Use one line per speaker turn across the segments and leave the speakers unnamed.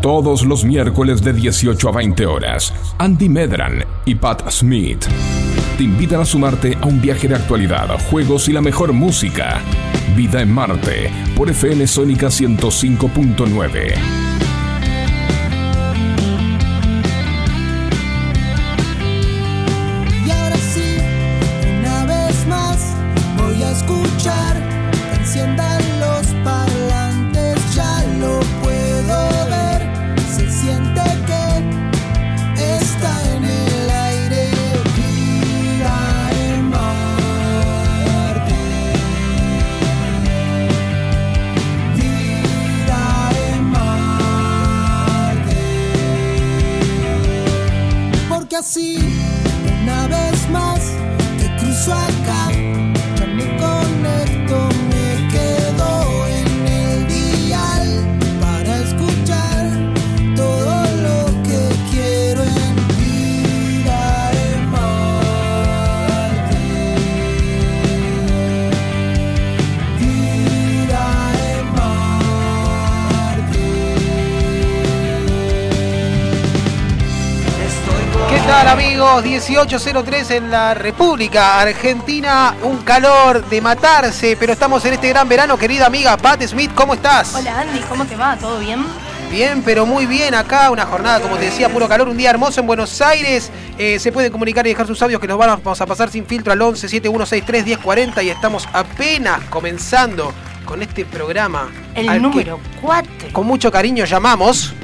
Todos los miércoles de 18 a 20 horas, Andy Medran y Pat Smith te invitan a sumarte a un viaje de actualidad, juegos y la mejor música. Vida en Marte por FM Sónica 105.9.
Y ahora sí, una vez más, voy a escuchar. Enciendan los parlantes, ya lo puedo ver. Se siente que está en el aire. Vida en Marte. Vida en Marte. Porque así una vez más que cruzo acá. Yo me conecto, me quedo en el dial para escuchar todo lo que quiero en vida en Marte. Vida en Marte. Estoy
¿Qué tal amigos? 18.03 en la República Argentina, un calor de matarse, pero estamos en este gran verano, querida amiga Pat Smith, ¿cómo estás?
Hola Andy, ¿cómo te va? ¿Todo bien?
Bien, pero muy bien acá, una jornada, como te decía, puro calor, un día hermoso en Buenos Aires. Eh, se pueden comunicar y dejar sus audios que nos van a- vamos a pasar sin filtro al 11 7163 1040 y estamos apenas comenzando con este programa.
El
al que
número 4.
con mucho cariño llamamos.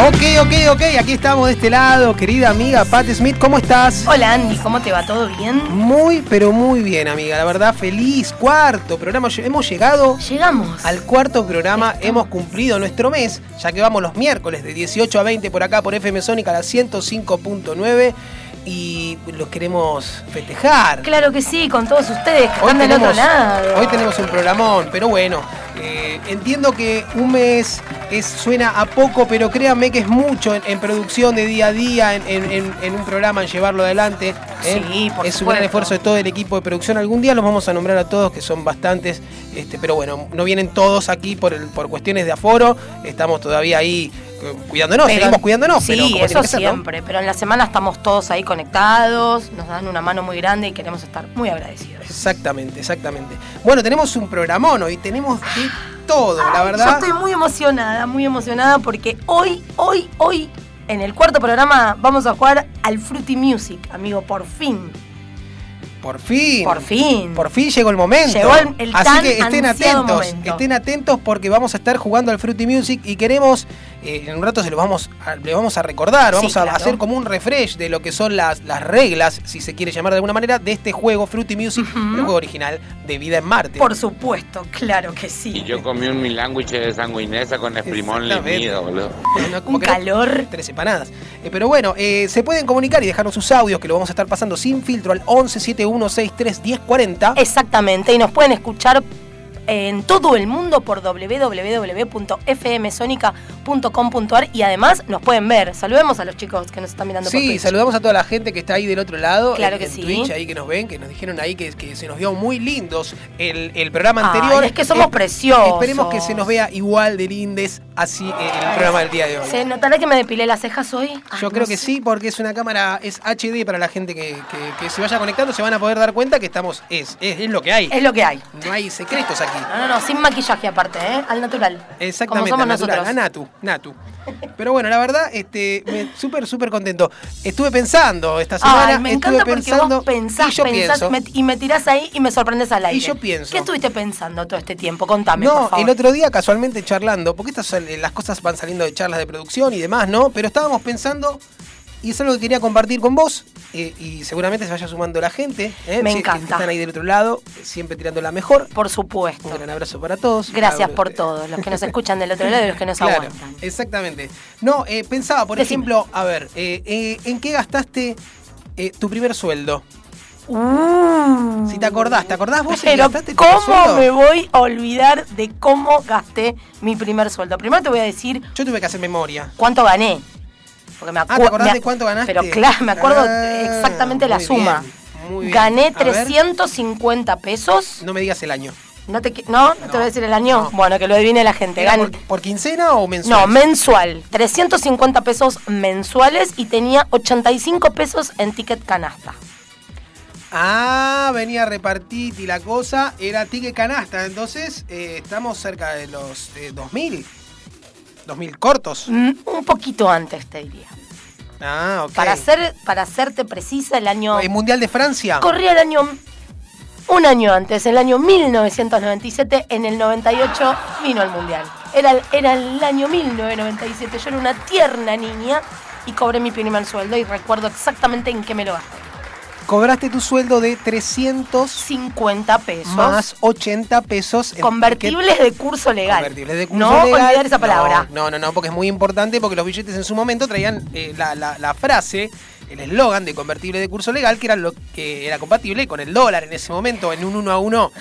Ok, ok, ok, aquí estamos de este lado, querida amiga Pat Smith, ¿cómo estás?
Hola Andy, ¿cómo te va? ¿Todo bien?
Muy, pero muy bien, amiga. La verdad, feliz cuarto programa. Lle- Hemos llegado
Llegamos.
al cuarto programa. Hemos cumplido nuestro mes, ya que vamos los miércoles de 18 a 20 por acá por FM Sónica a la 105.9 y los queremos festejar.
Claro que sí, con todos ustedes que están del otro lado.
hoy tenemos un programón, pero bueno, eh, entiendo que un mes es, suena a poco, pero créanme que es mucho en, en producción de día a día, en, en- en- en un programa, en llevarlo adelante. ¿eh?
Sí, por
Es un gran
supuesto.
esfuerzo de todo el equipo de producción. Algún día los vamos a nombrar a todos, que son bastantes, este, pero bueno, no vienen todos aquí por, el- por cuestiones de aforo, estamos todavía ahí eh, cuidándonos,
Pero-
seguimos cuidándonos,
Sí,
pero como
eso
tiene que ser, ¿no?
siempre. Pero en la semana estamos todos ahí conectados, nos dan una mano muy grande y queremos estar muy agradecidos.
Exactamente, exactamente. Bueno, tenemos un programón hoy, tenemos de todo, la
Ay, Yo
verdad.
estoy muy emocionada, muy emocionada porque hoy, hoy, hoy, en el cuarto programa vamos a jugar al Fruity Music, amigo, por fin.
Por fin.
Por fin.
Por fin llegó el momento.
Llegó el- el
Así
tan
que estén
ansiado
atentos,
momento.
estén atentos porque vamos a estar jugando al Fruity Music y queremos, eh, en un rato se lo vamos a, le vamos a recordar,
Sí,
vamos a
claro.
hacer como un refresh de lo que son las, las reglas, si se quiere llamar de alguna manera, de este juego Fruity Music, el juego original de Vida en Marte.
Por supuesto, claro que sí.
Y yo comí un milánguiche de sanguinesa con esprimón
Exactamente.
limido, boludo.
No, como
Un
que no-
calor.
tres empanadas. Eh, pero bueno, eh, se pueden comunicar y dejarnos sus audios que lo vamos a estar pasando sin filtro al 1171631040.
Exactamente, y nos pueden escuchar eh, en todo el mundo por www.fmsonica.com.ar y además nos pueden ver. Saludemos a los chicos que nos están mirando por
Sí,
Twitch.
saludamos a toda la gente que está ahí del otro lado.
Claro
en-
que
en
sí.
Twitch, ahí que nos ven, que nos dijeron ahí que, que se nos dio muy lindos el, el programa
Ay,
anterior.
es que somos
Esp-
preciosos.
Esperemos que se nos vea igual de lindes así eh, en el programa del día de hoy.
¿Se notará que me depilé las cejas hoy? Ay,
Yo
no
creo que
sé.
sí, porque es una cámara, es HD para la gente que, que- que se vaya conectando, se van a poder dar cuenta que estamos, es, es, es lo que hay.
Es lo que hay.
No hay secretos aquí.
No, no, no, sin maquillaje aparte, ¿eh? Al natural.
Exactamente,
Como somos
al natural,
nosotros.
a Natu, Natu. Pero bueno, la verdad, este, me- súper, súper contento. Estuve pensando esta semana,
Ay, me
estuve
encanta porque
pensando
vos pensás,
y yo
pensás
pienso.
me- y me tirás ahí y me sorprendes al aire.
yo pienso.
¿Qué estuviste pensando todo este tiempo? Contame, por
no,
favor.
el otro día casualmente charlando, porque estas son- eh, las cosas van saliendo de charlas de producción y demás, ¿no? Pero estábamos pensando, y es algo que quería compartir con vos, eh, y seguramente se vaya sumando la gente. ¿eh?
Me
Sí, que
encanta.
Están ahí del otro lado, siempre tirando la mejor.
Por
Un
supuesto.
gran abrazo para todos.
Gracias
Abro
por
este-
todos, los que nos escuchan del otro lado y los que nos
Claro,
aguantan.
exactamente. No, eh, pensaba, por
Decime.
ejemplo, a ver, eh, eh, ¿en qué gastaste eh, tu primer sueldo?
Mm.
Si te acordás, ¿te acordás vos en qué
Pero
gastaste tu primer
¿cómo
sueldo?
me voy a olvidar de cómo gasté mi primer sueldo? Primero te voy a decir
Yo tuve que hacer memoria. Ah,
cuánto gané. Porque me
¿te
acu-
acordás
me ac-
de cuánto ganaste?
Pero claro, me acuerdo
Ah,
exactamente la
muy
suma.
bien, muy bien. A
Gané
ver.
350 pesos.
No me digas el año.
No te, qui- no, no te voy a decir el año.
No.
Bueno, que lo adivine la gente.
¿Era
Gané-
por, por quincena o mensual?
No, mensual. 350 pesos mensuales y tenía 85 pesos en ticket canasta.
Ah, venía repartid y la cosa era ticket canasta. Entonces, eh, estamos cerca de los eh, 2000. 2000 cortos.
Mm, Un poquito antes, te diría.
Ah, ok.
Para, ser, para serte precisa, el año...
¿El Mundial de Francia?
Corría el año. Un año antes, el año 1997, en el 98 vino al Mundial. Era, el- era el año 1997, yo era una tierna niña y cobré mi primer sueldo y recuerdo exactamente en qué me lo gasté.
Cobraste tu sueldo de 300
50 pesos.
más 80 pesos. en
convertibles de curso
ticket-
legal.
Convertibles de curso
no
legal.
olvidar esa
No,
palabra.
No, no, no, porque es muy importante porque los billetes en su momento traían eh, la, la- la frase, el eslogan de convertible de curso legal, que era lo que era compatible con el dólar en ese momento, en un uno a uno.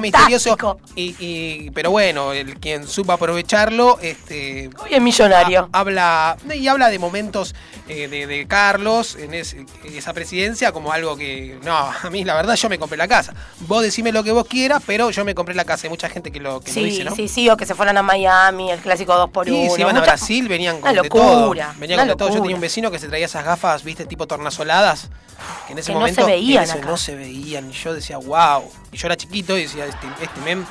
Fantástico.
misterioso. Y, y- pero bueno, el quien supa aprovecharlo, este.
Hoy es millonario.
Ha- habla y habla de momentos eh, de, de Carlos en es- en esa presidencia como algo que no a mí la verdad yo me compré la casa vos decime lo que vos quieras pero yo me compré la casa hay mucha gente que lo que lo
sí,
dice no
sí, sí, o que se fueran a Miami, el clásico 2 por 1
y se iban a Brasil venían con
una
de todo
locura,
venían
una
con de todo yo
locura.
tenía un vecino que se traía esas gafas viste tipo tornasoladas que en ese
Que no
momento
se veían
en ese
acá.
no se veían y yo decía wow y yo era chiquito y decía este, este mem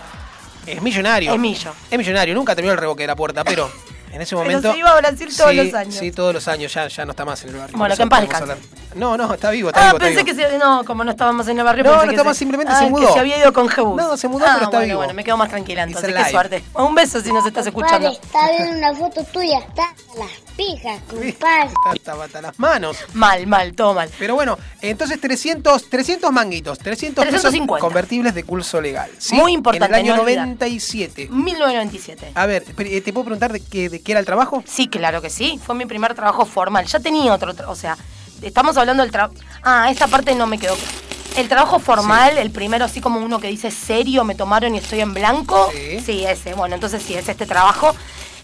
es millonario
Es millo.
es millonario nunca terminó el reboque de la puerta pero en ese momento
Pero se iba a Brasil todos los años.
Sí, todos los años, ya, ya no está más en el barrio.
Bueno,
por
que
eso
en paz
podemos
descanse.
hablar. No, no, está vivo, está
Ah,
vivo. está
pensé que
vivo.
se. No, como no estábamos en el barrio.
No,
pensé
no
que
estaba,
se-
simplemente
Ah,
se
es
mudó.
Que se había ido con Jebus.
No, se mudó,
Ah,
pero está
bueno,
vivo.
Bueno, me quedo más tranquila
It's
entonces. Qué
alive.
suerte. Un beso si nos estás
Compadre,
escuchando.
está viendo una foto tuya, está a las pijas, compadre.
Está, está- está las manos.
Mal, mal, todo mal.
Pero bueno, entonces 300, 300 manguitos, 300 pesos
350.
convertibles de curso legal. ¿sí?
Muy importante,
En el año
no olvidar.
97.
1997.
A ver, pero, eh, ¿te puedo preguntar de qué, de qué era el trabajo?
Sí, claro que sí. Fue mi primer trabajo formal. Ya tenía otro, tra- o sea, estamos hablando del trabajo. Ah, esta parte no me quedó. cl- El trabajo formal, el primero así como uno que dice serio, me tomaron y estoy en blanco.
Sí.
Sí, ese. Bueno, entonces sí, es este trabajo.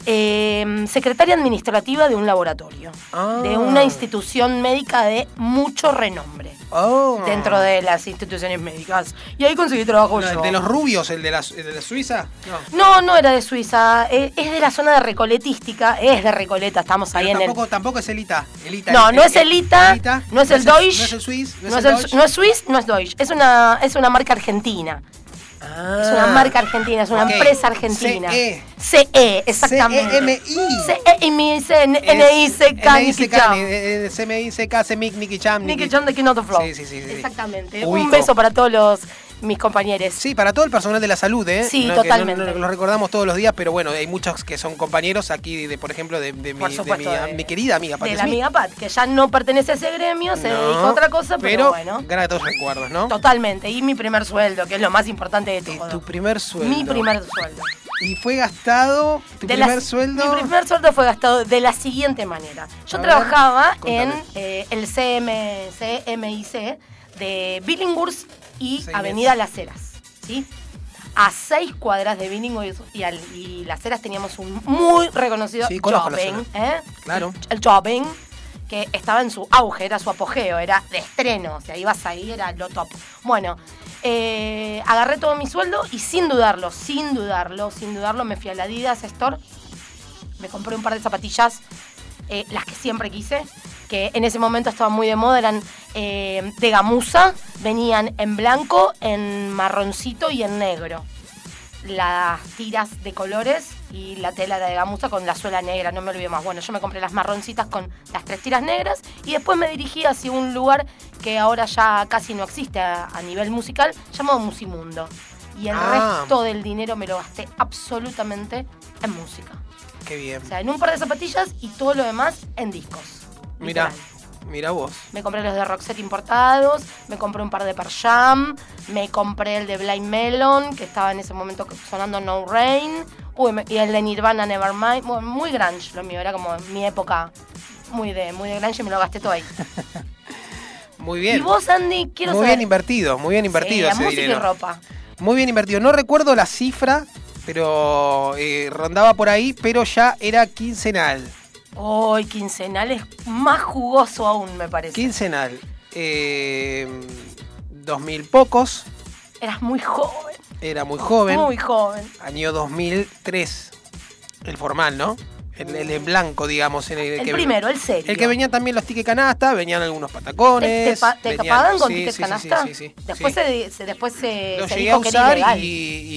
Eh, secretaria administrativa de un laboratorio,
Ah.
de una institución médica de mucho renombre
Oh.
dentro de las instituciones médicas. Y ahí conseguí trabajo
No,
yo.
el de los rubios, el de la, el de la Suiza. No.
No, no era de Suiza, eh, es de la zona de recoletística, es de Recoleta, estamos ahí
Pero
en el...
tampoco, tampoco es Elita. Elita
No,
el-
no es Elita,
Elita,
no es el Deutsch,
No es el Swiss,
no es, el-
Deutsch.
no es Swiss, no es Deutsch. Es una, es una marca argentina.
Ah.
Es una marca argentina, es una
Ok.
empresa argentina.
CE.
CE, exactamente.
CEMI.
CE, eh, y mi N-I-C-K, Nicky
eh,
Jam.
CMICK, CEMIC, Nicky Jam.
Nicky Jam de King of the Flow.
Sí, sí, sí, sí, sí.
Exactamente.
E. Ubico.
Eh, Un beso para todos los, mis compañeros.
Sí, para todo el personal de la salud, ¿eh?
Sí,
que
totalmente.
no- no- lo recordamos todos los días, pero bueno, hay muchos que son compañeros aquí, de, por ejemplo, de, de mi,
Por
de
supuesto,
mi-
de-
mi querida amiga Patti
de la
Smith.
amiga Pat, que ya no pertenece a ese gremio, se
No,
dedica a otra cosa, pero, bueno.
Gratos recuerdos, ¿no?
Totalmente. Y mi primer sueldo, que es lo más importante de
Eh,
todo.
tu primer sueldo.
Mi primer sueldo.
Y fue gastado. Tu
De la-
primer sueldo.
Mi primer sueldo fue gastado de la siguiente manera. Yo
A ver,
trabajaba
contame.
en eh, el CM, CMIC de Billinghurst y
Sí,
Avenida
es.
Las Heras, ¿sí? A seis cuadras de Billinghurst y, al- y Las Heras teníamos un muy reconocido
Sí, conozco Las
shopping, ¿eh?
Claro.
El shopping que estaba en su auge, era su apogeo, era de estreno, o sea, ibas ahí, era lo top. Bueno, eh, agarré todo mi sueldo y sin dudarlo, sin dudarlo, sin dudarlo, me fui a la Adidas Store, me compré un par de zapatillas, eh, las que siempre quise, que en ese momento estaban muy de moda, eran eh, de gamuza, venían en blanco, en marroncito y en negro. Las tiras de colores y la tela de gamuza con la suela negra, no me olvido más. Bueno, yo me compré las marroncitas con las tres tiras negras y después me dirigí hacia un lugar que ahora ya casi no existe a, a nivel musical, llamado Musimundo. Y el
Ah.
resto del dinero me lo gasté absolutamente en música.
Qué bien.
O sea, en un par de zapatillas y todo lo demás en discos.
Mirá.
Literal.
Mira vos.
Me compré los de Roxette importados, me compré un par de Parjam, me compré el de Blind Melon, que estaba en ese momento sonando No Rain, uy, me- y el de Nirvana Nevermind. Bueno, muy grunge lo mío, era como mi época muy de, muy de grunge y me lo gasté todo ahí.
Muy
Y
bien.
vos, Andy, quiero
muy
saber.
bien invertido, muy bien invertido
Sí, la
ese
música
dinero.
y ropa.
Muy bien invertido. No recuerdo la cifra, pero eh, rondaba por ahí, pero ya era quincenal.
Hoy, quincenal es más jugoso aún, me parece.
Quincenal. Eh, dos mil pocos.
Eras muy joven.
Era muy joven.
Muy joven.
Año 2003. El formal, ¿no? El, el en blanco, digamos. en el
El
que-
primero, el serio.
El que venían también los tickets canasta, venían algunos
¿Te, te
patacones.
pa- te
venían-
pagaban con
sí,
tickets
sí, sí,
canasta?
sí, sí, sí.
después se, di- se- después se,
Los
se
llegué a
dijo que era
usar
ilegal.
y,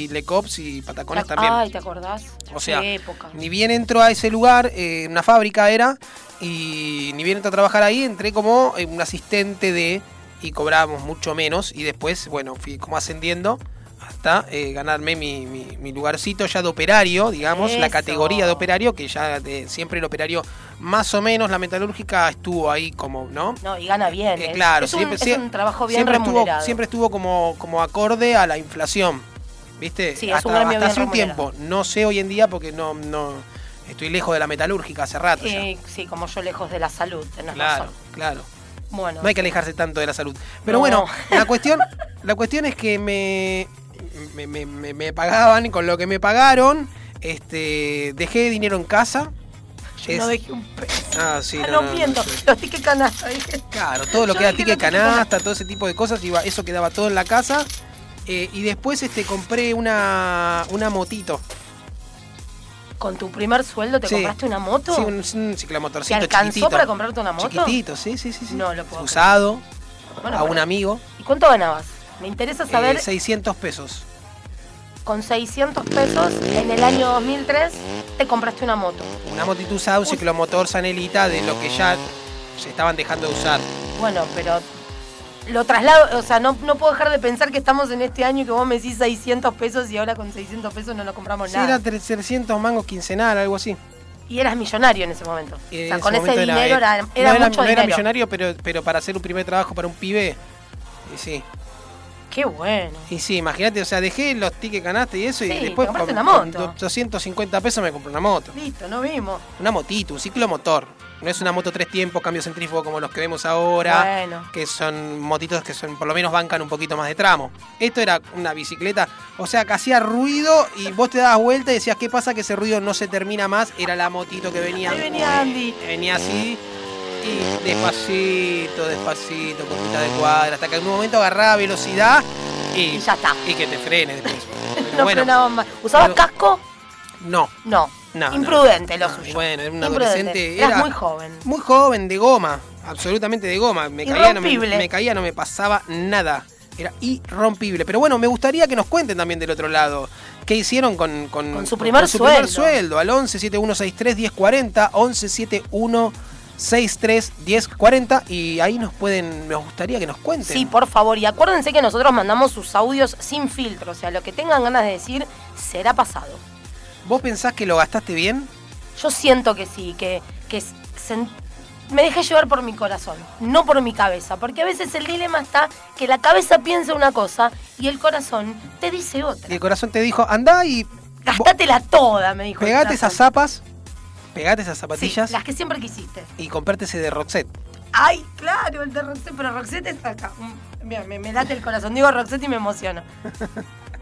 y Lecops y patacones
Ay,
también.
Ay, ¿te acordás?
O sea,
Qué época.
ni bien entro a ese lugar, eh, una fábrica era, y ni bien entro a trabajar ahí, entré como eh, un asistente de, y cobrábamos mucho menos, y después, bueno, fui como ascendiendo hasta eh, ganarme mi, mi- mi lugarcito ya de operario, digamos, la
Eso.
categoría de operario, que ya de- siempre el operario más o menos, la metalúrgica estuvo ahí como, ¿no?
No, y gana bien.
Eh,
¿eh?
claro,
es,
siempre,
un, es
sie-
un trabajo bien
siempre
remunerado.
Estuvo, siempre estuvo como, como acorde a la inflación. ¿Viste?
Sí, es
hasta
un gremio
hasta
bien
hace un
remunerado.
tiempo. No sé hoy en día porque no, no estoy lejos de la metalúrgica hace rato ya.
Eh, sí, como yo lejos de la salud, tenés
Claro,
razón.
claro.
Bueno,
No hay que alejarse tanto de la salud. Pero
No.
bueno, la cuestión, la cuestión es que me, me, me- me- me pagaban, con lo que me pagaron, este, dejé dinero en casa.
yo
es-
no dejé un peso.
Ah, sí,
Ah,
no,
no,
no, no
miento,
sé.
los tickets canasta, dije.
Claro, todo lo
Yo
que era
dije
ticket
lo que tenía.
canasta, todo ese tipo de cosas, iba, eso quedaba todo en la casa. Eh, y después este, compré una, una motito.
¿Con tu primer sueldo te
Sí.
compraste una moto?
Sí, un, un ciclomotorcito
¿Te alcanzó
chiquitito.
para comprarte una moto?
Chiquitito, sí, sí, sí. sí.
No lo puedo
Usado,
Bueno,
a un
pará.
amigo,
¿Y cuánto ganabas? Me interesa saber,
eh, 600 pesos.
con 600 pesos, en el año 2003, te compraste una moto.
Una motito usada, un ciclomotor Sanelita de lo que ya se estaban dejando de usar.
Bueno, pero lo traslado, o sea, no, no puedo dejar de pensar que estamos en este año y que vos me decís 600 pesos y ahora con 600 pesos no nos compramos
Sí,
nada.
era 300 mangos quincenal, algo así.
Y eras millonario en ese momento.
Eh,
o sea,
en
con ese
momento
dinero era, era,
no era,
mucho
no era
dinero.
millonario, pero, pero para hacer un primer trabajo para un pibe. Y sí.
Qué bueno.
Y sí, imagínate, o sea, dejé los tickets canasta y eso
Sí,
y
te
después
compraste una moto.
250 pesos me compré una moto.
Listo, no vimos.
Una motito, un ciclomotor. No es una moto tres tiempos, cambio centrífugo como los que vemos ahora,
Bueno.
que son motitos que son por lo menos bancan un poquito más de tramo. Esto era una bicicleta, o sea, que hacía ruido y vos te dabas vuelta y decías, ¿qué pasa que ese ruido no se termina más? Era la motito que venía.
Ahí venía Andy.
Venía así y despacito, despacito, poquita de cuadra, hasta que en algún momento agarraba velocidad y,
Y ya está.
y que te frene después. Pero
No
bueno,
frenaban más. ¿Usabas
Pero-
casco?
no.
No.
No, no.
Imprudente lo
No,
suyo.
y bueno, era un
Imprudente.
adolescente,
Eras
era-
muy joven.
Muy joven, de goma, absolutamente de goma. Me caía, no me,
Irrompible.
me caía, no me pasaba nada. Era irrompible. Pero bueno, me gustaría que nos cuenten también del otro lado. ¿Qué hicieron con, con,
Con su primer
primer
sueldo.
sueldo? Al 11 7163 1040, 11 7163 1040. Y ahí nos pueden, nos gustaría que nos cuenten.
Sí, por favor. Y acuérdense que nosotros mandamos sus audios sin filtro. O sea, lo que tengan ganas de decir será pasado.
¿Vos pensás que lo gastaste bien?
Yo siento que sí, que, que s- sen- me dejé llevar por mi corazón, no por mi cabeza. Porque a veces el dilema está que la cabeza piensa una cosa y el corazón te dice
Y
otra.
el corazón te dijo, andá y
Gastátela toda, me dijo. el
pegate esas
corazón.
zapas, pegate esas
Sí,
zapatillas
las que siempre quisiste.
y comprarte ese de Roxette.
Ay, claro, el de Roxette, pero Roxette está acá. Mm, Mira, me, me late el corazón. Digo Roxette y me emociono.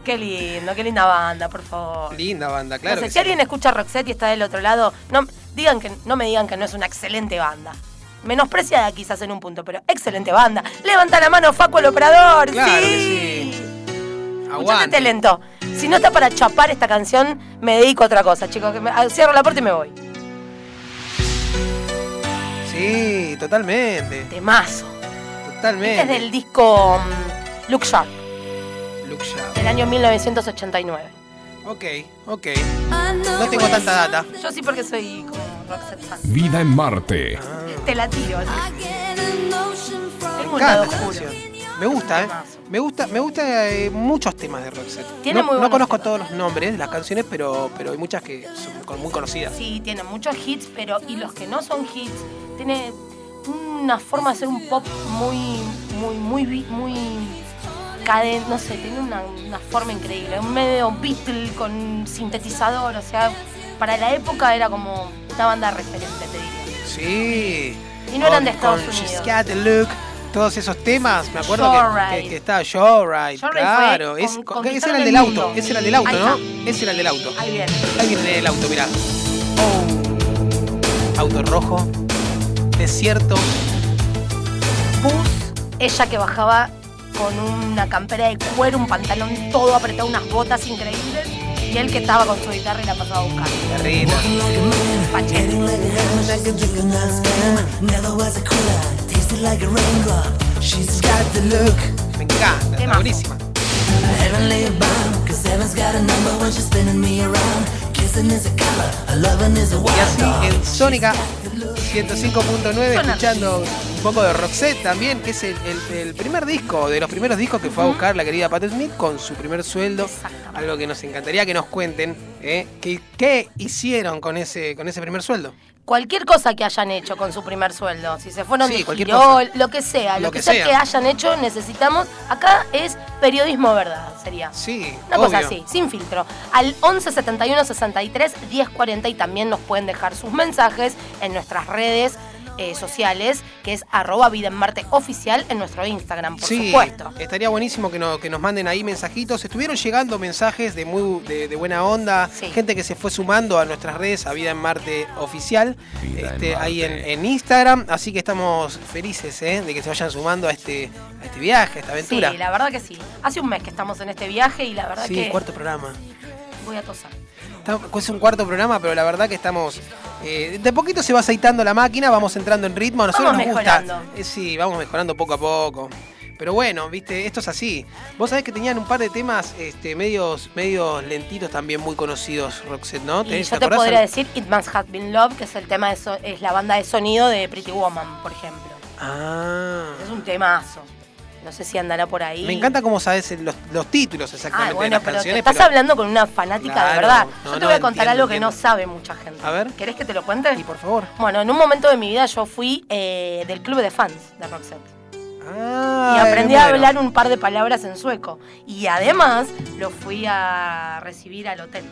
qué lindo, qué linda banda, por favor.
Linda banda, claro.
No sé,
que
si
sí.
alguien escucha a Roxette y está del otro lado, no, digan que, no me digan que no es una excelente banda. Menospreciada quizás en un punto, pero excelente banda. Levanta la mano, Facu, el operador.
Claro
sí.
que
Escuchate
Aguante.
talento. Si no está para chapar esta canción, me dedico a otra cosa, chicos. que me- ah, cierro la puerta y me voy.
Sí, totalmente.
Temazo. Este
Totalmente.
es del disco mm, Look Sharp,
Look Sharp.
del año 1989.
Ok, ok. No tengo tanta data.
Yo sí porque soy como Roxette fan.
Vida en Marte.
Te la tiro. así. Tengo
Me
un
encanta
lado
esta
oscuro.
canción. Me gusta, ¿eh?
Temazo.
Me gusta, me gusta eh, muchos temas de Roxette.
Tiene
no,
muy
no
buenos
conozco
temas.
todos los nombres de las canciones, pero, pero hay muchas que son con- muy conocidas.
Sí, tiene muchos hits, pero y los que no son hits, tiene un una forma de hacer un pop muy, muy, muy, vi- muy cadente, no sé, tiene una, una forma increíble, un medio Beatle con sintetizador, o sea, para la época era como una banda referente, te diría.
Sí.
Y no eran de
Con-
Estados
con
Unidos.
She's Got the Look, todos esos temas, me acuerdo que,
Joyride.
que- que estaba Joyride,
Joyride
claro.
fue
Es-
con-
con-
conquistando
ese era el
el
del auto,
mundo.
ese era el del auto,
Ahí
¿no? Ese era el del auto.
Ahí bien.
Ahí viene el auto, mirá. Oh. Auto rojo, desierto,
Bus, ella que bajaba con una campera de cuero, un pantalón todo apretado, unas botas increíbles, y él que estaba con su guitarra y la pasaba a buscar.
carrera.
Pachero.
Me encanta, está
Temazo.
buenísima. Y así en Sónica 105.9
Suena.
escuchando un poco de Roxette también, que es el, el- el primer disco, de los primeros discos que fue a buscar la querida Pat Smith con su primer sueldo.
Exactamente.
Algo que nos encantaría que nos cuenten. ¿eh? ¿Qué, qué hicieron con ese, con ese primer sueldo?
Cualquier cosa que hayan hecho con su primer sueldo, si se fueron
Sí,
de
cualquier
giró,
cosa.
lo que sea, lo,
Lo
que,
que
sea,
sea.
que hayan hecho, necesitamos. Acá es periodismo verdad, sería.
Sí,
Una cosa
obvio.
así, sin filtro. Al 11 71 63 10 40 y también nos pueden dejar sus mensajes en nuestras redes eh, sociales, que es arroba vida en Marte oficial en nuestro Instagram, por
sí,
supuesto.
estaría buenísimo que, no- que nos manden ahí mensajitos. Estuvieron llegando mensajes de muy de, de buena onda,
Sí.
gente que se fue sumando a nuestras redes, a Vida en Marte Oficial,
Vida en
este, ahí en,
Marte.
en Instagram. Así que estamos felices ¿eh? de que se vayan sumando a este, a este viaje, a
Sí,
esta aventura.
la verdad que sí. Hace un mes que estamos en este viaje y la verdad
Sí,
que
cuarto programa.
voy a tosar.
Estamos- Es pues, un cuarto programa, pero la verdad que estamos. eh, de poquito se va aceitando la máquina, vamos entrando en ritmo. A nosotros
Vamos
nos
mejorando.
gusta. eh, sí, vamos mejorando poco a poco. Pero bueno, viste, esto es así. Vos sabés que tenían un par de temas este, medios, medios lentitos también muy conocidos, Roxette, ¿no?
Y
¿Tenés-
yo te
acordás?
podría decir It Must Have Been Love, que es el tema de so- es la banda de sonido de Pretty Woman, por ejemplo.
Ah.
Es un temazo. No sé si andará por ahí.
Me encanta cómo sabes el- los, los títulos
Ah,
exactamente de
bueno,
las
pero te
canciones.
estás
pero-
hablando con una fanática de
Claro,
verdad.
no,
yo te
no,
voy a contar
entiendo,
algo que
entiendo.
no sabe mucha gente.
A ver.
¿Querés que te lo cuente?
Y por favor.
Bueno, en un momento de mi vida yo fui eh, del club de fans de Roxette.
Ah,
Y aprendí
me
a
muero.
hablar un par de palabras en sueco. Y además lo fui a recibir al hotel.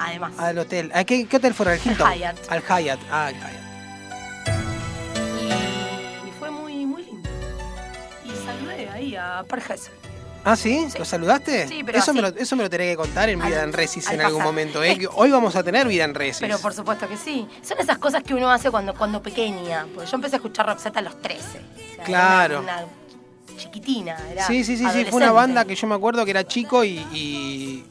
Además.
Al hotel. ¿A qué, qué hotel fueron? ¿Al Hilton?
Hyatt.
Al Hyatt. Ah, al Hyatt.
Y fue muy, muy lindo. Y saludé ahí a Parges.
¿Ah, sí?
Sí.
¿Lo saludaste?
Sí, pero
eso, me lo,
así.
eso me lo tenés que contar en
Al-
Vida en Resis
al
en algún
pasar.
momento. ¿eh?
Es-
Que Hoy vamos a tener Vida en Resis.
Pero por supuesto que sí. Son esas cosas que uno hace cuando, cuando pequeña. Porque yo empecé a escuchar Roxette a los 13. O sea,
Claro.
Era una, una chiquitina. Era
sí, sí, sí, sí. Fue una
adolescente.
banda que yo me acuerdo que era chico y, y-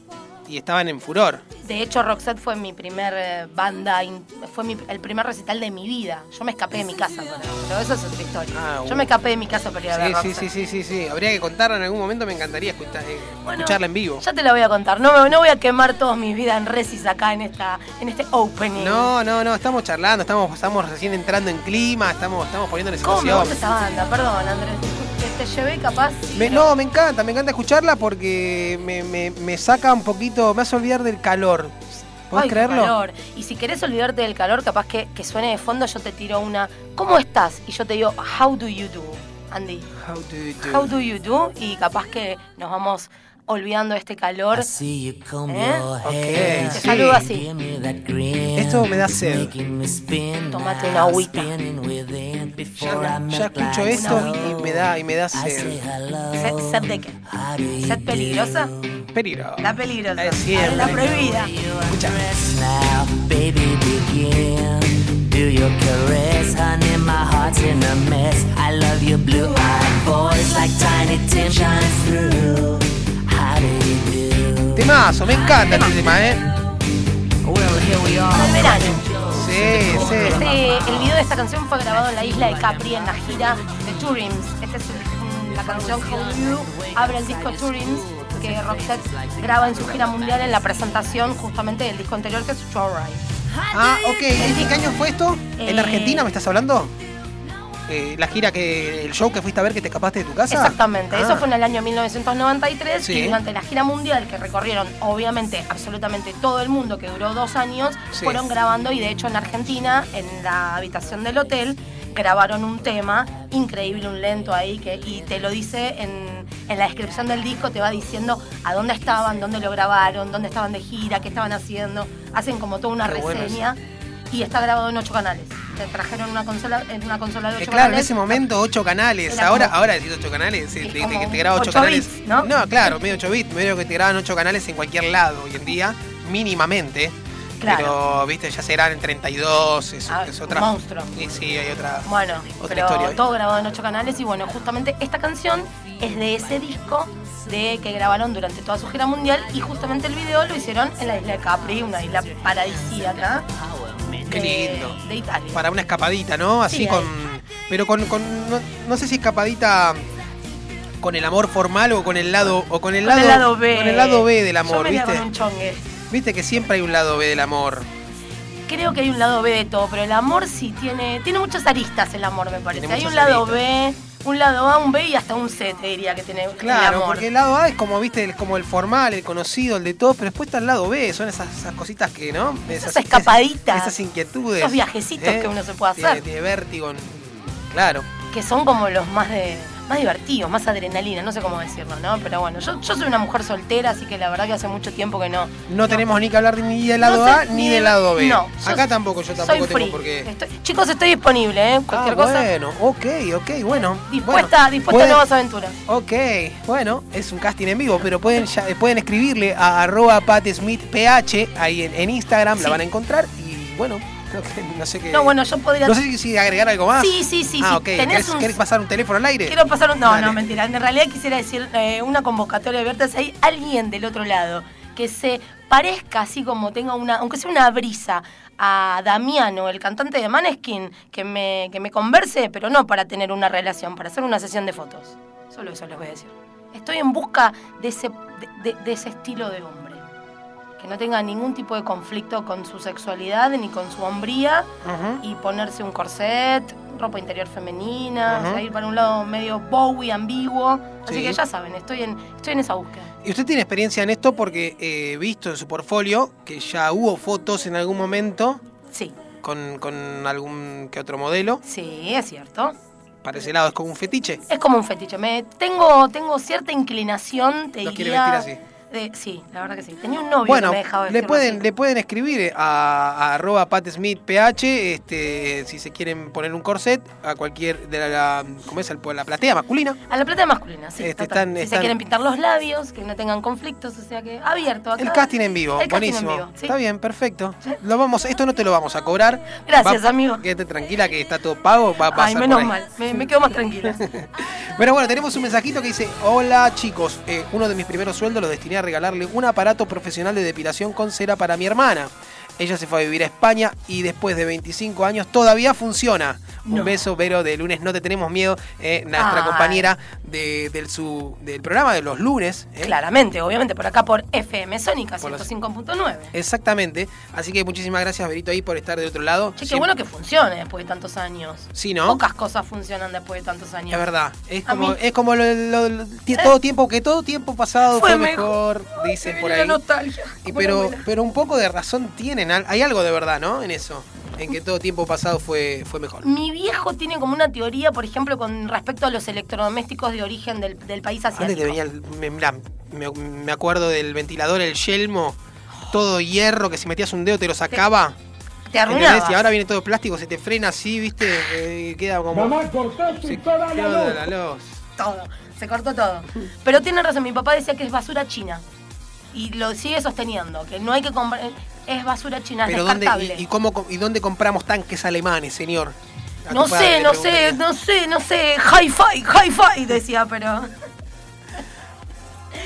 y estaban en furor.
De hecho, Roxette fue mi primer eh, banda, in- fue mi- el primer recital de mi vida. Yo me escapé de mi casa, con él, pero eso es otra historia.
Ah,
Yo
uh.
me escapé de mi casa para ir a ver
Sí, sí,
Roxette.
sí, sí, sí, sí. Habría que contarla en algún momento. Me encantaría escuchar- eh,
Bueno,
escucharla en vivo.
Ya te la voy a contar. No, me- no voy a quemar todas mis vidas en resis acá en esta, en este opening.
No, no, no. Estamos charlando. Estamos, estamos recién entrando en clima. Estamos, estamos poniendo en
¿Cómo me
situación.
gusta esa banda? Perdón, Andrés. Te, te llevé capaz.
Me-
pero-
no, me encanta, me encanta escucharla porque me, me- me saca un poquito, me hace olvidar del calor. ¿Podés
Ay, qué
creerlo?
calor. Y si querés olvidarte del calor, capaz que, que suene de fondo, yo te tiro una. ¿Cómo estás? Y yo te digo, How do you do, Andy?
How do you do?
How do you do? Y capaz que nos vamos olvidando de este calor. ¿Eh?
Ok,
Te
sí.
Eh?
saludo así.
Esto me da sed.
Tomate una agüita.
Ya, ya escucho esto y me da, y me da sed.
¿Sed, sed de qué? ¿Sed peligrosa?
Peligro.
La peligrosa.
Es siempre.
La prohibida.
Escucha.
Now, baby, begin. Do your caress, honey. My heart's in a mess. I love your blue eyed voice like Tiny Tim shines through. How do you do?
Temazo, me encanta este tema, ¿eh?
Well, here we are.
Para el verano.
Sí, sí.
Este, el video de esta canción fue grabado en la isla de Capri en la gira de Turims. Esta es mm, la canción How Do You abre el disco Turims que Roxette graba en su gira mundial en la presentación justamente del disco anterior que es Joyride.
Ah, ok. ¿Y qué año fue esto? ¿En
Eh.
Argentina me estás hablando? Eh, la gira que. el show que fuiste a ver que te escapaste de tu casa.
Exactamente, eso
Ah.
fue en el año 1993
Sí.
y durante la gira mundial que recorrieron obviamente absolutamente todo el mundo que duró dos años,
Sí.
fueron grabando y de hecho en Argentina, en la habitación del hotel, grabaron un tema increíble, un lento ahí, que, y te lo dice en, en la descripción del disco, te va diciendo a dónde estaban, dónde lo grabaron, dónde estaban de gira, qué estaban haciendo. Hacen como toda una
Qué bueno
reseña y está grabado en ocho canales. Te trajeron una consola, en una consola de
Eh,
ocho
claro, en
canales.
ese momento 8 canales.
Era
Ahora,
como-
ahora decís 8 canales, eh,
Es
te, te-
como
que te graban 8
8
canales.
bits, ¿no?
claro, medio 8 bits, medio que te graban 8 canales en cualquier lado hoy en día, mínimamente.
Claro.
Pero, viste, ya serán en 32, es,
Ah,
es
un
otra.
monstruo.
Sí, sí, hay otra.
Bueno,
Otra
pero
historia, ¿eh?
todo grabado en ocho canales y bueno, justamente esta canción es de ese disco de que grabaron durante toda su gira mundial y justamente el video lo hicieron en la isla de Capri, una isla paradisíaca
Qué
de-
lindo.
de Italia.
Para una escapadita, ¿no? Así
Sí,
con. Pero con. con- no, no sé si escapadita con el amor formal o con el lado. O con el,
Con
lado,
el lado B.
Con el lado B del
Yo
amor,
me iría
¿viste?
con un chongue.
Viste que siempre hay un lado B del amor.
Creo que hay un lado B de todo, pero el amor sí tiene. Tiene muchas aristas el amor, me parece.
Tiene
Hay un
muchas
lado B, un lado A, un B y hasta un C, te diría que tiene el
Claro,
amor.
porque el lado A es como, viste, el, como el formal, el conocido, el de todos, pero después está el lado B, son esas, esas cositas que, ¿no?
Esas escapaditas.
Esas, inquietudes. ¿eh?
Esos viajecitos que uno se puede
Tiene-
hacer.
Tiene vértigo. en- Claro.
que son como los más de más divertidos, más adrenalina, no sé cómo decirlo, ¿no? Pero bueno, yo, yo soy una mujer soltera, así que la verdad que hace mucho tiempo que no.
No, tenemos ni que hablar ni del lado
no sé,
A ni del lado B.
No, yo
Acá tampoco, yo
soy
tampoco
free.
tengo por qué.
Estoy- chicos, estoy disponible, ¿eh?
Ah,
Cualquier cosa.
bueno, ok, ok, bueno.
Dispuesta,
bueno,
dispuesta
pueden-
a nuevas aventuras.
Ok, bueno, es un casting en vivo, pero pueden, ya- eh, pueden escribirle a arroba PH ahí en, en Instagram, la
Sí.
van a encontrar y bueno, creo que no sé qué.
No, bueno, yo podría.
No sé si- si agregar algo más.
Sí, sí, sí, sí.
Ah, ok.
Tenés
¿Querés,
un-
querés pasar un teléfono al aire?
Quiero pasar un. No,
Dale.
no, mentira. En realidad quisiera decir eh, una convocatoria abierta. Si hay alguien del otro lado que se parezca así como tenga una, aunque sea una brisa, a Damiano, el cantante de Maneskin, que me, que me converse, pero no para tener una relación, para hacer una sesión de fotos. Solo eso les voy a decir. Estoy en busca de ese, de- de- de ese estilo de hombre. Que no tenga ningún tipo de conflicto con su sexualidad ni con su hombría
Ujú.
y ponerse un corset, ropa interior femenina,
Ajá.
o sea, ir para un lado medio Bowie ambiguo.
Sí.
Así que ya saben, estoy en, estoy en esa búsquea.
Y usted tiene experiencia en esto porque he visto en su portfolio que ya hubo fotos en algún momento
Sí,
con, con algún que otro modelo.
sí, es cierto.
Para ese lado es como un fetiche.
Es como un fetiche. Me, tengo, tengo cierta inclinación, te
Lo quiere
diría.
vestir así.
de- sí, la verdad que sí. Tenía un novio
Bueno,
que me dejaba
le
vestirme
pueden,
así.
le pueden escribir a, a arroba PH, este, si se quieren poner un corset, a cualquier de la, la- ¿cómo es? Al- La platea masculina.
A la plata masculina, sí.
Este,
total.
están-
si
están-
se quieren pintar los labios, que no tengan conflictos, o sea que abierto. Acá.
El casting en vivo,
El casting en
buenísimo.
vivo, sí.
Está bien, perfecto. Lo vamos, esto no te lo vamos a cobrar.
Gracias,
Va-
amigo.
Quédate tranquila que está todo pago, va a pasar
Ay,
por
menos
ahí.
mal. Me, me quedo más tranquila.
Pero bueno, tenemos un mensajito que dice, hola chicos, eh, uno de mis primeros sueldos lo destiné a regalarle un aparato profesional de depilación con cera para mi hermana. Ella se fue a vivir a España y después de 25 años todavía funciona. Un
No.
beso, pero de lunes no te tenemos miedo, eh, nuestra
Ay.
compañera de- del, su, del programa de los lunes. eh,
Claramente, obviamente, por acá por FM Sónica
Por las-
105.9.
Exactamente. Así que muchísimas gracias, Berito, ahí por estar de otro lado.
Che, qué
Siempre-
bueno que funcione después de tantos años.
Sí, ¿no?
Pocas cosas funcionan después de tantos años.
Es verdad, es
A
como,
mí-
es como lo- lo- lo- ti- todo tiempo que todo tiempo pasado fue,
Fue
mejor,
Ay,
dicen
me
por
viene
ahí.
la nostalgia.
Y
Bueno,
pero,
bueno.
pero un poco de razón tienen, al- hay algo de verdad, ¿no? En eso, en que todo tiempo pasado fue, fue mejor.
Mi viejo tiene como una teoría, por ejemplo, con respecto a los electrodomésticos de origen del, del país asiático.
Antes te venía, el- me, mirá, me, me acuerdo del ventilador, el yelmo, todo hierro que si metías un dedo te lo sacaba.
Te
¿entendés?
arruinaba.
Y ahora viene todo plástico, se te frena así, ¿viste? Eh, queda como... se- toda la luz.
Todo. Se cortó todo. Pero tiene razón, mi papá decía que es basura china. Y lo sigue sosteniendo, que no hay que comprar... Es basura china, es
Pero ¿dónde,
descartable.
y, y cómo, com- ¿y dónde compramos tanques alemanes, señor? A tu
No
padre
sé,
le
no sé,
preguntaría.
no sé, no sé. Hi-fi, hi-fi, decía, pero...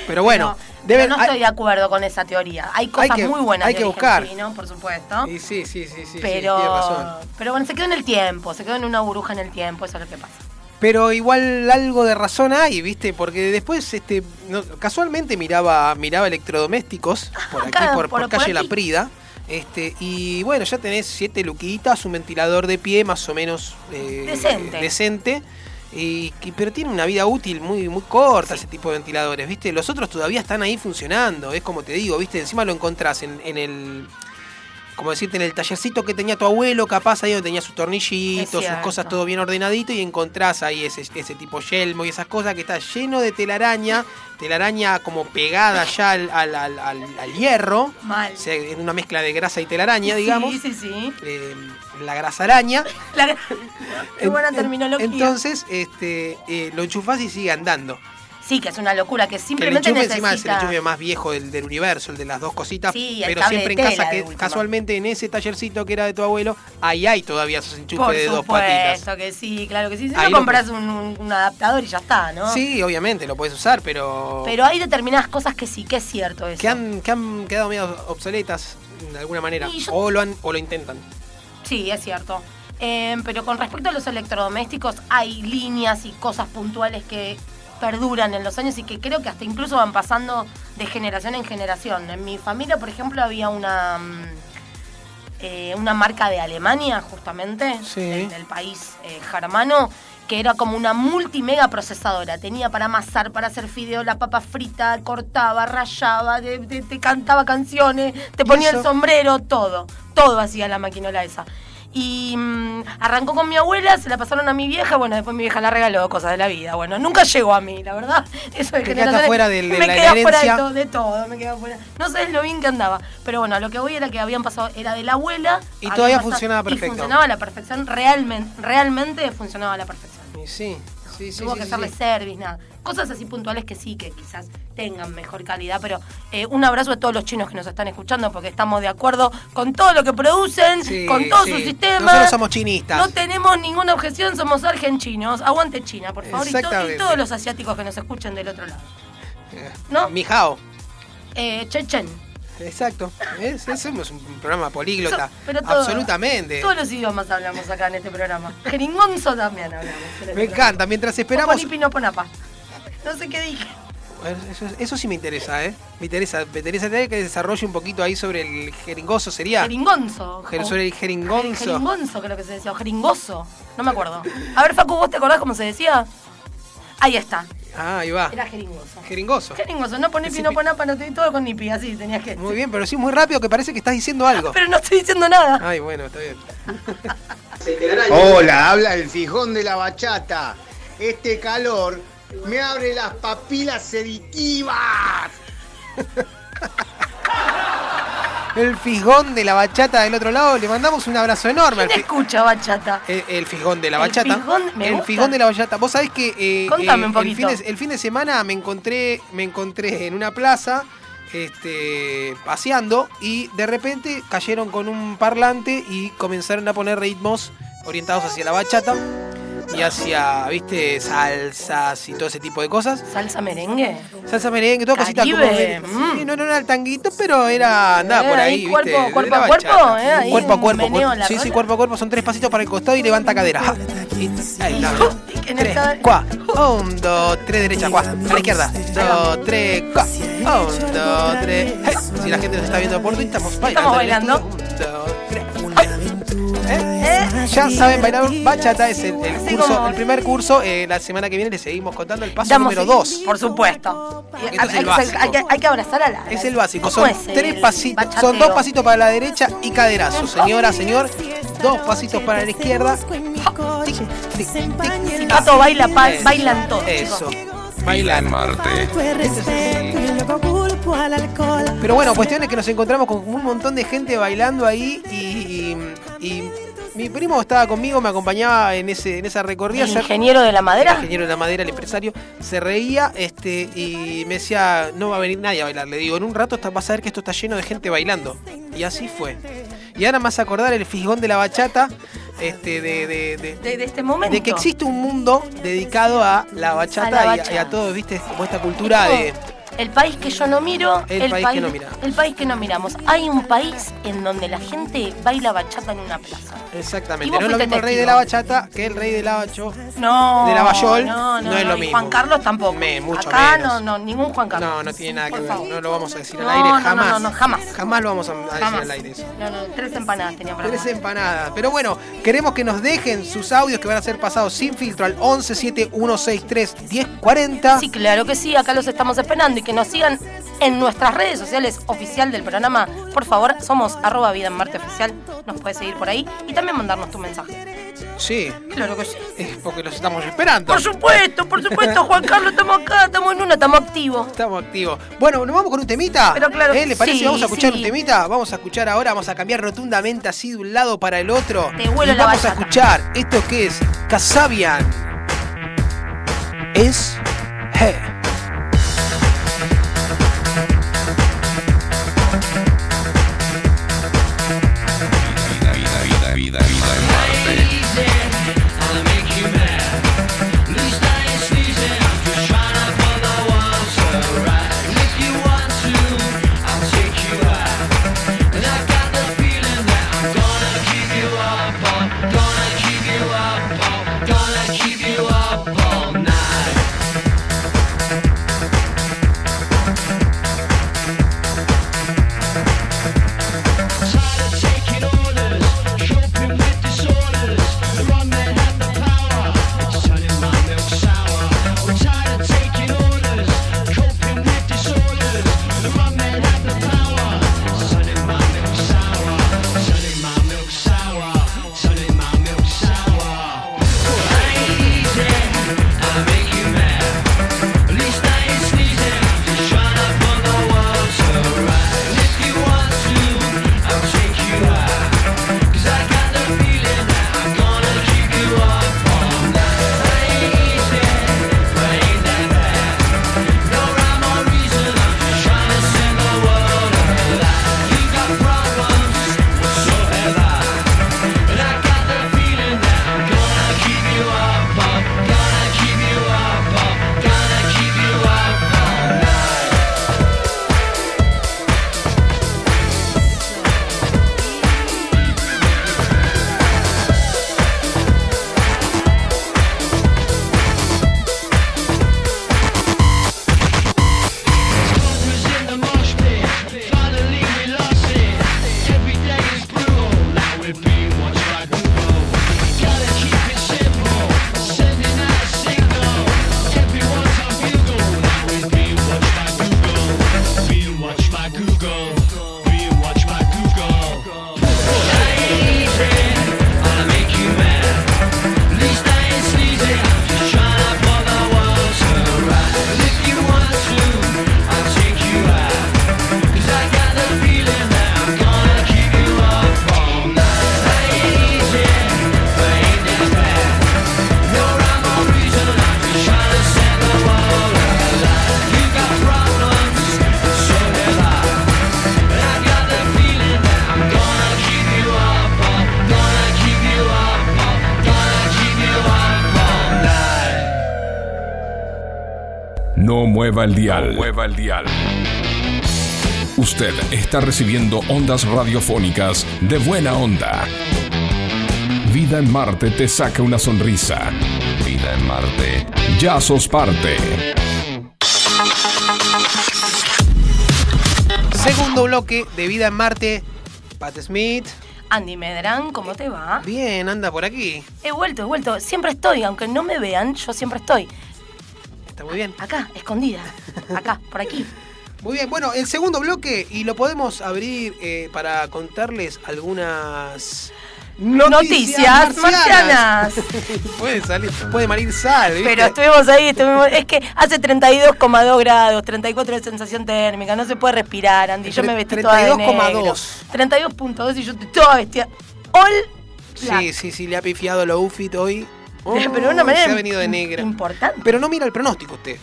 Pero bueno,
no,
deben...
pero no estoy de acuerdo con esa teoría. Hay cosas
que-
muy buenas
hay
de
que
origen
buscar.
chino, por supuesto.
Y sí, sí, sí, sí, sí,
pero,
tiene razón.
pero bueno, se quedó en el tiempo, se quedó en una burbuja en el tiempo, eso es lo que pasa.
Pero igual algo de razón hay, ¿viste? Porque después, este, no- casualmente miraba, miraba electrodomésticos por aquí,
Acá,
por, por
por- por
calle
aquí.
La Prida. Este, y bueno, ya tenés siete luquitas, un ventilador de pie más o menos eh,
Decente.
decente. Y, que- pero tiene una vida útil muy, muy corta ese tipo de ventiladores, ¿viste? Los otros todavía están ahí funcionando, es como te digo, ¿viste? Encima lo encontrás en, en el como decirte, en el tallercito que tenía tu abuelo, capaz ahí donde tenía sus
Es
tornillitos, sus
cierto.
cosas todo bien ordenadito, y encontrás ahí ese, ese tipo yelmo y esas cosas que está lleno de telaraña, telaraña como pegada ya al, al- al- al- al hierro,
Mal.
o sea, en una mezcla de grasa y telaraña,
Sí,
digamos,
Sí, sí, sí.
eh, la grasa araña.
La- Qué
En-
buena
en-
terminología.
Entonces, este, eh, lo enchufás y sigue andando.
sí, que es una locura, que
Que el
simplemente
enchufe encima es el
necesita...
enchufe más viejo del, del universo, el de las dos cositas,
Sí, el
pero
cable
siempre en
de
casa,
tela, de
que
última.
tallercito, en ese tallercito que era de tu abuelo, ahí hay todavía esos enchufes
Por
de dos patitas.
supuesto que sí, claro que sí. Si
Ahí
no
lo-
compras un, un- un adaptador y ya está, ¿no?
Sí, obviamente, lo puedes usar, pero,
Pero hay determinadas cosas que sí, que es cierto eso.
que, han, que han quedado medio obsoletas de alguna manera,
Y yo-
o, lo han, o lo intentan.
Sí, es cierto. Eh, pero con respecto a los electrodomésticos, hay líneas y cosas puntuales que perduran en los años y que creo que hasta incluso van pasando de generación en generación. En mi familia, por ejemplo, había una, mm, eh, una marca de Alemania, justamente,
Sí.
del, del país eh, germano, que era como una multimega procesadora. Tenía para amasar, para hacer fideo, la papa frita, cortaba, rayaba, de- de- te cantaba canciones, te
¿Y
ponía el
eso?
sombrero, todo. Todo hacía la maquinola esa. Y mm, arrancó con mi abuela, se la pasaron a mi vieja, bueno, después mi vieja la regaló, cosas de la vida. Bueno, nunca llegó a mí, la verdad. Eso de
Te quedaste
generaciones-
afuera del- de
me
la
quedé afuera de
herencia.
todo, de todo, me quedé afuera. No sabes lo bien que andaba. Pero bueno, lo que voy era que habían pasado, era de la abuela.
Y
habían
todavía
pasado-
funcionaba
y
perfecto.
funcionaba a la perfección, realmente, realmente funcionaba a la perfección.
Y sí, sí, sí.
Tuvo
sí,
que
sí,
hacerle
sí.
service, nada. Cosas así puntuales que sí, que quizás tengan mejor calidad, pero eh, un abrazo a todos los chinos que nos están escuchando porque estamos de acuerdo con todo lo que producen,
Sí,
con todo
sí.
su sistema.
Nosotros somos chinistas.
No tenemos ninguna objeción, somos argentinos. Aguante China, por favor, y, to- y
Exactamente.
todos los asiáticos que nos escuchen del otro lado. ¿No?
Mijao.
Eh, Chechen.
Exacto. Es, es- somos un programa políglota.
So- pero todo-
Absolutamente.
Todos los idiomas hablamos acá en este programa. Jeringonzo también hablamos. en este
Me
programa.
encanta. Mientras esperamos. eh,
Poponipinoponapa. No sé qué dije.
Eso, eso sí me interesa, ¿eh? Me interesa. Me interesa tener que desarrolle un poquito ahí sobre el jeringoso, sería.
Jeringonzo.
Jer-
O-
sobre el jeringonzo.
Jeringonzo creo que se decía, o jeringoso. No me acuerdo. A ver, Facu, ¿vos te acordás cómo se decía? Ahí está.
Ah, ahí va.
Era jeringoso.
Jeringoso.
Jeringoso, no ponés
Decí-
pino panapa, no te di todo con nipi, así tenías que.
Muy bien, pero sí, muy rápido que parece que estás diciendo algo.
Pero no estoy diciendo nada.
Ay, bueno, está bien.
Hola, habla el fijón de la bachata. Este calor me abre las papilas seditivas.
El fijón de la bachata del otro lado, le mandamos un abrazo enorme
¿Quién
al fi-
escucha, bachata?
el, el fijón de la
El
bachata.
fijón- me
El
gusta.
fijón de la bachata. Vos sabés que eh,
Contame
eh,
un poquito.
El, fin de, el fin de semana me encontré, me encontré en una plaza este, paseando y de repente cayeron con un parlante y comenzaron a poner ritmos orientados hacia la bachata y hacia, viste, salsas y todo ese tipo de cosas.
¿Salsa merengue?
Salsa merengue, toda cosita como.
Caribe, mm.
Sí, no, no era el tanguito, pero era. Andaba
Eh,
por
ahí
ahí.
cuerpo-
¿viste?
cuerpo
Era
a cuerpo,
bachata.
eh, ahí
Cuerpo a
un
cuerpo.
meneo
cuer-
en la
sí, sí,
cola.
cuerpo a cuerpo. Son tres pasitos para el costado y levanta cadera. Ah, y- Ahí está.
Que no
Tres,
está-
cuá. Un, dos, tres, derecha, cuá. A la izquierda. Dos, tres, cuá. Un, dos, tres. Hey, Si la gente nos está viendo por Twitch, estamos bailando.
Estamos bailando.
Un, dos, tres. Eh, eh, Ya saben, bailar bachata es el, el
Así
curso,
como-
el primer curso. eh, la semana que viene le seguimos contando el paso
Damos-
número dos.
Por supuesto.
Porque
Eh,
esto es el
hay, que sal-
básico.
hay que, hay que abrazar a la.
Es el básico,
¿Cómo
son
es el
tres pasitos, son dos
bachatero?
pasitos para la derecha y caderazo, señora, señor, dos pasitos para la izquierda. Oh, Tic, tic, tic, tic.
Si Pato baila, pa-
Eso,
bailan todos,
Eso,
chicos.
en
bailan.
Marte.
Pero bueno, pues, cuestión es que nos encontramos con un montón de gente bailando ahí y, y- y mi primo estaba conmigo, me acompañaba en ese en esa recorrida.
¿El
se-
ingeniero de la
el
madera?
ingeniero de la madera, el empresario, se reía este y me decía, no va a venir nadie a bailar. Le digo, en un rato está- vas a ver que esto está lleno de gente bailando. Y así fue. Y ahora más acordar el fijón de la bachata, este, de, de, de-
De, de este momento.
de que existe un mundo dedicado a la bachata,
A la
y a-
bachata.
Y, a, todo, viste, como esta cultura de...
El país que yo no miro,
El país que no miramos.
el país que no miramos. Hay un país en donde la gente baila bachata en una plaza. Y
Exactamente,
vos
no es lo
fuiste
mismo el rey de
testigo.
la bachata que el rey del bacho.
No,
de Lavallol,
no, no,
no es lo
y
mismo.
Juan Carlos tampoco.
Me- mucho
Acá
menos.
no, no, ningún Juan Carlos.
No, no tiene nada que
Por
ver,
favor.
no lo vamos a decir al
No,
aire
no, no,
jamás.
no, no, jamás.
Jamás lo vamos a, a decir
Jamás.
al aire eso.
No, no, tres empanadas tenía para
Tres
comer.
empanadas. Pero bueno, queremos que nos dejen sus audios que van a ser pasados sin filtro al 11 7163 1040.
Sí, claro que sí, acá los estamos esperando. Y que nos sigan en nuestras redes sociales oficial del programa. Por favor, somos arroba vida en Marte oficial. Nos puedes seguir por ahí y también mandarnos tu mensaje.
Sí,
Claro que sí.
es porque los estamos esperando.
Por supuesto, por supuesto, Juan Carlos, estamos acá, estamos en una, estamos activos.
Estamos activos. Bueno, nos vamos con un temita.
Pero claro
¿Eh?
que
¿Le parece?
sí,
vamos a escuchar
sí.
un temita. Vamos a escuchar ahora, vamos a cambiar rotundamente así de un lado para el otro.
Te vuelo
Y
la
vamos a
bachata.
escuchar esto que es Casabian. Es Hey.
No mueva el dial. mueva el dial. Usted está recibiendo ondas radiofónicas de buena onda. Vida en Marte te saca una sonrisa. Vida en Marte. Ya sos parte.
Segundo bloque de Vida en Marte. Pat Smith.
Andy Medrán, ¿cómo te va?
Bien, anda por aquí.
He vuelto, he vuelto. Siempre estoy, aunque no me vean, yo siempre estoy.
Está muy bien.
Acá, escondida. Acá, por aquí.
Muy bien, bueno, el segundo bloque y lo podemos abrir eh, para contarles algunas
Noticias marcianas.
puede salir, puede marir sal, ¿viste?
Pero estuvimos ahí, estuvimos... Es que hace 32,2 grados, 34 de sensación térmica, no se puede respirar, Andy. Yo me vestí toda de negro.
32,2.
32,2 y yo estoy toda vestida. All black.
Sí, sí, sí, le ha pifiado lo outfit hoy.
Pero de una
Oh,
manera
se ha venido de
im-
negra.
importante.
Pero no mira el pronóstico usted.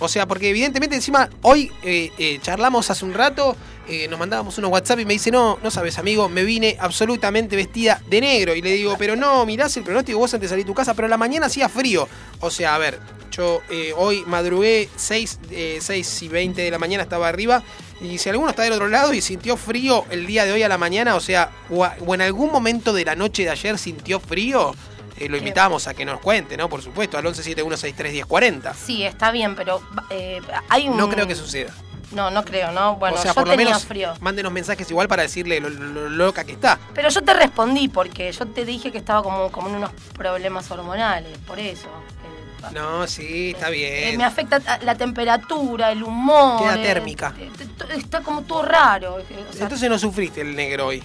O sea, porque evidentemente encima hoy eh, eh, charlamos hace un rato, eh, nos mandábamos unos WhatsApp y me dice, no, no sabes amigo, me vine absolutamente vestida de negro. Y le digo, pero no, mirás el pronóstico, vos antes salí de tu casa, pero la mañana hacía frío. O sea, a ver, yo eh, hoy madrugué 6, eh, 6 y 20 de la mañana, estaba arriba. Y si alguno está del otro lado y sintió frío el día de hoy a la mañana, o sea, o, a- o en algún momento de la noche de ayer sintió frío, eh, lo invitamos a que nos cuente, ¿no? Por supuesto, al 1171631040.
Sí, está bien, pero eh, hay un...
No creo que suceda.
No, no creo, ¿no? Bueno,
o sea,
yo
por lo
tenía
menos
frío.
mándenos mensajes igual para decirle lo, lo- lo loca que está.
Pero yo te respondí porque yo te dije que estaba como, como en unos problemas hormonales, por eso. que importa.
No, sí, está
Eh,
bien.
me afecta a- la temperatura, el humor.
Queda
eh,
térmica.
eh, t- t- Está como todo raro. eh, o sea,
Entonces no sufriste el negro hoy.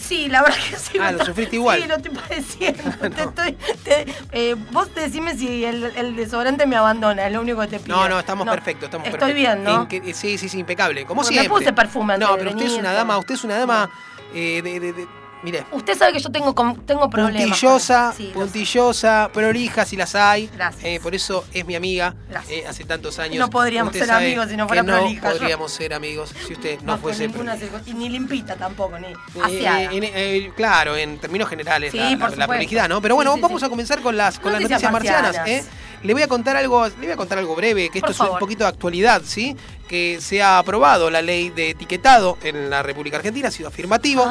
sí, la verdad que sí.
Ah,
me
lo
está-
sufriste igual.
Sí, lo estoy padeciendo. Te estoy- te- eh, vos decime si el, el desodorante me abandona, es lo único que te pido.
No, no, estamos perfectos, estamos
Estoy
perfectos.
bien, ¿no?
Inque- eh, sí, sí, sí, impecable. Como
Porque me
siempre.
puse perfume antes
No,
de
pero usted es
venir, Uh,
una
todo.
dama, usted es una dama eh, de, de- de- mire,
Usted sabe que yo tengo, com- tengo problemas. con-
puntillosa,
Sí, lo sé.
puntillosa, prolija si las hay.
Gracias.
Eh, por eso es mi amiga.
Gracias.
eh, hace tantos años.
No podríamos
Usted
ser
sabe
amigos si no
que
fuera prolija, yo-
podríamos ser amigos si usted no,
Bajo
fuese
ninguna
prolija.
circun- Y ni limpita tampoco, ni
Eh,
aseada.
en- eh, claro, en términos generales,
Sí,
la, la-
por
la
supuesto.
prolijidad, ¿no? Pero bueno,
Sí, sí,
vamos
sí.
a comenzar con las, con las
Noticias
noticias marcianas.
marcianas.
¿eh? Le voy a contar algo, le voy a contar algo breve, que
Por
esto es un
favor.
poquito de actualidad, ¿sí? Que se ha aprobado la ley de etiquetado en la República Argentina, ha sido afirmativo.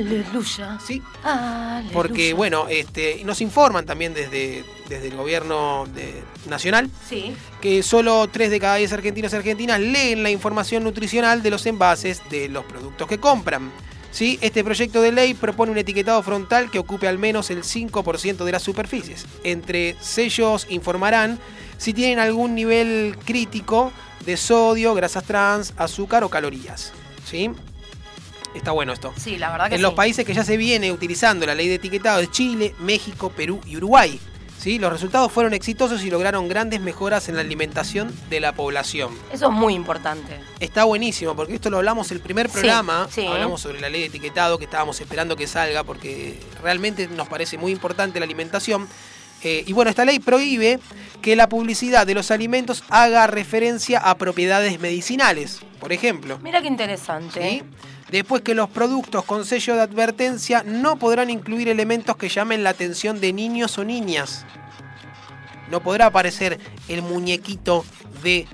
Aleluya.
Sí,
Aleluya.
porque bueno, este, nos informan también desde, desde el gobierno de- nacional
Sí.
que solo 3 de cada 10 argentinos y argentinas leen la información nutricional de los envases de los productos que compran. ¿Sí? Este proyecto de ley propone un etiquetado frontal que ocupe al menos el 5% de las superficies. Entre sellos informarán si tienen algún nivel crítico de sodio, grasas trans, azúcar o calorías. ¿Sí? Está bueno esto.
Sí, la verdad que
En los
sí.
países que ya se viene utilizando la ley de etiquetado de Chile, México, Perú y Uruguay. ¿Sí? Los resultados fueron exitosos y lograron grandes mejoras en la alimentación de la población.
Eso es muy importante.
Está buenísimo, porque esto lo hablamos el primer
Sí,
programa,
sí.
hablamos sobre la ley de etiquetado que estábamos esperando que salga, porque realmente nos parece muy importante la alimentación. Eh, y bueno, esta ley prohíbe que la publicidad de los alimentos haga referencia a propiedades medicinales, por ejemplo.
Mira qué interesante.
¿sí? Después que los productos con sello de advertencia no podrán incluir elementos que llamen la atención de niños o niñas. No podrá aparecer el muñequito de, eh,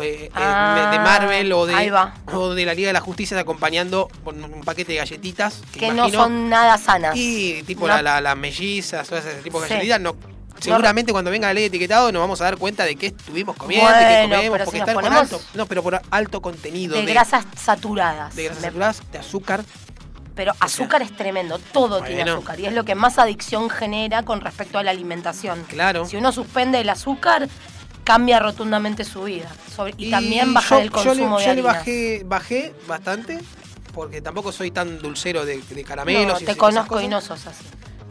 eh,
Ah,
de Marvel o
ahí
de,
va.
o de la Liga de la Justicia acompañando con un paquete de galletitas. Que,
Que no
imagino-
son nada sanas.
Y tipo
No.
la, la, las mellizas, todas ese tipo de
Sí.
galletitas. No, seguramente cuando venga la ley de etiquetado nos vamos a dar cuenta de qué estuvimos comiendo, y
Bueno,
qué comemos,
pero
porque
si nos
están con
ponemos
alto, no, pero por alto contenido
de grasas saturadas.
de grasas
Me-
saturadas, de azúcar.
Pero azúcar es tremendo, todo tiene
Bueno.
azúcar y es lo que más adicción genera con respecto a la alimentación.
Claro.
Si uno suspende el azúcar, cambia rotundamente su vida Sobre- y, también baja
yo-
el consumo de
yo le, yo le
harinas.
bajé, bajé bastante, porque tampoco soy tan dulcero de, de
No,
caramelos. y
te
esas
conozco
cosas.
y no sos así.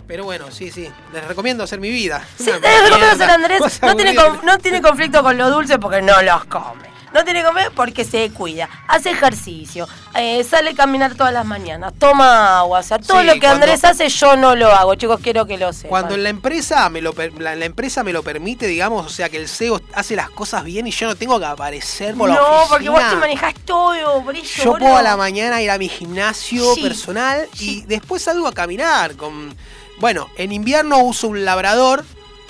Pero bueno, sí, sí. Les recomiendo hacer mi vida.
Sí,
Una
te lo juro,
mierda,
San Andrés
cosa
no tiene,
aburrida.
conf- no tiene conflicto con lo dulce porque no los come. No tiene que comer porque se cuida, hace ejercicio, eh, sale a caminar todas las mañanas, toma agua. O sea, todo
Sí,
lo que
cuando-
Andrés hace yo no lo hago, chicos, quiero que lo sepan.
Cuando en la empresa me lo per- la, la empresa me lo permite, digamos, o sea que el CEO hace las cosas bien y yo no tengo que aparecer por la
No, porque vos te
oficina.
manejás todo, brillo.
Yo puedo a
boludo.
la mañana ir a mi gimnasio
Sí,
personal
sí.
y después salgo a caminar con. Bueno, en invierno uso un labrador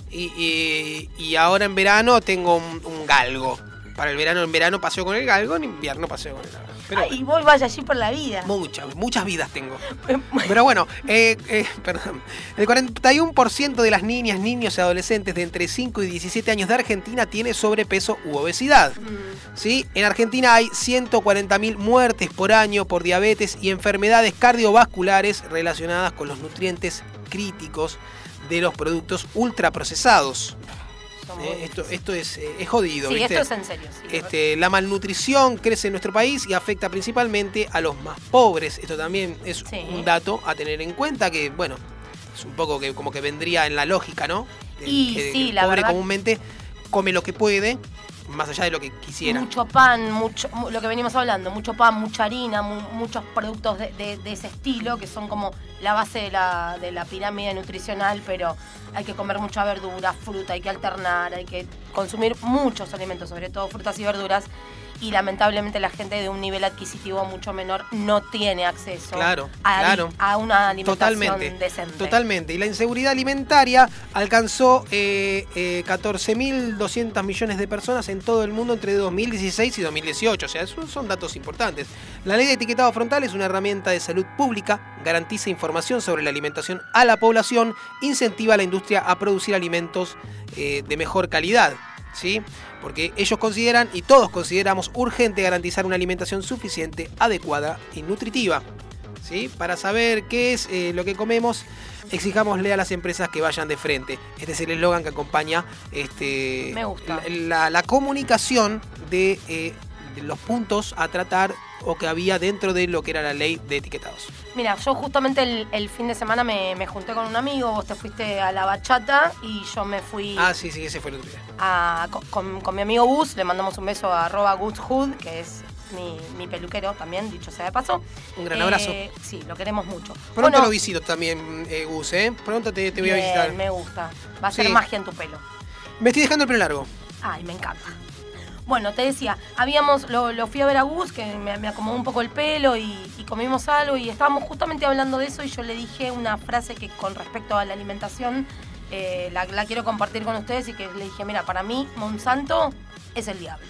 y, y- y ahora en verano tengo un, un galgo. Para el verano, en verano paseo con el galgo, en invierno paseo con el galgo. Pero
Ay, y vos vayas allí por la vida.
muchas, muchas vidas tengo. Pero bueno, eh, eh, perdón. El 41% de las niñas, niños y adolescentes de entre 5 y 17 años de Argentina tiene sobrepeso u obesidad.
Mm.
¿sí? En Argentina hay 140.000 muertes por año por diabetes y enfermedades cardiovasculares relacionadas con los nutrientes críticos de los productos ultraprocesados.
Son
Eh,
muy-
esto, esto es, eh, es jodido,
sí,
¿viste?
esto es en serio. sí.
Este, la malnutrición crece en nuestro país y afecta principalmente a los más pobres. Esto también es
Sí.
un dato a tener en cuenta que, bueno, es un poco que como que vendría en la lógica, ¿no? Del
Y
que
sí,
el
la
pobre
verdad-
comúnmente come lo que puede, más allá de lo que quisiera.
Mucho pan, mucho mu- lo que venimos hablando, mucho pan, mucha harina, mu- muchos productos de, de- de ese estilo que son como la base de la, de la pirámide nutricional, pero hay que comer mucha verdura, fruta, hay que alternar, hay que consumir muchos alimentos, sobre todo frutas y verduras. Y lamentablemente la gente de un nivel adquisitivo mucho menor no tiene acceso
Claro,
a,
claro.
a una alimentación
Totalmente.
decente.
Totalmente. Y la inseguridad alimentaria alcanzó eh, eh, 14.200 millones de personas en todo el mundo entre 2016 y 2018. O sea, esos son datos importantes. La ley de etiquetado frontal es una herramienta de salud pública, garantiza información sobre la alimentación a la población, incentiva a la industria a producir alimentos eh, de mejor calidad. ¿Sí? Porque ellos consideran y todos consideramos urgente garantizar una alimentación suficiente, adecuada y nutritiva. ¿sí? Para saber qué es eh, lo que comemos, exijámosle a las empresas que vayan de frente. Este es el eslogan que acompaña este,
Me gusta.
La, la- la comunicación de, eh, de los puntos a tratar o que había dentro de lo que era la ley de etiquetados.
Mira, yo justamente el, el fin de semana me, me junté con un amigo, vos te fuiste a la bachata y yo me fui
Ah, sí, sí, ese fue el otro día.
a- con- con, con mi amigo Gus, le mandamos un beso a arroba Gus Hood, que es mi, mi peluquero también, dicho sea de paso. Eh,
Un gran abrazo.
Sí, lo queremos mucho.
Pronto
Bueno,
lo visito también, eh, Gus, ¿eh? Pronto te, te voy a
bien,
visitar.
Me gusta, va a ser
Sí.
magia en tu pelo.
Me estoy dejando el pelo largo.
Ay, me encanta. Bueno, te decía, habíamos, lo, lo fui a ver a Gus, que me, me acomodó un poco el pelo y, y comimos algo y estábamos justamente hablando de eso y yo le dije una frase que con respecto a la alimentación eh, la, la quiero compartir con ustedes y que le dije, mira, para mí Monsanto es el diablo.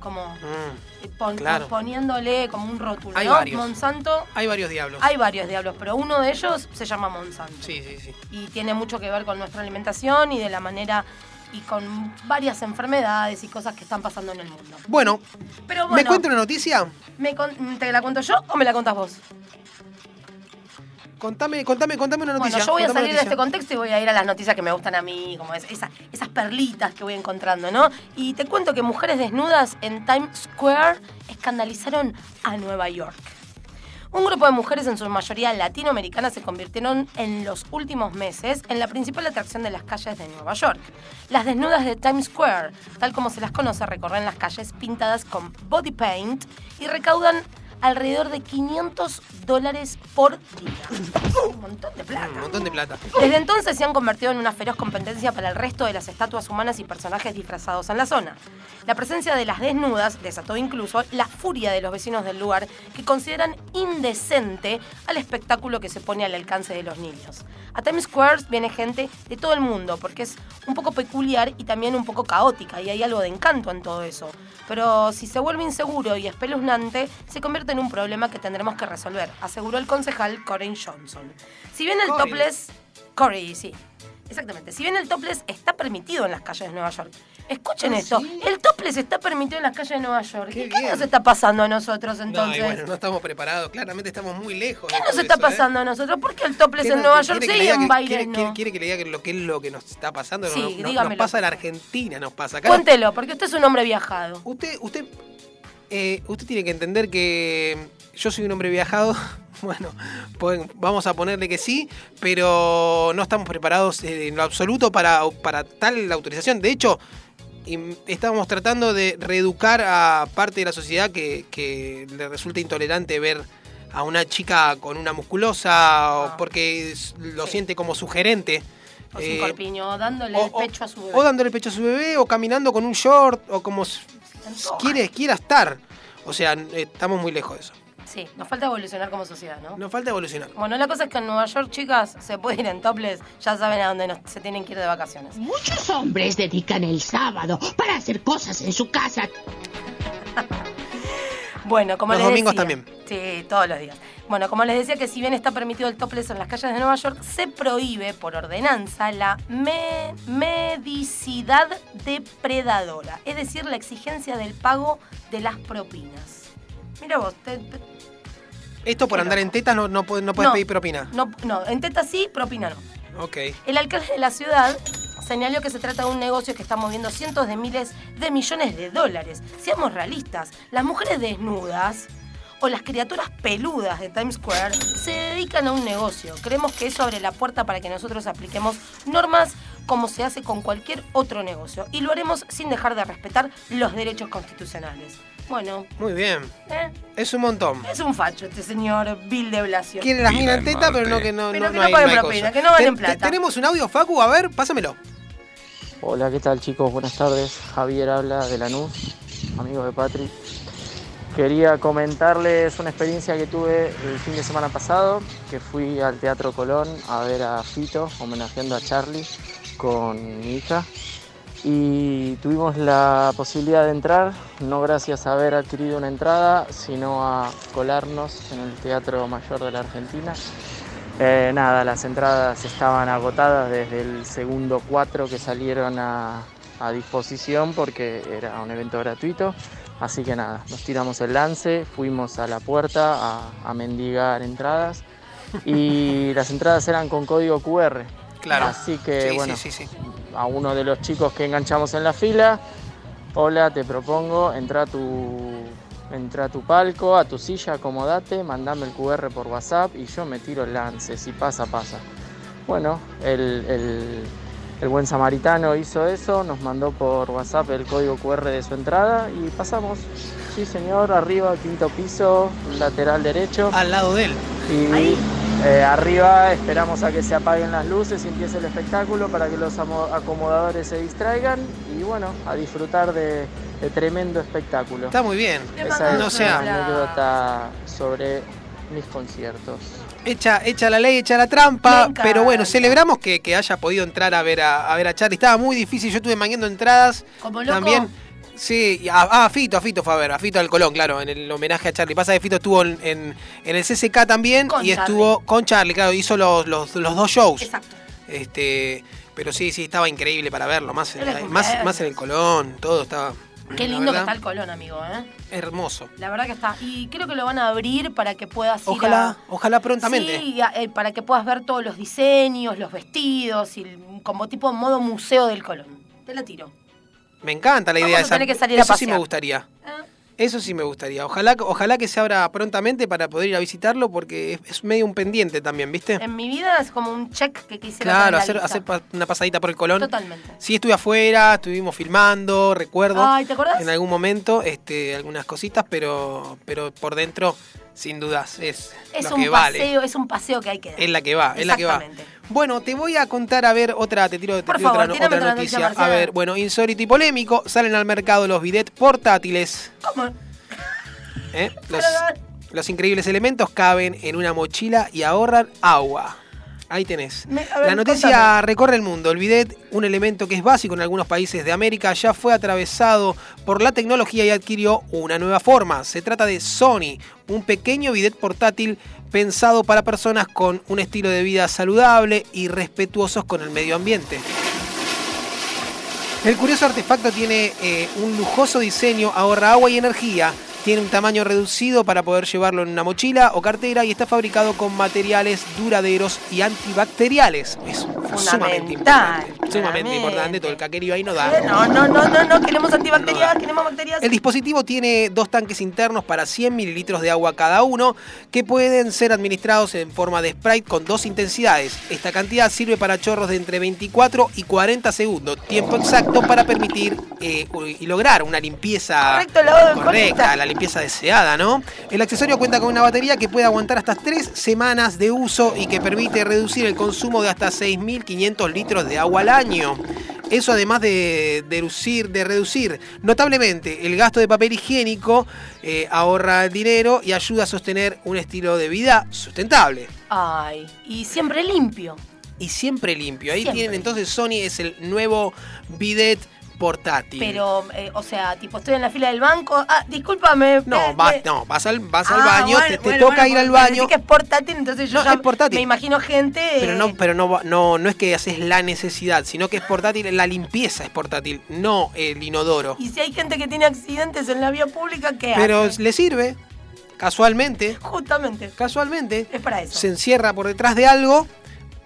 Como
Mm.
eh, pon-
claro.
poniéndole como un rótulo.
Hay
¿no?
varios.
Monsanto,
Hay varios diablos.
hay varios diablos, pero uno de ellos se llama Monsanto
Sí, sí, sí.
y tiene mucho que ver con nuestra alimentación y de la manera y con varias enfermedades y cosas que están pasando en el mundo.
Bueno,
Pero
¿me
bueno,
cuenta una noticia?
me con- ¿te la cuento yo o me la contás vos?
Contame, contame, contame una noticia.
bueno, yo voy a
contame
salir de
una
este
noticia.
contexto y voy a ir a las noticias que me gustan a mí, como es- esa- esas perlitas que voy encontrando, ¿no? Y te cuento que mujeres desnudas en Times Square escandalizaron a Nueva York. Un grupo de mujeres, en su mayoría latinoamericanas, se convirtieron en los últimos meses en la principal atracción de las calles de Nueva York. Las desnudas de Times Square, tal como se las conoce, recorren las calles pintadas con body paint y recaudan alrededor de 500 dólares por día. Un montón este de plata.
Un montón de plata.
Desde entonces se han convertido en una feroz competencia para el resto de las estatuas humanas y personajes disfrazados en la zona. La presencia de las desnudas desató incluso la furia de los vecinos del lugar que consideran indecente al espectáculo que se pone al alcance de los niños. A Times Square viene gente de todo el mundo porque es un poco peculiar y también un poco caótica y hay algo de encanto en todo eso. Pero si se vuelve inseguro y espeluznante, se convierte en un problema que tendremos que resolver, aseguró el concejal Corin Johnson. Si bien el
Corin.
topless Corey, sí. Exactamente. Si bien el topless está permitido en las calles de Nueva York. Escuchen esto. El topless está permitido en las calles de Nueva York.
Ah, Qué
¿Y qué
bien.
nos está pasando a nosotros
No, y
entonces?
bueno, no estamos preparados. Claramente estamos muy lejos.
¿Qué nos está pasando a nosotros? ¿Por qué el topless en Nueva York sí y en bailes
¿eh? quiere,
no?
quiere- quiere que le diga que lo que es lo que nos está pasando? No,
Sí,
no, no,
dígamelo.
Nos pasa en la Argentina, nos pasa acá.
Cuéntelo, porque usted es un hombre viajado.
Usted, usted, eh, usted tiene que entender que mm, yo soy un hombre viajado. Bueno, pueden- vamos a ponerle que sí, pero no estamos preparados eh, en lo absoluto para, para tal autorización. De hecho, im- estamos tratando de reeducar a parte de la sociedad que, que le resulta intolerante ver a una chica con una musculosa o
Ah.
porque es- lo
Sí.
siente como sugerente.
O sin
Eh,
corpiño, dándole el pecho a su bebé.
o dándole el pecho a su bebé, o caminando con un short, o como s-
Se antoja.
quiere, quiera estar. O sea, n- estamos muy lejos de eso.
Sí, nos falta evolucionar como sociedad, ¿no?
Nos falta evolucionar.
Bueno, la cosa es que en Nueva York, chicas, se puede ir en topless. Ya saben a dónde nos- se tienen que ir de vacaciones.
Muchos hombres dedican el sábado para hacer cosas en su casa.
Bueno, como
Los
les
domingos
decía-
también.
Sí, todos los días. Bueno, como les decía que si bien está permitido el topless en las calles de Nueva York, se prohíbe por ordenanza la me- medicidad depredadora, es decir, la exigencia del pago de las propinas. Mira vos, te- te-
Esto por
Qué
andar en
loco.
tetas no, no, puede- no puedes
No.
pedir propina.
no, no, en teta sí, propina no.
Ok.
El alcalde de la ciudad señaló que se trata de un negocio que está moviendo cientos de miles de millones de dólares. Seamos realistas, las mujeres desnudas o las criaturas peludas de Times Square se dedican a un negocio. Creemos que eso abre la puerta para que nosotros apliquemos normas como se hace con cualquier otro negocio y lo haremos sin dejar de respetar los derechos constitucionales. Bueno,
Muy bien.
¿eh?
Es un montón.
es un facho este señor Bill de Blasio.
Quiere las
Vida
minas
en
en tetas, pero no
Marte.
que no,
Pero
no,
que
no
no
hay,
paguen
hay
propina,
cosa.
que no valen
Ten- te-
plata.
tenemos un audio, Facu, a ver, pásamelo.
Hola, ¿qué tal chicos? Buenas tardes. Javier habla de Lanús, amigo de Patrick. Quería comentarles una experiencia que tuve el fin de semana pasado, que fui al Teatro Colón a ver a Fito, homenajeando a Charlie con mi hija. Y tuvimos la posibilidad de entrar, no gracias a haber adquirido una entrada, sino a colarnos en el Teatro Mayor de la Argentina. Eh, nada, las entradas estaban agotadas desde el segundo 4 que salieron a, a disposición porque era un evento gratuito. Así que nada, nos tiramos el lance, fuimos a la puerta a, a mendigar entradas y las entradas eran con código QR.
Claro.
Así que
Sí,
bueno,
sí, sí, sí.
a uno de los chicos que enganchamos en la fila, hola, te propongo, entra a tu, entra a tu palco, a tu silla, acomodate, mandame el QR por WhatsApp y yo me tiro el lance, si pasa, pasa. Bueno, el, el- el buen samaritano hizo eso, nos mandó por WhatsApp el código QR de su entrada y pasamos. Sí, señor, arriba, quinto piso, lateral derecho.
Al lado de él.
Y eh, arriba esperamos a que se apaguen las luces y empiece el espectáculo para que los amo- acomodadores se distraigan y bueno, a disfrutar de, de tremendo espectáculo.
Está muy bien.
Esa es
No sea-
una anécdota sobre mis conciertos.
Hecha, hecha la ley, hecha la trampa. Pero bueno, celebramos que, que haya podido entrar a ver a, a ver a Charlie. Estaba muy difícil, yo estuve mangueando entradas.
Como loco.
También. Sí, y a, ah, a Fito, a Fito fue a ver, a Fito al Colón, claro, en el homenaje a Charlie. Pasa que Fito estuvo en, en- en el CCK también
Con
y
Charlie.
estuvo con Charlie, claro, hizo los, los, los dos shows.
Exacto.
Este, pero sí, sí, estaba increíble para verlo, más, en-
Era el
más,
cumpleaños.
más en el Colón, todo estaba.
Qué
la
lindo que
verdad,
está el Colón, amigo, ¿eh?
Hermoso.
La verdad que está. Y creo que lo van a abrir para que puedas ir
Ojalá,
a-
ojalá prontamente.
Sí, a- eh, para que puedas ver todos los diseños, los vestidos, y el- como tipo modo museo del Colón. Te la tiro.
Me encanta la
Vamos
idea
a
esa.
tener que salir a
Eso sí
pasear. Ah.
me gustaría. Eso sí me gustaría. Ojalá, ojalá que se abra prontamente para poder ir a visitarlo porque es, es medio un pendiente también, ¿viste?
En mi vida es como un check que quisiera poner en
Claro,
la
hacer,
lista.
hacer pa- una pasadita por el Colón.
Totalmente.
Sí, estuve afuera, estuvimos filmando, recuerdo.
Ay, ¿te acordás?
En algún momento, este, algunas cositas, pero, pero por dentro, sin dudas, es,
Es
lo
un paseo,
que vale.
es un paseo que hay que dar.
Es la que va, es la que va.
Exactamente.
Bueno, te voy a contar, a ver, otra, te tiro, te
Por
tiro
favor,
otra, no-
tírame
otra
otra noticia,
noticia. a
Marcela.
ver, bueno, insólito y polémico, salen al mercado los bidet portátiles.
¿Cómo?
¿eh? Los, los increíbles elementos caben en una mochila y ahorran agua. Ahí tenés.
Me- a ver,
la noticia
contame.
recorre el mundo. El bidet, un elemento que es básico en algunos países de América, ya fue atravesado por la tecnología y adquirió una nueva forma. Se trata de Sony, un pequeño bidet portátil pensado para personas con un estilo de vida saludable y respetuosos con el medio ambiente. El curioso artefacto tiene eh, un lujoso diseño, ahorra agua y energía, tiene un tamaño reducido para poder llevarlo en una mochila o cartera y está fabricado con materiales duraderos y antibacteriales. Es sumamente importante. Sumamente importante, todo el caquerío ahí no da.
No, no, no, no, no, queremos antibacterias, queremos bacterias.
El dispositivo tiene dos tanques internos para 100 mililitros de agua cada uno, que pueden ser administrados en forma de sprite con dos intensidades. Esta cantidad sirve para chorros de entre 24 y 40 segundos, tiempo exacto para permitir eh, y lograr una limpieza
Correcto, lavado en
correcta,
colita.
la limpieza deseada, ¿no? El accesorio cuenta con una batería que puede aguantar hasta 3 semanas de uso y que permite reducir el consumo de hasta 6.500 litros de agua al año. Eso además de, de reducir, de reducir notablemente el gasto de papel higiénico, eh, ahorra dinero y ayuda a sostener un estilo de vida sustentable.
Ay, y siempre limpio.
Y siempre limpio. Ahí
Siempre.
tienen entonces Sony es el nuevo bidet portátil.
Pero, eh, o sea, tipo, estoy en la fila del banco. Ah, discúlpame.
no,
eh,
vas,
eh.
no, vas al, vas al
Ah,
baño,
bueno,
te, te
bueno,
toca
bueno,
ir al
porque
baño.
decís que es portátil, entonces yo
No,
ya
es portátil.
me imagino gente.
Pero no, pero no, va- no, no es que haces la necesidad, sino que es portátil, la limpieza es portátil, no el inodoro.
Y si hay gente que tiene accidentes en la vía pública, ¿qué
Pero
hace?
le sirve, casualmente,
Justamente.
casualmente,
Es para eso.
se encierra por detrás de algo,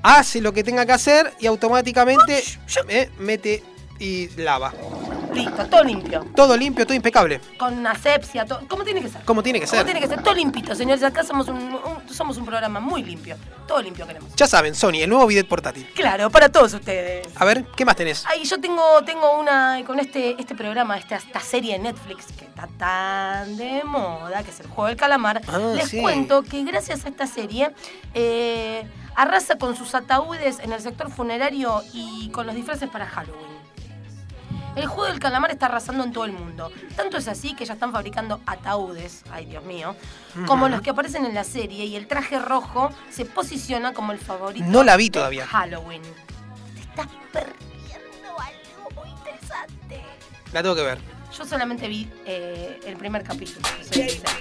hace lo que tenga que hacer y automáticamente eh, mete y lava.
Listo, todo limpio.
Todo limpio, todo impecable,
Con asepsia, todo. ¿Cómo tiene que ser?
como tiene que
Como
ser.
tiene que ser todo limpito, señores. Acá somos un, un- somos un programa muy limpio. Todo limpio queremos.
Ya saben, Sony, el nuevo bidet portátil.
Claro, para todos ustedes.
A ver, ¿qué más tenés?
Ay, yo tengo, tengo una con este, este programa, esta, esta serie de Netflix que está tan de moda, que es el juego del calamar.
Ah,
Les
sí.
cuento que gracias a esta serie eh, arrasa con sus ataúdes en el sector funerario y con los disfraces para Halloween. El juego del calamar está arrasando en todo el mundo. Tanto es así que ya están fabricando ataúdes, ay Dios mío, como
Ujú.
los que aparecen en la serie y el traje rojo se posiciona como el favorito.
No la vi
de
todavía.
Halloween. Te estás perdiendo algo muy interesante.
La tengo que ver.
Yo solamente vi eh, el primer capítulo, te soy sincera,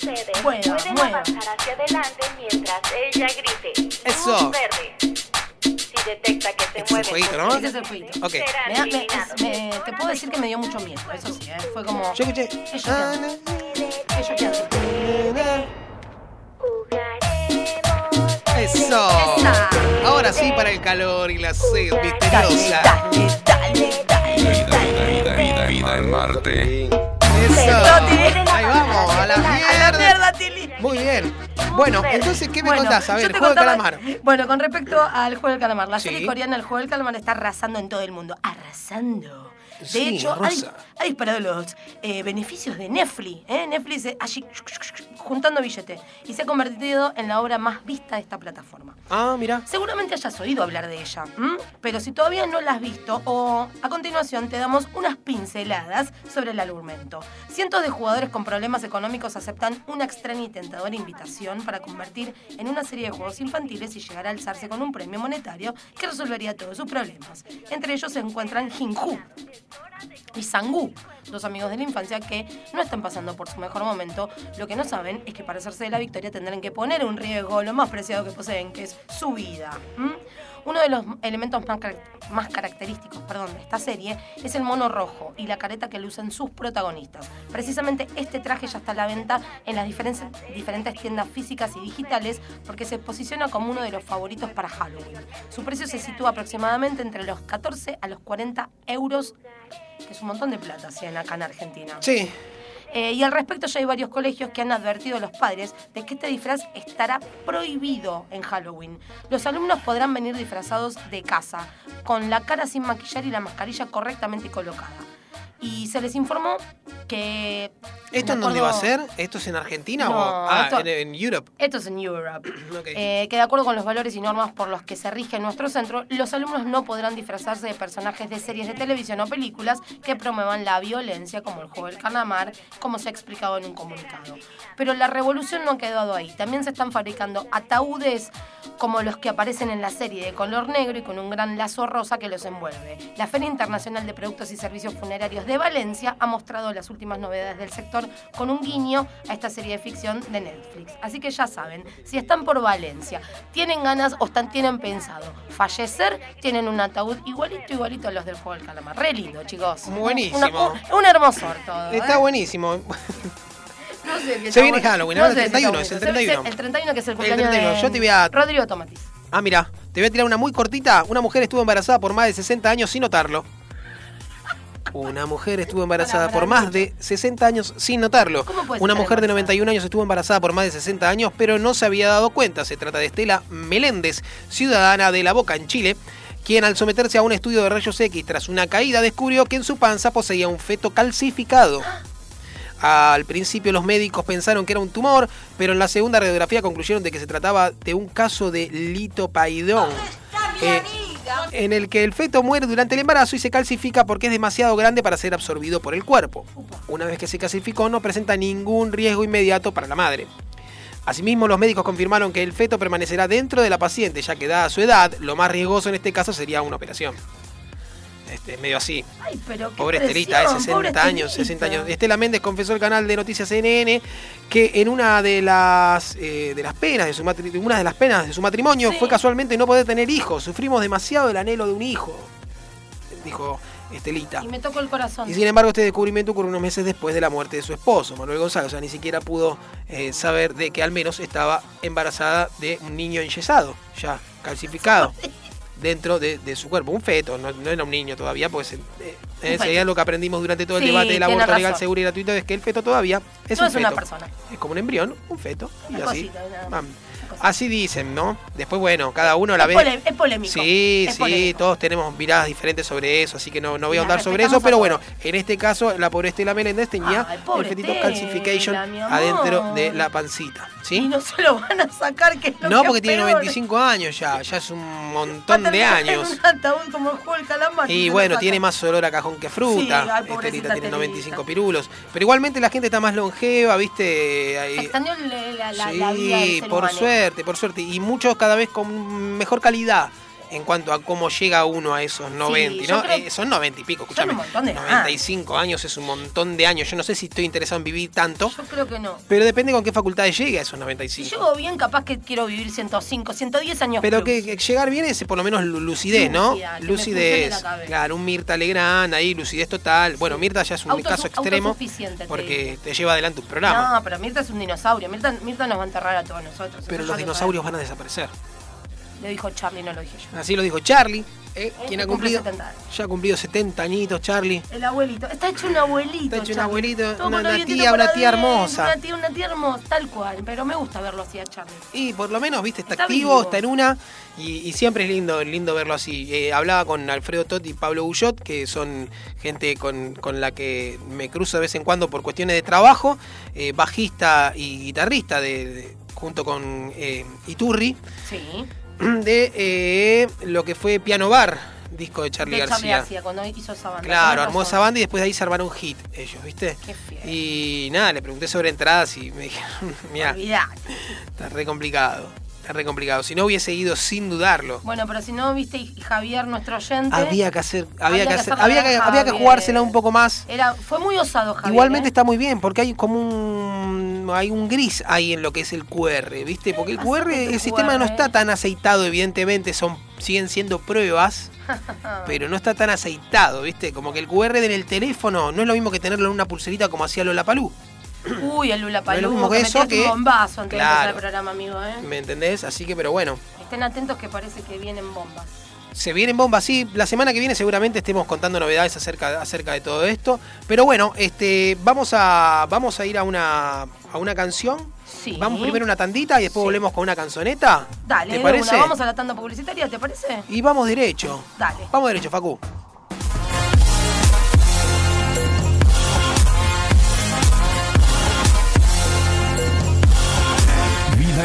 pero puedo,
pueden
muevo.
avanzar hacia adelante mientras ella grite.
Eso.
Luz verde. Si detecta que se
Este es el
mueve.
jueguito, ¿no?
Ese es el jueguito.
Ok.
Me da- me- es- me- te puedo decir que me dio mucho miedo, eso sí, ¿eh? Fue como.
Yo escuché. Ah,
Qué choqueante. Qué choqueante.
Eso.
Esa.
Ahora sí para el calor y la sed misteriosa.
Vida, vida, vida en Marte.
Eso. Ahí vamos, a la
A la mierda,
mierda.
Tilly.
Muy bien. Bueno, entonces, ¿qué me
Bueno,
contás? A
yo
ver,
te
juego de
contaba-
calamar.
Bueno, con respecto al juego del calamar, la
Sí.
serie coreana El juego del calamar está arrasando en todo el mundo. Arrasando. De
Sí,
hecho, ha, dis-
arrasa.
ha disparado los eh, beneficios de Netflix. ¿eh? Netflix eh, allí juntando billetes y se ha convertido en la obra más vista de esta plataforma.
Ah, mira.
Seguramente hayas oído hablar de ella, ¿m? pero si todavía no la has visto, o a continuación te damos unas pinceladas sobre el argumento. Cientos de jugadores con problemas económicos aceptan una extraña y tentadora invitación para convertir en una serie de juegos infantiles y llegar a alzarse con un premio monetario que resolvería todos sus problemas. Entre ellos se encuentran Jinju y Sangu, dos amigos de la infancia que no están pasando por su mejor momento. Lo que no saben es que para hacerse de la victoria tendrán que poner en riesgo lo más preciado que poseen, que es su vida. ¿m? Uno de los elementos más, car- más característicos perdón, de esta serie es el mono rojo y la careta que lucen sus protagonistas. Precisamente este traje ya está a la venta en las diferentes, diferentes tiendas físicas y digitales porque se posiciona como uno de los favoritos para Halloween. Su precio se sitúa aproximadamente entre los 14 a los 40 euros que es un montón de plata, si en acá en Argentina.
Sí.
Eh, y al respecto ya hay varios colegios que han advertido a los padres de que este disfraz estará prohibido en Halloween. Los alumnos podrán venir disfrazados de casa, con la cara sin maquillar y la mascarilla correctamente colocada. Y se les informó que...
¿Esto
me
en dónde
acuerdo-
va a ser? ¿Esto es en Argentina
No,
o ah,
esto-
en, en Europe?
Esto es en Europe.
Ok.
Eh, que de acuerdo con los valores y normas por los que se rige nuestro centro, los alumnos no podrán disfrazarse de personajes de series de televisión o películas que promuevan la violencia, como el juego del calamar, como se ha explicado en un comunicado. Pero la revolución no ha quedado ahí. También se están fabricando ataúdes como los que aparecen en la serie, de color negro y con un gran lazo rosa que los envuelve. La Feria Internacional de Productos y Servicios Funerarios de Valencia ha mostrado las últimas novedades del sector con un guiño a esta serie de ficción de Netflix. Así que ya saben, si están por Valencia, tienen ganas o están, tienen pensado fallecer, tienen un ataúd igualito, igualito a los del juego del calamar. Re lindo, chicos.
Mm, Buenísimo.
Una- un, un hermosor todo.
Está
¿eh?
buenísimo.
No sé si
Se
está
viene
bueno.
Halloween, ahora
sé
el
si está
31, es el
bueno.
31.
El 31 que es el
El
cumpleaños
31,
de
yo te voy a-
Rodrigo Tomatis.
Ah, mira, te voy a tirar una muy cortita. Una mujer estuvo embarazada por más de 60 años sin notarlo. Una mujer estuvo embarazada por más de 60 años sin notarlo.
¿Cómo puede
Una
estar
mujer de
embarazada?
91 años estuvo embarazada por más de 60 años, pero no se había dado cuenta. Se trata de Estela Meléndez, ciudadana de La Boca en Chile, quien al someterse a un estudio de rayos X tras una caída descubrió que en su panza poseía un feto calcificado. Al principio los médicos pensaron que era un tumor, pero en la segunda radiografía concluyeron de que se trataba de un caso de litopaidón. eh, en el que el feto muere durante el embarazo y se calcifica porque es demasiado grande para ser absorbido por el cuerpo. Una vez que se calcificó no presenta ningún riesgo inmediato para la madre. Asimismo, los médicos confirmaron que el feto permanecerá dentro de la paciente, ya que dada su edad, lo más riesgoso en este caso sería una operación. Este, medio así.
Ay, pero qué
Pobre Estelita,
Estelita,
de 60 años, 60 años. Estela Méndez confesó al canal de Noticias CNN que en una de las eh, de las penas de su matri- una de las penas de su matrimonio
Sí.
fue casualmente no poder tener hijos. Sufrimos demasiado el anhelo de un hijo, dijo Estelita.
Y me tocó el corazón.
Y sin embargo, este descubrimiento ocurrió unos meses después de la muerte de su esposo, Manuel González. O sea, ni siquiera pudo eh, saber de que al menos estaba embarazada de un niño enyesado, ya calcificado, dentro de, de su cuerpo. Un feto, no, no era un niño todavía, porque se- eh, eh,
feto.
sería lo que aprendimos durante todo el
Sí,
debate del
tiene
aborto legal,
razón.
seguro y gratuito, es que el feto todavía es
no
un
es
feto.
una persona.
Es como un embrión, un feto, y
Una
así.
cosita, una-
Mam. Así dicen, ¿no? Después, bueno, cada uno la
es,
ve.
pole- es polémico.
Sí,
es
sí,
polémico.
todos tenemos miradas diferentes sobre eso, así que no, no voy a
La
ahondar sobre eso,
respetamos a
pero bueno, en este caso la pobre Estela Meléndez tenía
Ay, pobre
el fetito
Estela,
calcification
mi amor.
adentro de la pancita,
Y
¿sí?
no se lo van a sacar, que es lo
No,
que
porque
es
tiene
peor.
95 años ya, ya es un
Va a
montón de
terminar en
años.
un ataúd como el juego del calamar.
Y
se
bueno,
lo
tiene
sacan.
más olor a cajón que a
Sí,
fruta.
ay, pobrecita
Estelita tiene
Estelita.
95 pirulos. Pero igualmente la gente está más longeva, ¿viste? Ahí-
Se extendió la, la, la-
sí,
la vida del ser
por
humano.
suerte, por suerte. Y muchos cada vez con mejor calidad. en cuanto a cómo llega uno a esos 90,
yo
¿no?
creo-
Eh, son 90 y pico, escúchame.
un montón de
95 años es un montón de años. Yo no sé si estoy interesado en vivir tanto,
Yo creo que no.
pero depende con qué facultades llegue a esos
Si
95.
llego bien, capaz que quiero vivir 105, 110 años. plus.
Pero que, que llegar bien es por lo menos lu- lucidez,
Lúcida,
¿no?
que me funcione
lucidez.
la cabeza.
Claro, un Mirta Legrand ahí, lucidez total. Bueno, Mirta ya es un
Autosu-
caso extremo
autosuficiente, te digo.
porque te lleva adelante un programa.
No, pero Mirta es un dinosaurio. Mirta, Mirta nos va a enterrar a todos nosotros.
pero
Eso
los
ya lo
dinosaurios van a desaparecer.
sabemos. Lo dijo Charlie, no lo dije yo.
Así lo dijo Charlie, ¿eh?
Él
quien
que cumple
ha cumplido.
70.
Ya ha cumplido 70 añitos, Charlie.
El abuelito. Está hecho un abuelito.
Está hecho un
Charlie. Todo
abuelito, una-
con los
una
dientitos
tía,
para
una tía
adentro,
hermosa.
Una tía, una tía hermosa, tal cual. Pero me gusta verlo así a Charlie.
Y por lo menos, viste, está,
Está
activo,
vivo.
está en una. Y, y siempre es lindo, lindo verlo así. Eh, hablaba con Alfredo Totti y Pablo Bullot, que son gente con, con la que me cruzo de vez en cuando por cuestiones de trabajo, eh, bajista y guitarrista de, de- junto con eh, Iturri,
Sí.
de eh, lo que fue Piano Bar, disco de Charlie
de Charlie
García.
García, cuando hizo esa banda.
Claro,
Tenés
armó
razón.
esa banda y después de ahí se armaron hit ellos, ¿viste?
Qué fiel.
Y nada, le pregunté sobre entradas y me dijeron, mira,
Olvidate.
está re complicado, está re complicado. Si no hubiese ido sin dudarlo.
Bueno, pero si no viste y Javier, nuestro oyente.
Había que hacer, había,
Había
que
que
hacer,
hacerla
había que,
ver,
había que
Javier.
jugársela un poco más.
Era, fue muy osado, Javier.
Igualmente
¿eh?
está muy bien, porque hay como un hay un gris ahí en lo que es el QR, ¿viste? Porque el
pasa con
QR,
tu
el sistema no
QR?
está tan aceitado, evidentemente, son, siguen siendo pruebas, pero no está tan aceitado, ¿viste? Como que el QR en el teléfono no es lo mismo que tenerlo en una pulserita como hacía Lola Palú.
Uy, el Lula Palú.
No es lo mismo que eso que-
un bombazo antes de
Claro.
empezar el programa, amigo, ¿eh?
¿Me entendés? Así que, pero bueno,
Estén atentos que parece que vienen bombas.
se vienen bombas. Sí, la semana que viene seguramente estemos contando novedades acerca, acerca de todo esto. Pero bueno, este, vamos, a, vamos a ir a una, a una canción.
Sí.
Vamos primero a una tandita y después volvemos con una canzoneta.
Dale,
¿Te
de
parece?
una, vamos a la tanda publicitaria, ¿te parece?
Y vamos derecho.
Dale.
Vamos derecho, Facu.
Vida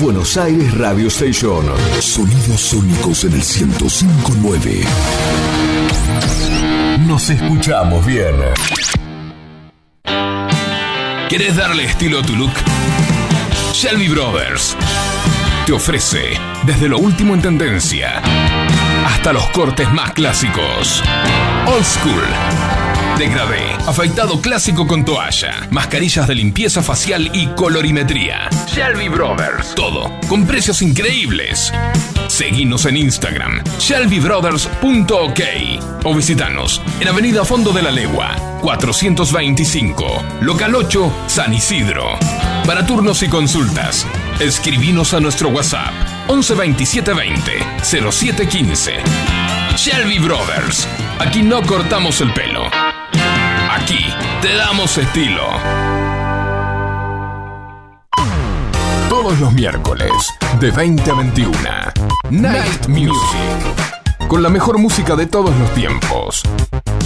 Buenos Aires Radio Station.
Sonidos sónicos en el 1059.
Nos escuchamos bien.
¿Quieres darle estilo a tu look? Shelby Brothers te ofrece desde lo último en tendencia hasta los cortes más clásicos. Old School. Degradé, afeitado clásico con toalla, mascarillas de limpieza facial y colorimetría. Shelby Brothers. Todo, con precios increíbles. Seguinos en Instagram, shelbybrothers.ok o visitanos en Avenida Fondo de la Legua, 425, local 8, San Isidro. Para turnos y consultas, escribinos a nuestro WhatsApp 11 27 20 07 15. Shelby Brothers, aquí no cortamos el pelo. Aquí te damos estilo.
Todos los miércoles,
de 20 a 21. Night Music. Con la mejor música de todos los tiempos.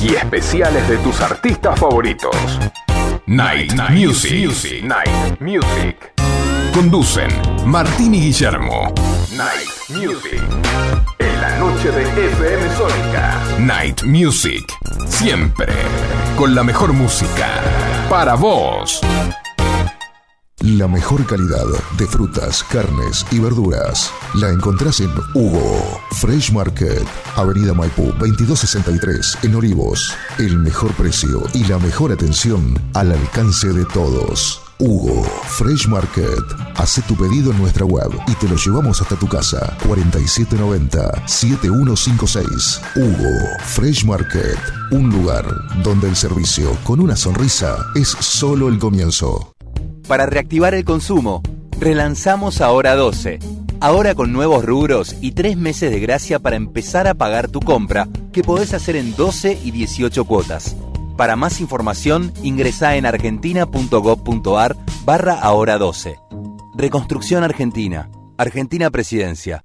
Y especiales de tus artistas favoritos. Night, Music. Night Music. Conducen Martín y Guillermo. Night Music. En la noche de FM Sónica. Night Music. Siempre. Con la mejor música. Para vos.
La mejor calidad de frutas, carnes y verduras la encontrás en Hugo. Fresh Market, Avenida Maipú 2263 en Olivos. El mejor precio y la mejor atención al alcance de todos. Hugo Fresh Market. Haz tu pedido en nuestra web y te lo llevamos hasta tu casa. 4790-7156. Hugo Fresh Market. Un lugar donde el servicio con una sonrisa es solo el comienzo.
Para reactivar el consumo, relanzamos Ahora 12. Ahora con nuevos rubros y tres meses de gracia para empezar a pagar tu compra, que podés hacer en 12 y 18 cuotas. Para más información, ingresa en argentina.gov.ar barra Ahora 12. Reconstrucción Argentina. Argentina Presidencia.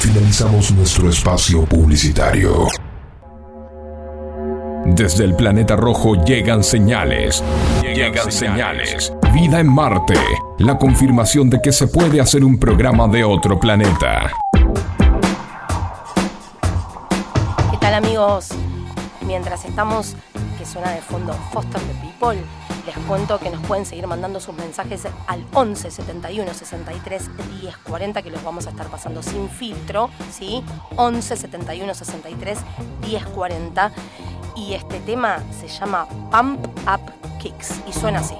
Finalizamos nuestro espacio publicitario.
Desde el planeta rojo llegan señales. Llegan señales. Vida en Marte. La confirmación de que se puede hacer un programa de otro planeta.
¿Qué tal amigos? Mientras estamos, que suena de fondo Foster the People, les cuento que nos pueden seguir mandando sus mensajes al 11 71 63 10 40, que los vamos a estar pasando sin filtro, ¿sí? 11 71 63 10 40. Y este tema se llama Pump Up Kicks y suena así.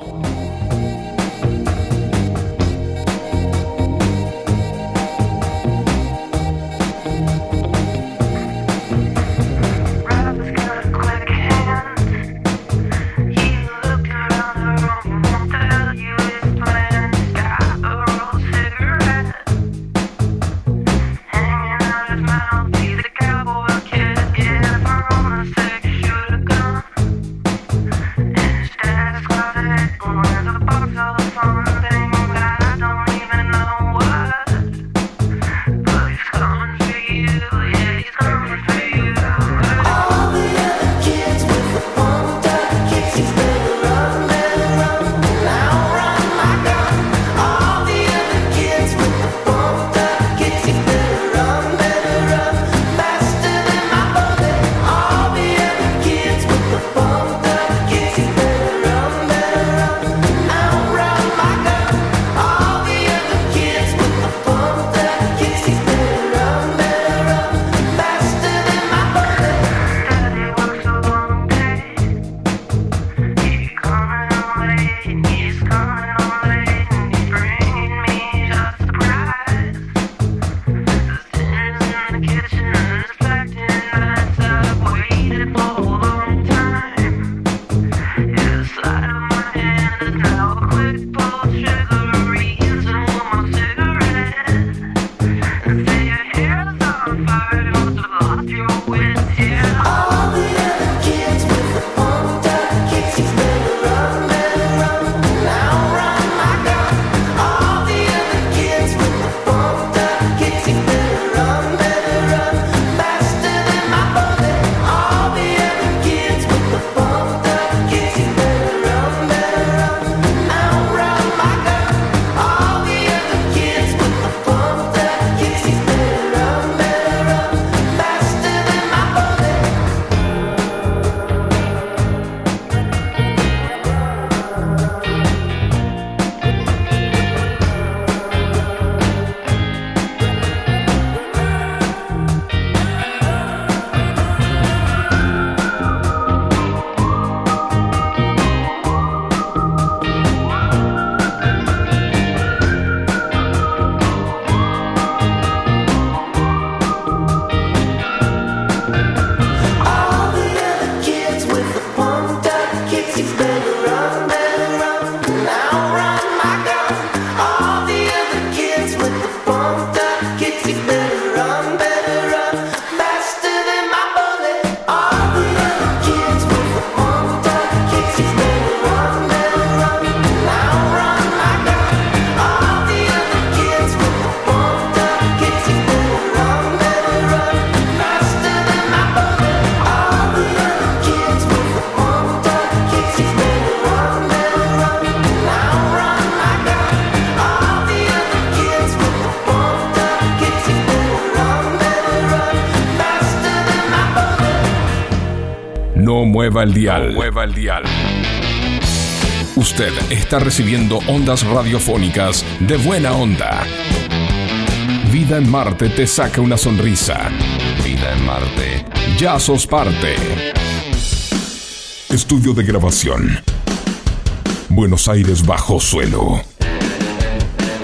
No mueva el dial. mueva el dial. Usted está recibiendo ondas radiofónicas de buena onda. Vida en Marte te saca una sonrisa. Vida en Marte. Ya sos parte.
Estudio de grabación.
Buenos Aires bajo suelo.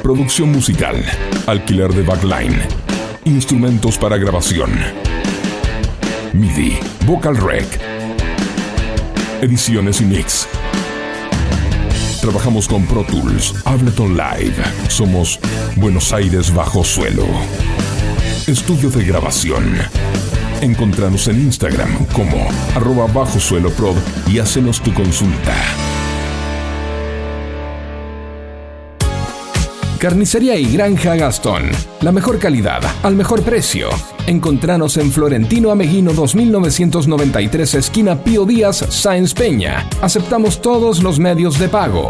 Producción musical. Alquiler de backline. Instrumentos para grabación. MIDI, Vocal Rec, Ediciones y Mix. Trabajamos con Pro Tools, Ableton Live. Somos Buenos Aires Bajo Suelo. Estudio de grabación. Encontranos en Instagram como arroba bajo suelo prod y hacenos tu consulta. Carnicería y Granja Gastón. La mejor calidad, al mejor precio. Encontranos en Florentino Ameguino 2993, esquina Pío Díaz, Sáenz Peña. Aceptamos todos los medios de pago.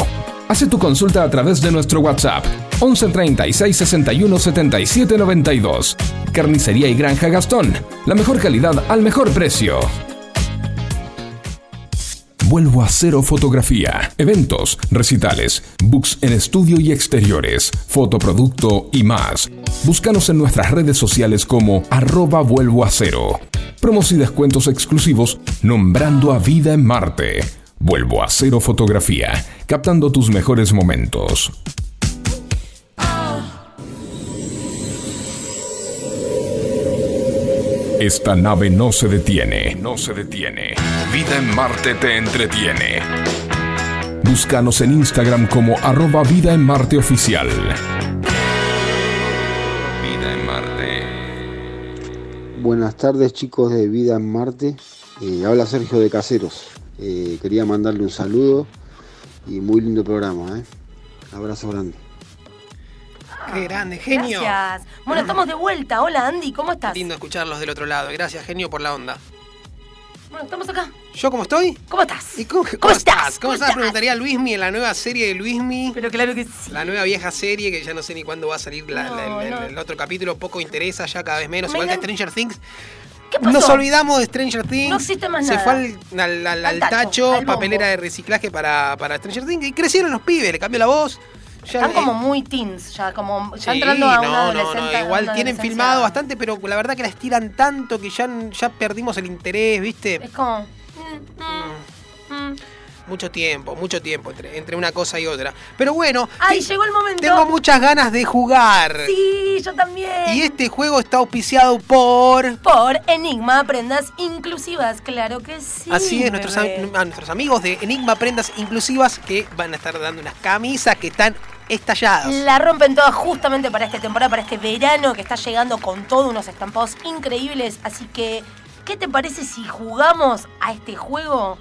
Hace tu consulta a través de nuestro WhatsApp 11 36 61 77 92. Carnicería y Granja Gastón. La mejor calidad al mejor precio. Vuelvo a cero fotografía, eventos, recitales, books en estudio y exteriores, fotoproducto y más. Búscanos en nuestras redes sociales como arroba vuelvo a cero. Promos y descuentos exclusivos nombrando a vida en Marte. Vuelvo a cero fotografía, captando tus mejores momentos. Esta nave no se detiene, no se detiene. Vida en Marte te entretiene. Búscanos en Instagram como arroba vida en Marte oficial. Vida en Marte.
Buenas tardes chicos de Vida en Marte. Eh, habla Sergio de Caseros. Eh, quería mandarle un saludo y muy lindo programa. ¿eh? Abrazo grande.
Qué grande, genio.
Gracias. Bueno, estamos de vuelta. Hola, Andy, ¿cómo estás?
Lindo escucharlos del otro lado. Gracias, genio, por la onda.
Bueno, estamos acá.
¿Yo cómo estoy?
¿Cómo estás?
¿Y cómo,
¿Cómo
estás?
estás?
¿Cómo estás? Preguntaría a Luismi en la nueva serie de Luismi.
Pero claro que sí.
La nueva vieja serie que ya no sé ni cuándo va a salir la- la-
No,
el-
no.
el otro capítulo. Poco interesa, ya cada vez menos.
Me
Igual que
engan-
Stranger Things.
¿Qué pasó?
Nos olvidamos de Stranger Things.
No existe más
Se
nada.
fue al, al- al- al
Al tacho,
tacho,
al bombo.
papelera de reciclaje para, para Stranger Things. Y crecieron los pibes, le cambió la voz. Ya,
Están
eh,
como muy teens, ya como ya
Sí,
entrando a
no,
una
no, no,
adolescente. a
Igual
una
tienen
adolescencia.
filmado bastante, pero la verdad que la estiran tanto que ya, ya perdimos el interés, ¿viste?
Es como. mm, mm, mm.
Mucho tiempo, mucho tiempo entre, entre una cosa y otra. Pero bueno,
Ay,
te-
llegó el momento.
tengo muchas ganas de jugar.
Sí, yo también.
Y este juego está auspiciado por...
Por Enigma Prendas Inclusivas, claro que sí.
Así es, nuestros,
bebé.
am- a nuestros amigos de Enigma Prendas Inclusivas que van a estar dando unas camisas que están estalladas.
La rompen todas justamente para esta temporada, para este verano que está llegando con todos unos estampados increíbles. Así que, ¿qué te parece si jugamos a este juego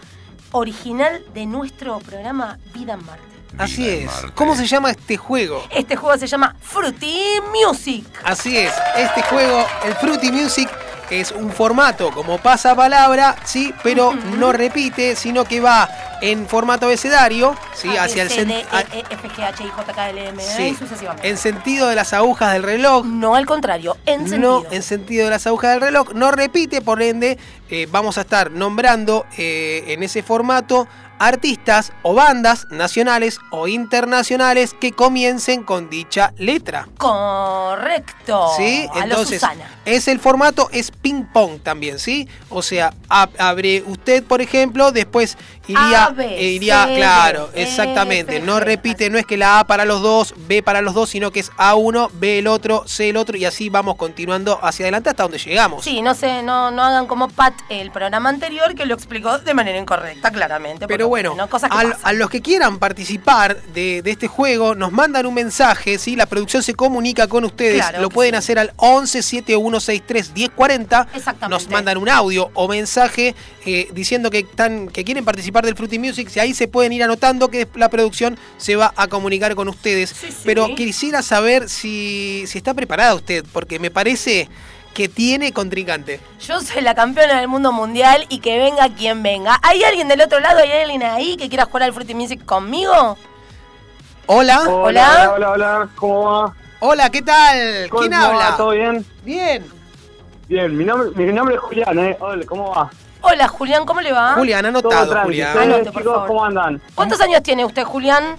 original de nuestro programa Vida en Marte?
Así es. ¿Cómo se llama este juego?
Este juego se llama Fruity Music.
Así es, este juego, el Fruity Music, es un formato como pasapalabra, sí, pero no repite, sino que va en formato abecedario, sí, hacia el
C, D,
centro.
E, E, F, G, H, I, J, K, L, M, N,
Sí.
¿eh? sucesivamente.
En sentido de las agujas del reloj.
No, al contrario, en
No,
sentido.
en sentido de las agujas del reloj. No repite, por ende, eh, vamos a estar nombrando eh, en ese formato artistas o bandas nacionales o internacionales que comiencen con dicha letra.
Correcto.
¿Sí?
A lo
Entonces,
Susana.
es el formato, es ping-pong también, ¿sí? O sea, ab- abre usted, por ejemplo, después iría.
A, B,
eh, iría
C, D,
claro,
E,
exactamente.
F,
No repite, no es que la A para los dos, B para los dos, sino que es A1, B el otro, C el otro, y así vamos continuando hacia adelante hasta donde llegamos.
Sí, no sé, no, no hagan como Pat el programa anterior que lo explicó de manera incorrecta, claramente.
Pero
porque,
bueno,
¿no? cosas que
al-
pasan.
a los que quieran participar de, de este juego, nos mandan un mensaje, ¿sí? la producción se comunica con ustedes,
Claro
lo
que
pueden hacer al 11 7163 1040, nos mandan un audio o mensaje eh, diciendo que, están, que quieren participar del Fruity Music, y ahí se pueden ir anotando que la producción se va a comunicar con ustedes. Pero quisiera saber si, si está preparada usted, porque me parece que tiene contrincante.
Yo soy la campeona del mundo mundial y que venga quien venga. ¿Hay alguien del otro lado? ¿Hay alguien ahí que quiera jugar al Fruity Music conmigo?
Hola.
Hola.
Hola, hola, hola, ¿cómo va?
Hola, ¿qué tal?
¿Cómo
¿Quién
va?
habla?
¿Todo bien?
Bien.
Bien, mi nombre, mi nombre es Julián, ¿eh? Hola, ¿cómo va?
Hola, Julián, ¿cómo le va?
Ah, Julián,
Todo
anotado,
tranqui,
Julián.
todo bien,
Anote, por
chicos,
favor.
¿cómo andan?
¿Cuántos años tiene usted, Julián?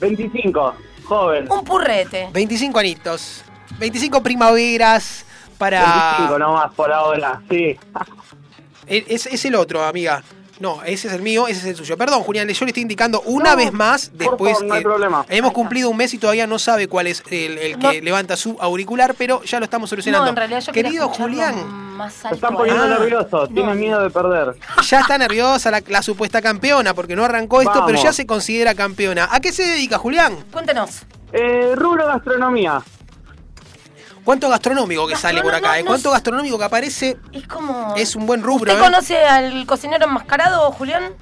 25, joven.
Un purrete.
25 anitos. 25 primaveras para...
25 nomás por ahora, sí.
E-, Es, es el otro, amiga. No, ese es el mío, ese es el suyo. Perdón, Julián, yo le estoy indicando una vez más. Después
favor, no hay
eh,
problema.
hemos cumplido un mes y todavía no sabe cuál es el, el que
No.
levanta su auricular, pero ya lo estamos solucionando.
No, en realidad yo quería
Querido
escucharlo
Julián,
más
Se
alto.
están poniendo
Ah,
nerviosos, tienen miedo de perder.
ya está nerviosa la, la supuesta campeona porque no arrancó esto,
Vamos.
pero ya se considera campeona. ¿A qué se dedica Julián?
Cuéntenos.
Eh, rubro gastronomía.
¿Cuánto gastronómico que sale por acá? eh?
no
¿Cuánto gastronómico que aparece?
Es como.
Es un buen rubro.
¿Usted
eh.
conoce al cocinero enmascarado, Julián?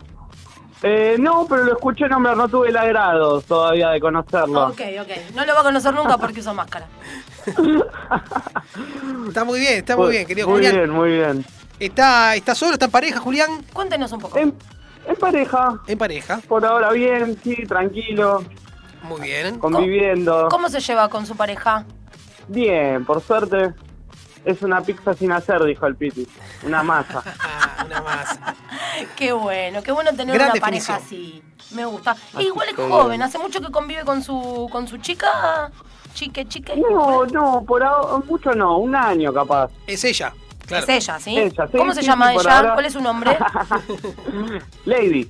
Eh, no, pero lo escuché nombrar, no tuve el agrado todavía de conocerlo.
Ok, ok. No lo va a conocer nunca porque usa máscara.
Está muy bien, está muy bien, querido
Pues, Muy
Julián.
bien, muy bien.
¿Está, ¿Está solo? ¿Está en pareja, Julián?
Cuéntenos un poco.
En pareja.
En pareja.
Por ahora bien, sí, tranquilo,
Muy bien.
conviviendo.
¿Cómo se lleva con su pareja?
Bien, por suerte. Es una pizza sin hacer, dijo el Piti. Una masa.
Qué bueno, qué bueno tener
Gran
una
definición.
pareja así. Me gusta. E
Así
igual es
que-
joven, hace mucho que convive con su con su chica. Chique, chique.
No, no, por ahora, mucho no, un año capaz.
Es ella.
Es ella, ¿sí?
Ella, sí,
¿Cómo se
sí,
llama
sí, por
ella?
ahora.
¿Cuál es su nombre?
Lady.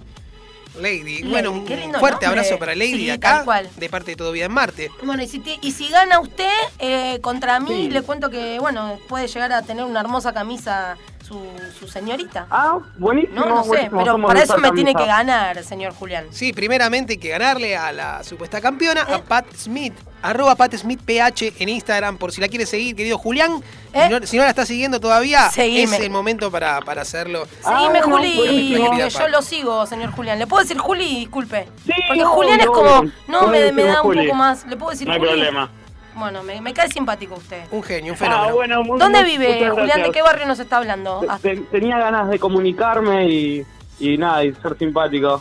Lady.
Lady,
Bueno, un
qué lindo
fuerte
nombre.
abrazo para Lady
Sí,
acá,
tal cual.
de parte de Todo Vida en Marte.
Bueno, y si, ti- y si gana usted eh, contra mí,
Sí.
le cuento que, bueno, puede llegar a tener una hermosa camisa su, su señorita.
Ah, buenísimo.
No, no sé,
buenísimo,
pero
somos
para
de
eso
esa
me tiene
camisa.
que ganar, señor Julián. Eh.
Sí, primeramente hay que ganarle a la supuesta campeona, a Pat Smith, arroba Pat Smith PH en Instagram, por si la quiere seguir, querido Julián. Si, no, si no la está siguiendo todavía,
Eh. Seguime.
es el momento para, para hacerlo.
Seguime,
Ah,
Ah,
Bueno,
Juli,
buenísimo.
que
Querida
yo
Pat.
lo sigo, señor Julián. ¿Le puedo decir Juli? Disculpe. Porque
no,
Julián es
no,
como,
no,
no, me,
puede
me
decir
da un
Juli.
poco más. ¿Le puedo decir
No hay
Juli?
problema.
Bueno, me, me cae simpático usted.
Un genio, un
Ah,
fenómeno.
bueno, muy-
¿Dónde
muy-
vive,
muchas
Julián?
gracias.
¿De qué barrio nos está hablando? Ah,
Te- Tenía ganas de comunicarme y, y nada, y ser simpático.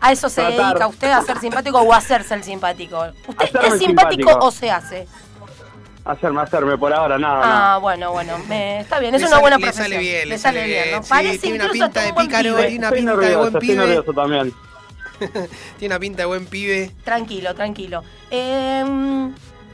A eso se
tratar.
dedica usted, a ser simpático o a hacerse el simpático. ¿Usted
Hacerme
es
el
simpático,
simpático.
o se hace?
Hacerme, hacerme, por ahora nada. nada.
Ah, bueno, bueno, me- está bien, es
Le
una
sale-
buena
le
profesión.
sale bien, le sale bien,
¿no?
sí,
Parece
tiene una
incluso
pinta
hasta
de
un buen
pícaro,
pibe.
tiene una
estoy
pinta de
nervioso,
buen
estoy
pibe.
nervioso también.
Tiene una pinta de buen pibe.
Tranquilo, tranquilo. Eh,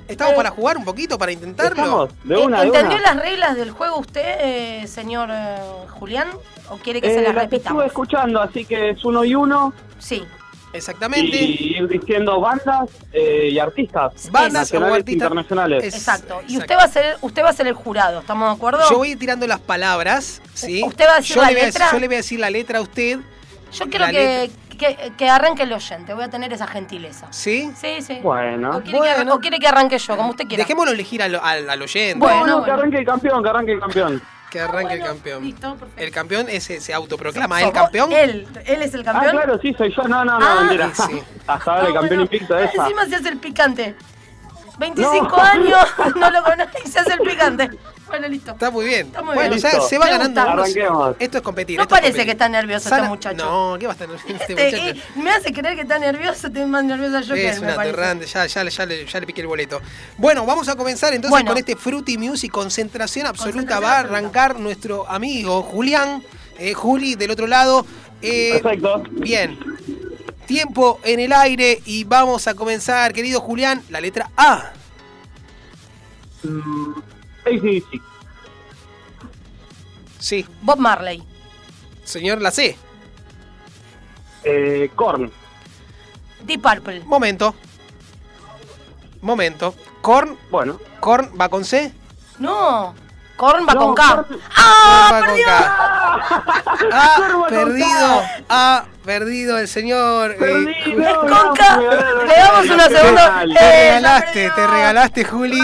¿Estamos
eh,
para jugar un poquito, para intentarlo?
Estamos, de una, de
¿Entendió
una.
las reglas del juego usted, eh, señor eh, Julián? ¿O quiere que se
Eh,
las
la que estuve
repitamos?
escuchando, así que es uno y uno.
Sí.
Exactamente.
Y ir diciendo bandas eh, y artistas.
Bandas o
nacionales e
artistas.
internacionales.
Es-
Exacto. Y
exacto.
usted va a ser, usted va a ser el jurado, ¿estamos de acuerdo?
Yo voy a ir tirando las palabras, ¿sí?
¿Usted va a decir
yo
la
le voy a decir-
letra?
yo le voy a decir la letra a usted.
Yo quiero
la
que, que, que arranque el oyente, voy a tener esa gentileza.
¿Sí?
Sí, sí.
Bueno.
O quiere, que, arran- o quiere que arranque yo, como usted quiera.
Dejémoslo elegir al, al, al oyente.
No, no, que arranque el campeón, que arranque el campeón.
Que arranque el campeón. el campeón es, se autoproclama ¿eh?
Somos-
el campeón.
Él, él es el
Ah,
campeón.
claro, sí, soy yo. No, no, no,
Ah.
mentira.
Sí, sí.
Hasta ahora el campeón invicto de esa.
Encima se hace el picante. 25
No.
años, no lo conoce y se hace el picante. Bueno, listo.
Está muy bien.
Está muy
bueno,
bien.
o sea,
Listo.
se va
Me
ganando.
gusta.
unos-
Arranquemos.
Esto es competir.
No
esto es
parece
competir.
que está nervioso
Sana-
este muchacho.
No, ¿qué va a estar nervioso este
Este,
muchacho?
y me hace creer que está nervioso, estoy más nerviosa yo que él,
Es
me
una
parece.
aterrante, ya, ya, ya le, ya le piqué el boleto. Bueno, vamos a comenzar entonces
Bueno.
con este Fruity Music. Concentración absoluta
Concentración
va a
absoluta.
arrancar nuestro amigo Julián, eh, Juli del otro lado. Eh,
Perfecto.
Bien, tiempo en el aire y vamos a comenzar, querido Julián, la letra A.
Mm, AC/DC.
Sí,
Bob Marley,
señor, la C.
Eh, Korn.
Deep Purple,
Momento. Momento. Corn,
Bueno.
Corn va con C.
no, Korn va
No,
con K.
Korn-
¡Ah!
Corn va con
perdió!
K.
Corn
Ha
va con K.
perdido, ha perdido el señor. eh,
Perdido,
Con K.
me ganaron.
Le damos una
Qué
segunda.
mal.
Eh,
Te
la
regalaste,
perdió.
te regalaste, Juli.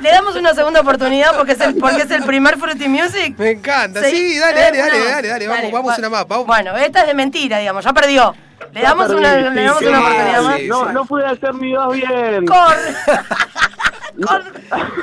Le damos una segunda oportunidad porque es el, porque es el primer Fruity Music.
Me encanta.
Sí,
Sí,
eh,
dale, dale,
una
dale,
más.
dale, dale. Vamos,
Dale,
vamos
va-
una más. Vamos.
Bueno, esta es de mentira, digamos, ya perdió. Le damos
Ya
una,
perdí,
le
sí,
damos
sí,
una
sí,
oportunidad
sí,
más.
sí. No, no pude hacer mi dos bien.
Korn.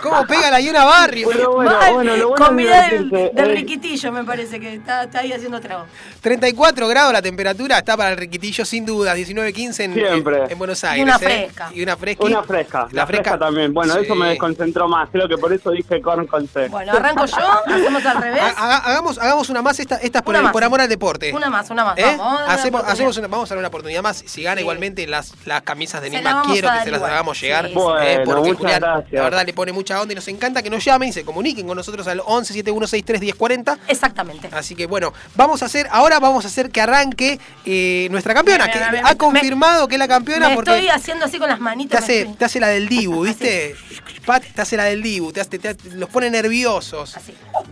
¿Cómo pega la Iona Barrio?
Pero bueno,
Mal.
bueno, lo bueno es
Comida del,
divertirse.
del
Eh,
riquitillo, me parece que está, está ahí haciendo trago.
34 grados la temperatura está para el riquitillo, sin dudas. 19-15 en,
Siempre.
en Buenos Aires.
una
¿eh?
fresca.
Y una fresca.
Una fresca, la, fresca, también. Bueno, eso
Sí.
me desconcentró más. Creo que por eso dije Korn con C.
Bueno, arranco yo, hacemos al revés.
Ha- haga- hagamos, hagamos una más, esta, esta es por,
Una
el-
más.
por amor al deporte.
Una más, una más.
¿Eh?
Vamos, vamos a darle
hacemos,
oportunidad.
hacemos una- vamos a dar una oportunidad más. Si gana
Sí.
igualmente las, las camisas de
Se la
Nisma,
vamos
quiero
a
que
dar
se las
igual.
hagamos llegar.
Sí, sí.
eh,
Bueno,
porque
muchas
Julián
gracias.
La verdad le pone mucha onda y nos encanta que nos llamen y se comuniquen con nosotros al 11 7163 1040.
Exactamente.
Así que bueno, vamos a hacer, ahora vamos a hacer que arranque eh, nuestra campeona,
Mira,
que
mira, mira,
ha
me-
confirmado que es la campeona
Me
porque
estoy haciendo así con las
te
manitas.
hace, te hace la del Dibu, ¿viste? Pat te hace la del Dibu, te hace- te hace- los pone nerviosos.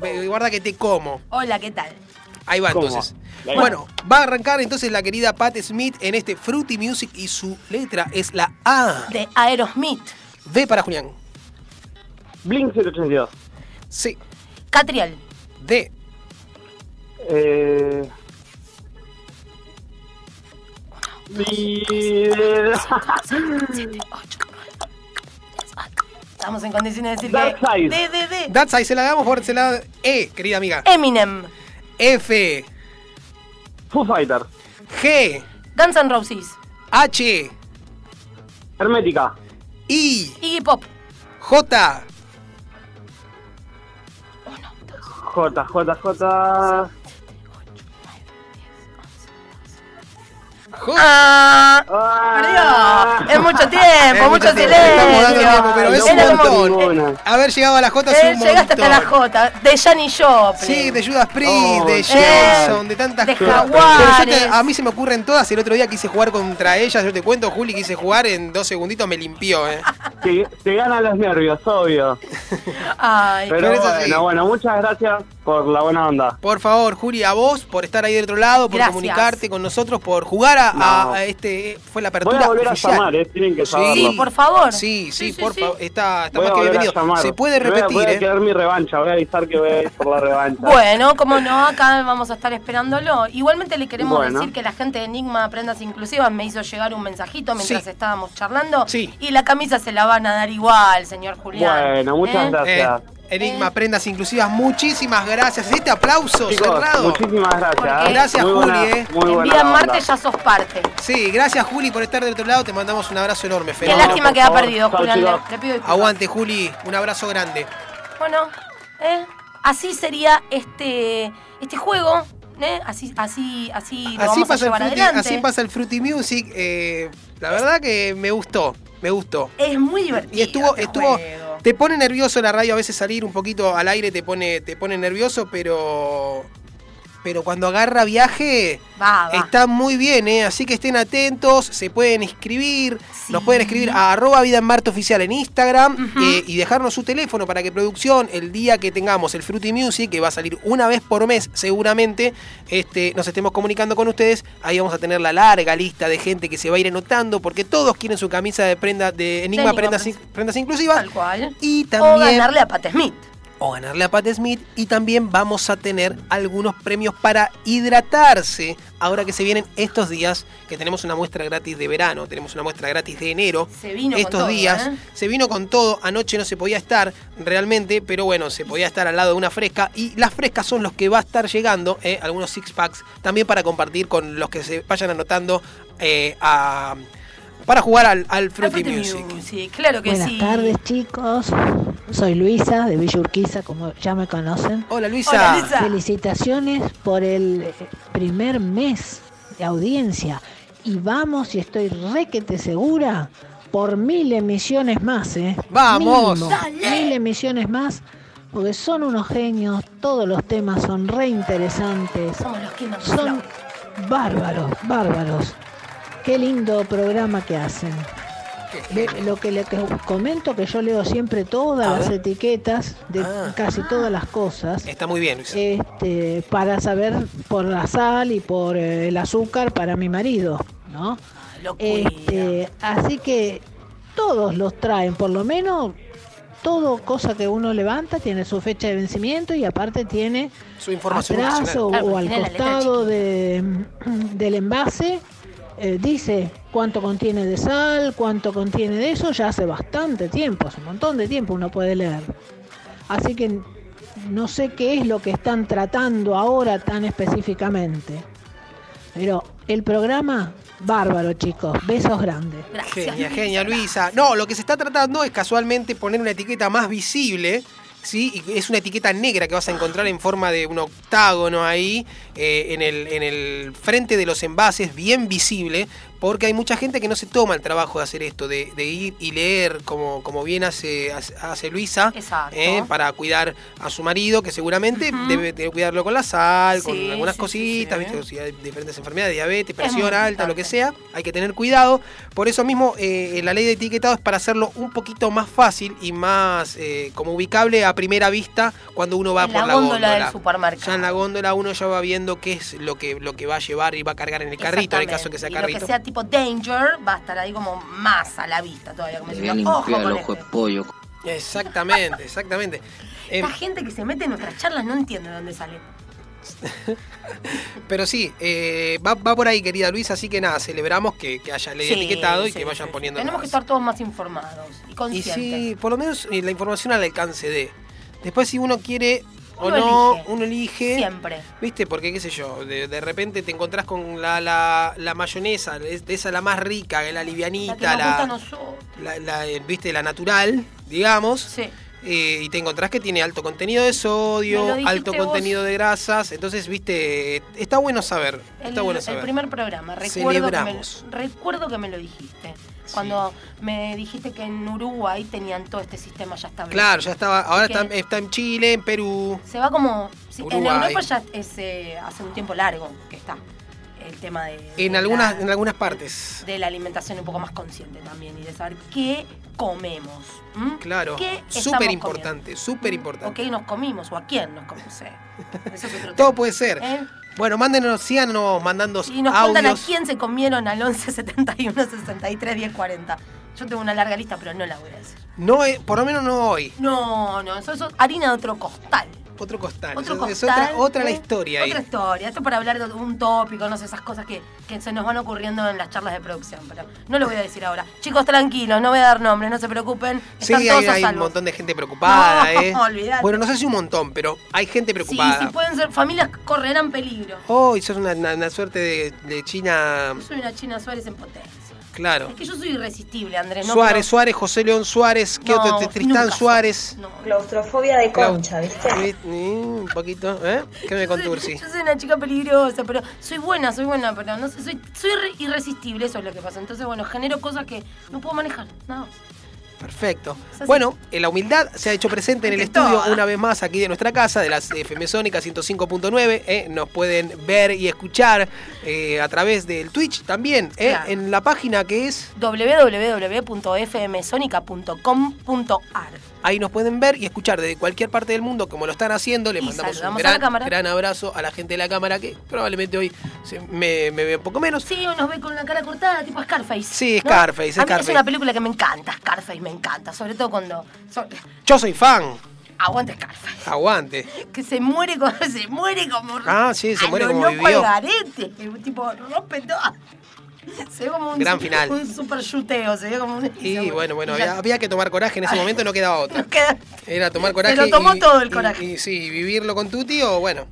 Ve- Guarda que te como.
Hola, ¿qué tal?
Ahí va
¿Cómo
entonces.
va? Ahí va.
Ah, Bueno, va a arrancar entonces la querida Pat Smith en este Fruity Music y su letra es la A.
De Aerosmith.
B para Julián.
Blink 182.
Sí.
Catrial.
D.
Eh... Líder.
Estamos en condiciones de decir
Dark
que.
Side.
D, D, D.
That's I, se la damos por se la E, querida amiga.
Eminem.
F.
Foo Fighter.
G.
Guns N' Roses.
H.
Hermética.
I.
Iggy Pop.
J.
J, J, J.
Ah, perdió. Es mucho tiempo,
Ah. Es
mucho
mucho tiempo,
silencio.
Eh, estamos dando tiempo, pero es un
Era como-
montón. Haber llegado a la J es
Eh,
un
llegaste hasta la
montón.
J. De Johnny Joplin.
Sí, de Judas Priest,
Oh,
de
claro.
Jason, de tantas
De
cosas.
Jaguares.
Pero yo te- a mí se me ocurren todas. El otro día quise jugar contra ellas. Yo te cuento, Juli, quise jugar. En dos segunditos me limpió, ¿eh?
Te, te ganan los nervios, obvio.
Ay,
Pero
pero es así.
bueno, bueno, muchas gracias por la buena onda.
Por favor, Juli, a vos por estar ahí del otro lado, por
Gracias.
comunicarte con nosotros, por jugar a, a-
No.
a este. Fue la
Voy
apertura.
a volver
oficial.
a llamar, eh, tienen que saberlo.
Sí, por favor.
Sí, sí, por
sí.
favor. Está, está
Voy
más
a
que
volver a
bienvenido.
llamar.
Se puede
Voy a-
repetir,
Voy a,
¿eh?
quedar mi revancha, voy a avisar que voy a ir por la revancha.
Bueno, como no, acá vamos a estar esperándolo. Igualmente le queremos
Bueno.
decir que la gente de Enigma Prendas Inclusivas me hizo llegar un mensajito mientras
Sí.
estábamos charlando.
Sí.
Y la camisa se la van a dar igual, señor Julián.
Bueno, muchas
¿Eh?
gracias.
Eh, Enigma, prendas inclusivas, muchísimas gracias. Este aplauso
Chicos,
cerrado.
muchísimas gracias. ¿eh?
Gracias,
muy
Juli,
buena-
eh.
Muy buena
Envía en
onda.
Marte ya sos parte.
Sí, gracias, Juli, por estar del otro lado. Te mandamos un abrazo enorme, Fede.
Qué lástima
por
que ha
favor.
perdido,
Chau,
Julián. Le,
chicos.
le pido disculpas.
Aguante, Juli. Un abrazo grande.
Bueno, ¿eh? así sería este, este juego. ¿eh? Así, así, así lo
Así
vamos a
pasa, el
llevar
fruity,
adelante.
así pasa el Fruity Music. eh, la verdad que me gustó, me gustó.
Es muy divertido.
Y estuvo,
este
estuvo.
juego.
Te pone nervioso la radio a veces salir un poquito al aire te pone, te pone nervioso, pero. Pero cuando agarra viaje.
Va, va.
Está muy bien, ¿eh? así que estén atentos, se pueden inscribir,
Sí.
nos pueden escribir a arroba vida en Marte oficial en Instagram
Ujú.
eh, y dejarnos su teléfono para que producción, el día que tengamos el Fruity Music, que va a salir una vez por mes seguramente, este, nos estemos comunicando con ustedes, ahí vamos a tener la larga lista de gente que se va a ir anotando porque todos quieren su camisa de prenda de Enigma,
Enigma, pues.
prendas, in- prendas inclusivas
Tal cual.
y
O
también
ganarle a Pat Smith.
o ganarle a Pat Smith y también vamos a tener algunos premios para hidratarse ahora que se vienen estos días que tenemos una muestra gratis de verano, tenemos una muestra gratis de enero.
Se vino con
estos
todo,
días
¿eh?
se vino con todo, anoche no se podía estar realmente, pero bueno, se podía estar al lado de una fresca y las frescas son los que va a estar llegando, eh, algunos six packs también para compartir con los que se vayan anotando eh, a- para jugar al, al
Al
Fruity Music.
Music, Claro que
Buenas
sí.
tardes chicos, soy Luisa de Villa Urquiza, como ya me conocen.
Hola Luisa.
Hola, Luisa.
Felicitaciones por el eh, primer mes de audiencia y vamos, y estoy requete segura, por mil emisiones más, ¿eh?
¡Vamos!
Mínimo, mil emisiones más, porque son unos genios, todos los temas son re interesantes.
Somos los Kingdom
Son bárbaros, bárbaros. Qué lindo programa que hacen. Ve- Lo que le que comento que yo leo siempre todas
A
las
ver.
etiquetas de
Ah.
casi todas las cosas
Está muy bien, Luisa.
este, para saber por la sal y por eh, el azúcar para mi marido, ¿no?
Ah,
Lo
Este, así que todos los traen, por lo menos todo cosa que uno levanta tiene su fecha de vencimiento y aparte tiene
Su información
atrás
adicional.
o,
Claro,
o
porque
al
tiene la letra
costado de, del envase eh, dice cuánto contiene de sal, cuánto contiene de eso, ya hace bastante tiempo, hace un montón de tiempo uno puede leer. Así que no sé qué es lo que están tratando ahora tan específicamente. Pero el programa, bárbaro chicos, besos grandes.
Gracias.
Genia, genia, Luisa. No, lo que se está tratando es casualmente poner una etiqueta más visible ¿sí? Y es una etiqueta negra que vas a encontrar en forma de un octágono ahí, eh, en, el, en el frente de los envases, bien visible, porque hay mucha gente que no se toma el trabajo de hacer esto, de, de ir y leer como, como bien hace, hace- hace Luisa,
Exacto.
eh, para cuidar a su marido, que seguramente debe, debe cuidarlo con la sal,
Sí,
con algunas
sí,
cositas,
sí, sí.
¿viste? Si hay diferentes enfermedades, diabetes,
muy
presión alta, lo que sea, hay que tener cuidado. Por eso mismo eh, la ley de etiquetado es para hacerlo un poquito más fácil y más eh, como ubicable a primera vista cuando uno va
En
por
la
la
góndola
góndola.
del supermercado.
Ya en la góndola uno ya va viendo qué es lo que, lo que va a llevar y va a cargar en el carrito, en el caso que sea
Y lo
carrito.
que sea tipo danger va a estar ahí como más a la vista todavía. Como
Debería
diciendo, ojo
limpiar
con
el
esto.
ojo
Pollo.
Exactamente, exactamente. Eh,
Esta gente que se mete en nuestras charlas no entiende de dónde sale.
pero sí, eh, va, va por ahí, querida Luisa, así que nada, celebramos que, que haya ley de
Sí,
etiquetado y
sí,
que vayan poniendo
Tenemos que
más.
estar todos más informados y
Y
conscientes.
sí, por lo menos eh, la información al alcance de. Después, si uno quiere o
Uno
no,
elige.
uno elige.
Siempre.
¿Viste? Porque, qué sé yo, de, de repente te encontrás con la, la, la mayonesa, es- de esa la más rica, la
La que
livianita,
nos gusta a
la,
nosotros.
la- la, eh, ¿viste? La natural, digamos. Eh, y te encontrás que tiene alto contenido de
Me lo
sodio,
dijiste
alto
vos.
contenido de grasas. Entonces, ¿viste? Eh, Está bueno saber.
El,
está bueno
el
saber.
primer programa, recuerdo que, me, lo-
Celebramos.
recuerdo que me lo dijiste. Cuando me dijiste que en Uruguay tenían todo este sistema ya establecido.
Claro, ya estaba. Ahora
Que
está, está en Chile, en Perú.
Se va como. sí, en
Uruguay.
Europa ya es, eh, hace un tiempo largo que está el tema de,
En
de
algunas,
la-
en algunas partes.
de la alimentación un poco más consciente también y de saber qué comemos. ¿m?
Claro,
¿Qué estamos
súper importante, súper importante.
comiendo? ¿O qué nos comimos? ¿O a quién nos comimos? eh. Eso es otro
Todo puede ser.
tema, ¿eh?
Bueno, mándenos, síganos mandando
Y nos
audios.
cuentan a quién se comieron al 11 71 63 10 40. Yo tengo una larga lista, pero no la voy a decir.
No, eh, por lo menos no hoy.
No, no, eso es harina de otro costal.
Otro costal.
Otro
es,
costal.
es otra, otra la
¿eh?
historia ahí.
Otra historia. Esto para hablar de un tópico, no sé, esas cosas que, que se nos van ocurriendo en las charlas de producción, pero no lo voy a decir ahora. Chicos, tranquilos, no voy a dar nombres, no se preocupen.
Sí,
Están
hay,
todos a
hay un
salvo.
montón de gente preocupada,
No,
¿eh?
olvidate.
Bueno, no sé si un montón, pero hay gente
Sí,
preocupada.
sí, pueden ser familias que correrán peligro.
Oh, y sos una, una- una suerte de, de China.
Yo soy una China Suárez en potencia.
Claro.
Es que yo soy irresistible, Andrés. No,
Suárez,
Pero-
Suárez, José León Suárez, ¿qué
No,
otro? Tristán
nunca.
Suárez.
Claustrofobia de
Clau-
concha, ¿viste?
Eh, Un poquito, ¿eh? ¿Qué me contursi?
Yo soy una chica peligrosa, pero soy buena, soy buena, pero no sé, soy, soy irre- irresistible, eso es lo que pasa. Entonces, bueno, genero cosas que no puedo manejar, nada más.
Perfecto.
Es así.
Bueno, eh, la humildad se ha hecho presente en el
Ante
estudio
todo.
una vez más aquí de nuestra casa, de las FM Sónica 105.9. eh, Nos pueden ver y escuchar eh, a través del Twitch también, eh,
Claro.
en la página que es.
www.fmsonica.com.ar
Ahí nos pueden ver y escuchar desde cualquier parte del mundo, como lo están haciendo. Le
Y
mandamos un
saludamos a la
gran,
cámara.
gran abrazo a la gente de la cámara que probablemente hoy se- me, me ve un poco menos.
Sí, nos ve con la cara cortada, tipo Scarface.
Sí, Scarface,
A mí es
Scarface.
una película que me encanta, Scarface, me encanta. Sobre todo cuando. so-
Yo soy fan.
aguante Scarface.
Aguante.
Que se muere como. Se muere como.
Ah, sí, se
a
muere
lo
como
loco al
vivió.
garete. El tipo rompe todo. Se ve como un.
Gran final.
Un super chuteo, se ve como un.
Y bueno, bueno,
ya-
había, había que tomar coraje en ese momento, no quedaba otra. Era tomar coraje.
lo tomó todo el
y-
coraje.
Y, sí, vivirlo con tu tío, bueno.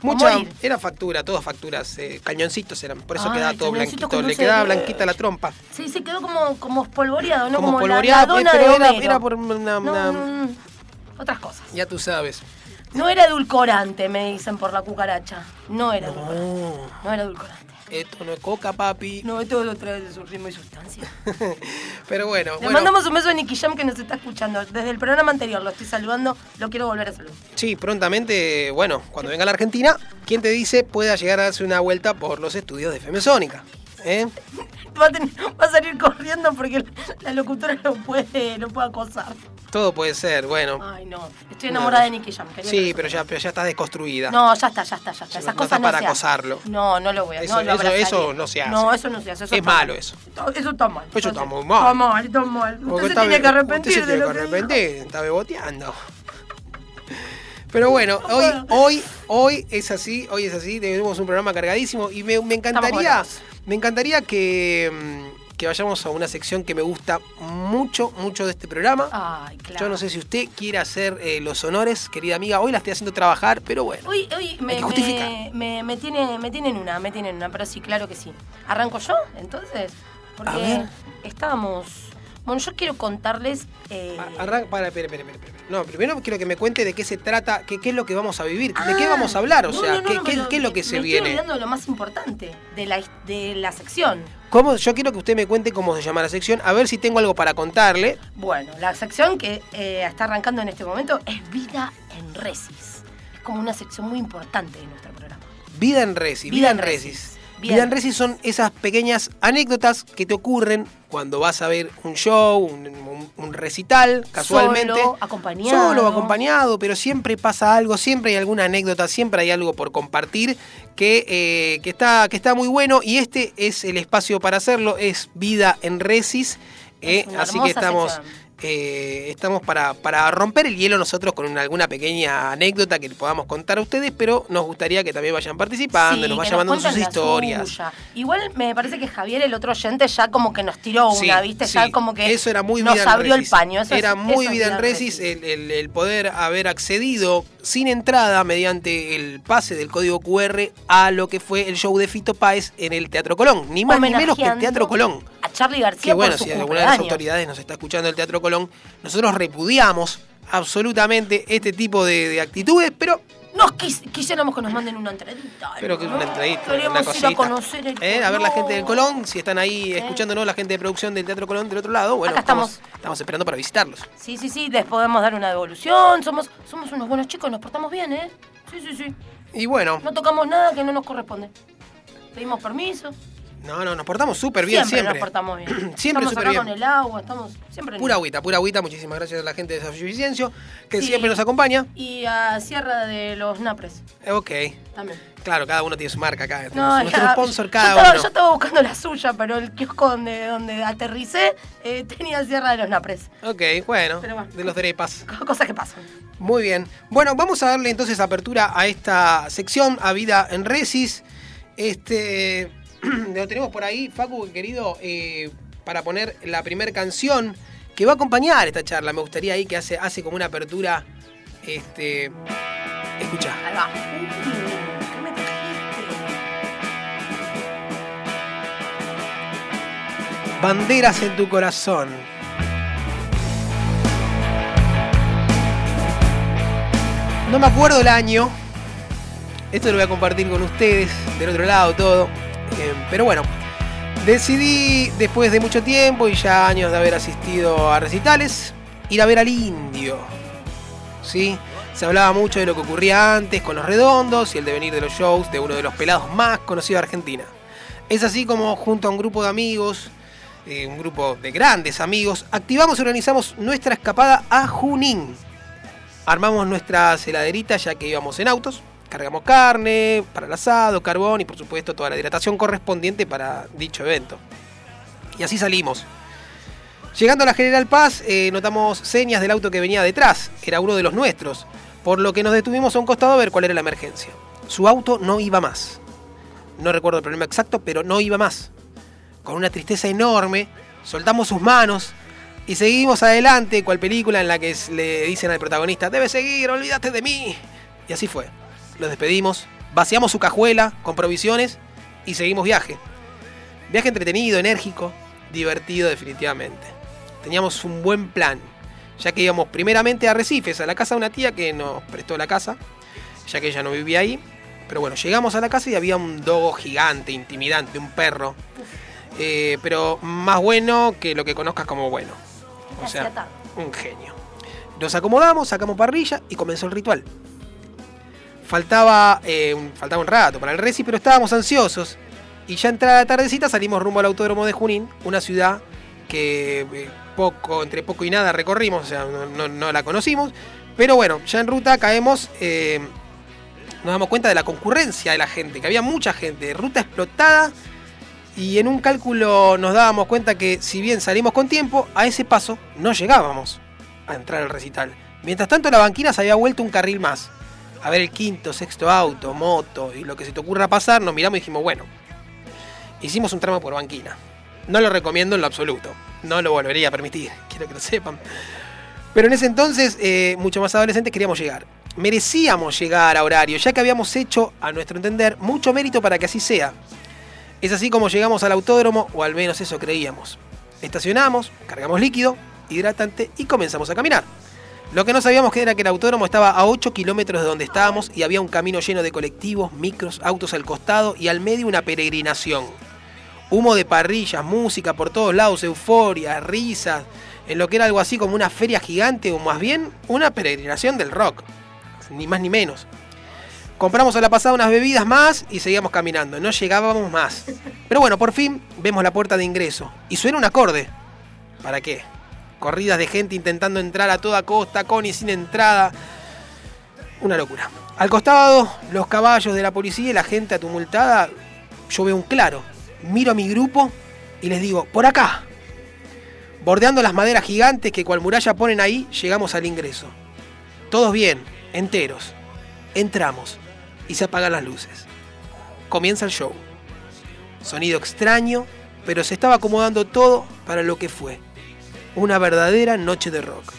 O
Mucha,
morir.
era factura, todas facturas, eh, cañoncitos eran, por eso
Ay,
quedaba todo
cañoncito
blanquito,
con
le
dulce de
quedaba
leche.
blanquita la trompa,
Sí, se quedó como, como espolvoreado, ¿no?
como,
Como, la- la,
polvoreada,
dona de
pero era,
Homero.
era por una,
No,
una-
no, no. Otras cosas.
ya tú sabes.
No era edulcorante, me dicen por la cucaracha. No era edulcorante.
No,
No era edulcorante.
esto no es coca, papi.
No, esto lo trae de su ritmo y sustancia.
Pero bueno,
Le
bueno.
mandamos un beso a Nicky Jam que nos está escuchando. Desde el programa anterior lo estoy saludando, lo quiero volver a saludar.
Sí, prontamente, bueno, cuando venga a la Argentina, ¿quién te dice pueda llegar a darse una vuelta por los estudios de FM Sónica? ¿Eh?
Va a, tener- va a salir corriendo porque la, la locutora no puede, no puede acosar.
Todo puede ser, bueno.
Ay, no. Estoy enamorada de Nicky Jam. quería
Sí,
que-
pero ya, pero ya está desconstruida.
No, ya está, ya está, ya está. Esas
no
cosas
está
no
para
se
acosarlo.
hacen. No, no lo voy a
Eso-
no lo
eso-
abrazaría.
eso no se hace.
No, eso no se hace. Eso
Es
está mal.
malo eso.
Eso está mal.
Pues yo
Entonces,
está muy mal.
Está mal, está mal.
Porque
Usted se
está
tiene
be-
que arrepentir
usted se
de
tiene
lo que
que
dijo.
arrepentir, está beboteando. Pero bueno, hoy, hoy, hoy es así, hoy es así, tenemos un programa cargadísimo y me, me encantaría,
Estamos
me encantaría que, mm, que vayamos a una sección que me gusta mucho, mucho de este programa.
Ay, claro.
Yo no sé si usted quiere hacer eh, los honores, querida amiga, hoy la estoy haciendo trabajar, pero bueno.
Uy, uy, me,
que justificar.
me, me, me tiene, me tienen una, me tienen una, pero sí, claro que sí. ¿Arranco yo, entonces? Porque
A ver.
estábamos... Bueno, yo quiero contarles. eh,
Arranca, para, espera, espera, espera, espera. No, primero quiero que me cuente de qué se trata, que- qué es lo que vamos a vivir, de qué vamos a hablar, o
Ah. no,
sea,
no, no,
qué,
no,
qué-
pero
qué es lo que
me-
se
me Estoy
viene.
olvidando de lo más importante, de la, de la sección.
¿Cómo? Yo quiero que usted me cuente cómo se llama la sección, a ver si tengo algo para contarle.
Bueno, la sección que eh, está arrancando en este momento es Vida en Resis. Es como una sección muy importante de nuestro programa.
Vida en Resis, vida, en Resis.
Bien.
Vida en Resis son esas pequeñas anécdotas que te ocurren cuando vas a ver un show, un, un- un recital, casualmente.
Solo, acompañado.
Solo, acompañado, pero siempre pasa algo, siempre hay alguna anécdota, siempre hay algo por compartir que, eh, que está, que está muy bueno y este es el espacio para hacerlo, es Vida en Resis, eh,
una
así que
hermosa
estamos...
sección.
eh, estamos para, para romper el hielo nosotros con una- alguna pequeña anécdota que le podamos contar a ustedes, pero nos gustaría que también vayan participando,
Sí,
nos
que
vayan mandando
cuenten
sus
la
historias.
suya. Igual me parece que Javier, el otro oyente, ya como que nos tiró
Sí,
una, ¿viste?
sí.
Ya como que
Eso era muy
nos
vida en
abrió el
Resis.
paño. Eso
era
es-
muy
eso es
vida en Resis el, el- el poder haber accedido sin entrada mediante el pase del código QR a lo que fue el show de Fito Páez en el Teatro Colón. Ni más ni menos que el Teatro Colón.
A Charlie García
Que bueno,
por su
si alguna de las
cumpleaños.
autoridades nos está escuchando el Teatro Colón, nosotros repudiamos absolutamente este tipo de, de actitudes, pero,
Nos quis- quisiéramos que nos manden una entradita.
pero que es una entradita, una
Queremos ir a
cosita.
conocer el
Eh, A ver la
Colón.
gente del Colón, si están ahí
Eh.
escuchándonos, la gente de producción del Teatro Colón del otro lado, bueno,
Acá estamos.
estamos, estamos esperando para visitarlos.
Sí, sí, sí, les podemos dar una devolución. Somos, somos unos buenos chicos, nos portamos bien, ¿eh? Sí, sí, sí.
Y bueno,
No tocamos nada que no nos corresponde. Pedimos permiso.
No, no, nos portamos súper bien siempre.
nos portamos bien.
Siempre
estamos
súper
acá
bien.
con el agua, estamos siempre en
Pura
el-
agüita, pura agüita. Muchísimas gracias a la gente de Desafío Vicencio, que
Sí.
siempre nos acompaña.
Y a Sierra de los Napres
Eh, Ok,
también.
claro, cada uno tiene su marca acá. tenemos nuestro
ya- yo
sponsor
estaba,
cada
yo
uno.
estaba buscando la suya, pero el kiosco donde, donde aterricé eh, tenía Sierra de los Napres.
Ok, bueno,
Pero bueno.
de los derepas.
Cosas que pasan.
Muy bien. Bueno, vamos a darle entonces apertura a esta sección, a Vida en Resis. Este, lo tenemos por ahí, Facu, querido, eh, para poner la primera canción que va a acompañar esta charla. Me gustaría ahí que hace, hace como una apertura. Este, escucha.
Ahí va. ¿Qué me trajiste?
Banderas en tu corazón. No me acuerdo el año. Esto lo voy a compartir con ustedes, del otro lado todo. Eh, pero bueno, decidí después de mucho tiempo y ya años de haber asistido a recitales, ir a ver al indio. ¿Sí? Se hablaba mucho de lo que ocurría antes con los redondos y el devenir de los shows de uno de los pelados más conocidos de Argentina. Es así como junto a un grupo de amigos, eh, un grupo de grandes amigos, activamos y organizamos nuestra escapada a Junín. Armamos nuestras heladeritas ya que íbamos en autos, cargamos carne para el asado, carbón y por supuesto toda la hidratación correspondiente para dicho evento. Y así salimos. Llegando a la General Paz, eh, notamos señas del auto que venía detrás, era uno de los nuestros, por lo que nos detuvimos a un costado a ver cuál era la emergencia. Su auto no iba más. No recuerdo el problema exacto, pero no iba más con una tristeza enorme, soltamos sus manos y seguimos adelante, cual película en la que s- le dicen al protagonista, debes seguir, olvídate de mí. Y así fue. Los despedimos, vaciamos su cajuela con provisiones y seguimos viaje. Viaje entretenido, enérgico, divertido definitivamente. Teníamos un buen plan, ya que íbamos primeramente a Recifes, a la casa de una tía que nos prestó la casa, ya que ella no vivía ahí. Pero bueno, llegamos a la casa y había un dogo gigante, intimidante, un perro, eh, pero más bueno que lo que conozcas como bueno. O sea,
Graciata.
un genio. Nos acomodamos, sacamos parrilla y comenzó el ritual. Faltaba, eh, un, faltaba un rato para el reci, pero estábamos ansiosos. Y ya entrada la tardecita salimos rumbo al Autódromo de Junín, una ciudad que eh, poco, entre poco y nada recorrimos, o sea, no, no- no la conocimos. Pero bueno, ya en ruta caemos, eh, nos damos cuenta de la concurrencia de la gente, que había mucha gente, ruta explotada. Y en un cálculo nos dábamos cuenta que si bien salimos con tiempo, a ese paso no llegábamos a entrar al recital. Mientras tanto la banquina se había vuelto un carril más. A ver el quinto, sexto auto, moto y lo que se te ocurra pasar, nos miramos y dijimos, bueno, hicimos un tramo por banquina. No lo recomiendo en lo absoluto. No lo volvería a permitir, quiero que lo sepan. Pero en ese entonces, eh, mucho más adolescentes, queríamos llegar. Merecíamos llegar a horario, ya que habíamos hecho, a nuestro entender, mucho mérito para que así sea. Es así como llegamos al autódromo, o al menos eso creíamos. Estacionamos, cargamos líquido, hidratante y comenzamos a caminar. Lo que no sabíamos que era que el autódromo estaba a 8 kilómetros de donde estábamos y había un camino lleno de colectivos, micros, autos al costado y al medio una peregrinación. Humo de parrillas, música por todos lados, euforia, risas, en lo que era algo así como una feria gigante o más bien una peregrinación del rock. Ni más ni menos. Compramos a la pasada unas bebidas más y seguíamos caminando. No llegábamos más. Pero bueno, por fin vemos la puerta de ingreso. Y suena un acorde. ¿Para qué? Corridas de gente intentando entrar a toda costa, con y sin entrada. Una locura. Al costado, los caballos de la policía y la gente atumultada. Yo veo un claro. Miro a mi grupo y les digo, por acá. Bordeando las maderas gigantes que cual muralla ponen ahí, llegamos al ingreso. Todos bien, enteros. Entramos y se apagan las luces. Comienza el show. Sonido extraño, pero se estaba acomodando todo para lo que fue. Una verdadera noche de rock.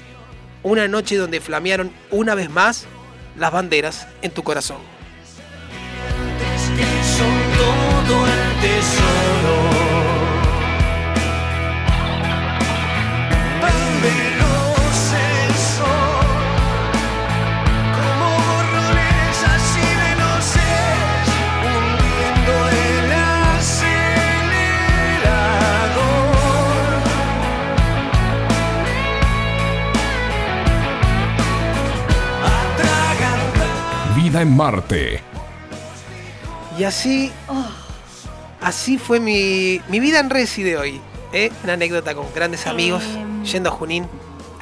Una noche donde flamearon una vez más las banderas en tu corazón.
que son todo el tesoro. Tan veloz el sol, como borrones así veloces, hundiendo el acelerador.
Vida en Marte.
Y así, así fue mi, mi vida en Resi de hoy. ¿eh? Una anécdota con grandes amigos, yendo a Junín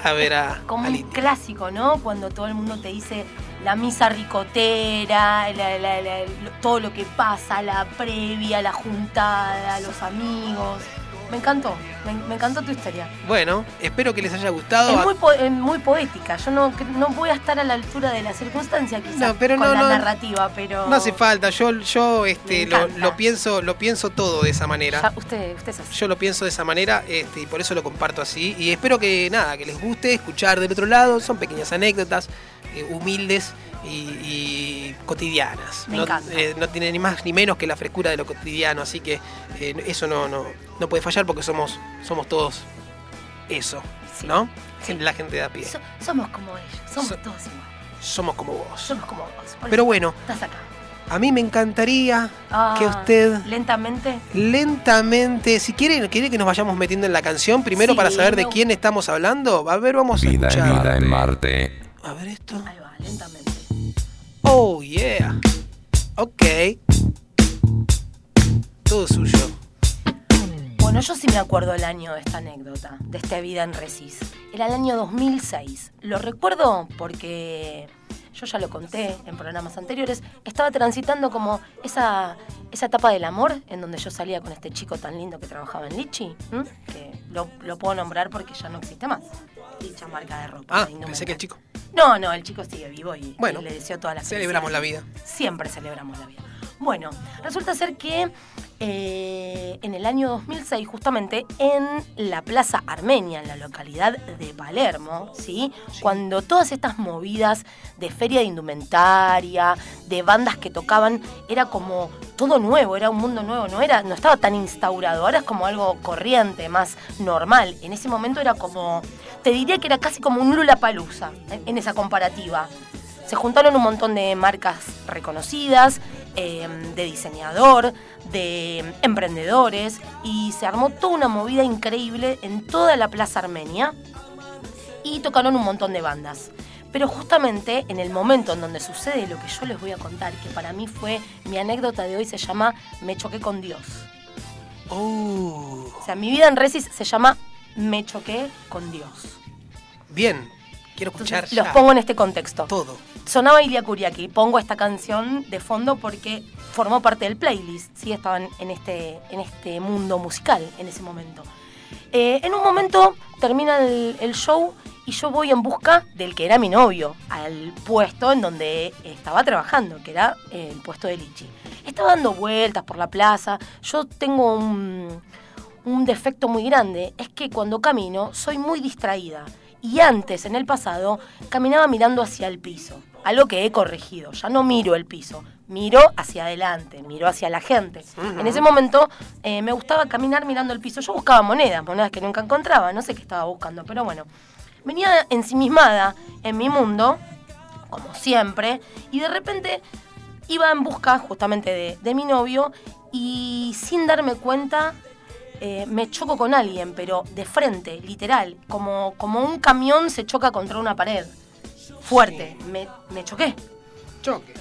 a ver a...
Como un clásico, ¿no? Cuando todo el mundo te dice la misa ricotera, la- la- la- lo- todo lo que pasa, la previa, la juntada, los amigos. Me encantó, me, me encantó tu historia.
Bueno, espero que les haya gustado.
Es muy, po- eh, muy poética, yo no, cre- no voy a estar a la altura de la circunstancia quizás
No, pero
con
no,
la
no.
narrativa, pero...
No hace falta, yo, yo este,
Me
lo,
encanta.
lo pienso, lo pienso todo de esa manera.
Ya, usted, usted es así.
Yo lo pienso de esa manera este, y por eso lo comparto así. Y espero que nada, que les guste escuchar del otro lado. Son pequeñas anécdotas eh, humildes y, y cotidianas.
Me
no,
encanta.
eh, no tiene ni más ni menos que la frescura de lo cotidiano, así que eh, eso no, no, no puede fallar porque somos, somos todos eso, ¿no? La gente da pie.
So- somos como ellos, somos todos iguales,
Somos como vos.
somos como vos. Por
Pero
eso
bueno,
Estás acá.
a mí me encantaría
Ah,
que usted
Lentamente.
lentamente, si quiere, quiere que nos vayamos metiendo en la canción primero
Sí,
para saber de
me
quién estamos hablando. A ver, vamos a
Vida en
escuchar.
Vida en Marte.
A ver esto. Ahí va, lentamente. Oh, yeah. Ok. Todo suyo.
Bueno, yo sí me acuerdo el año de esta anécdota, de esta vida en Resis. Era el año 2006. Lo recuerdo porque yo ya lo conté en programas anteriores. Estaba transitando como esa, esa etapa del amor en donde yo salía con este chico tan lindo que trabajaba en Lichi, ¿m? que lo, lo puedo nombrar porque ya no existe más. Dicha marca de ropa.
Ah,
de indumentaria.
pensé que el chico.
No, no, el chico sigue vivo y,
Bueno,
y le deseo todas las
celebramos la vida.
Siempre celebramos la vida. Bueno, resulta ser que eh, en el año 2006, justamente en la Plaza Armenia, en la localidad de Palermo, ¿sí? cuando todas estas movidas de feria de indumentaria, de bandas que tocaban, era como todo nuevo, era un mundo nuevo, no, era, no estaba tan instaurado, ahora es como algo corriente, más normal. En ese momento era como, te diría que era casi como un Lulapalooza, en- en esa comparativa. Se juntaron un montón de marcas reconocidas, eh, de diseñador, de emprendedores, y se armó toda una movida increíble en toda la Plaza Armenia y tocaron un montón de bandas. Pero justamente en el momento en donde sucede lo que yo les voy a contar, que para mí fue mi anécdota de hoy, se llama Me choqué con Dios. O sea, mi vida en Resis se llama Me choqué con Dios.
Bien, quiero escuchar.
Los
ya.
pongo en este contexto.
Todo.
Sonaba Ilia Kuriaki. Pongo esta canción de fondo porque formó parte del playlist. Sí, estaban en este, en este mundo musical en ese momento. Eh, en un momento termina el, el show y yo voy en busca del que era mi novio, al puesto en donde estaba trabajando, que era eh, el puesto de Lichi. Estaba dando vueltas por la plaza. Yo tengo un, un defecto muy grande, es que cuando camino soy muy distraída. Y antes, en el pasado, caminaba mirando hacia el piso. algo que he corregido. Ya no miro el piso, miro hacia adelante, miro hacia la gente. En ese momento eh, me gustaba caminar mirando el piso. Yo buscaba monedas, monedas que nunca encontraba, no sé qué estaba buscando, pero bueno. Venía ensimismada en mi mundo, como siempre, y de repente iba en busca justamente de, de mi novio y sin darme cuenta eh, me choco con alguien, pero de frente, literal, como, como un camión se choca contra una pared. Fuerte, me, me choqué.
Choque.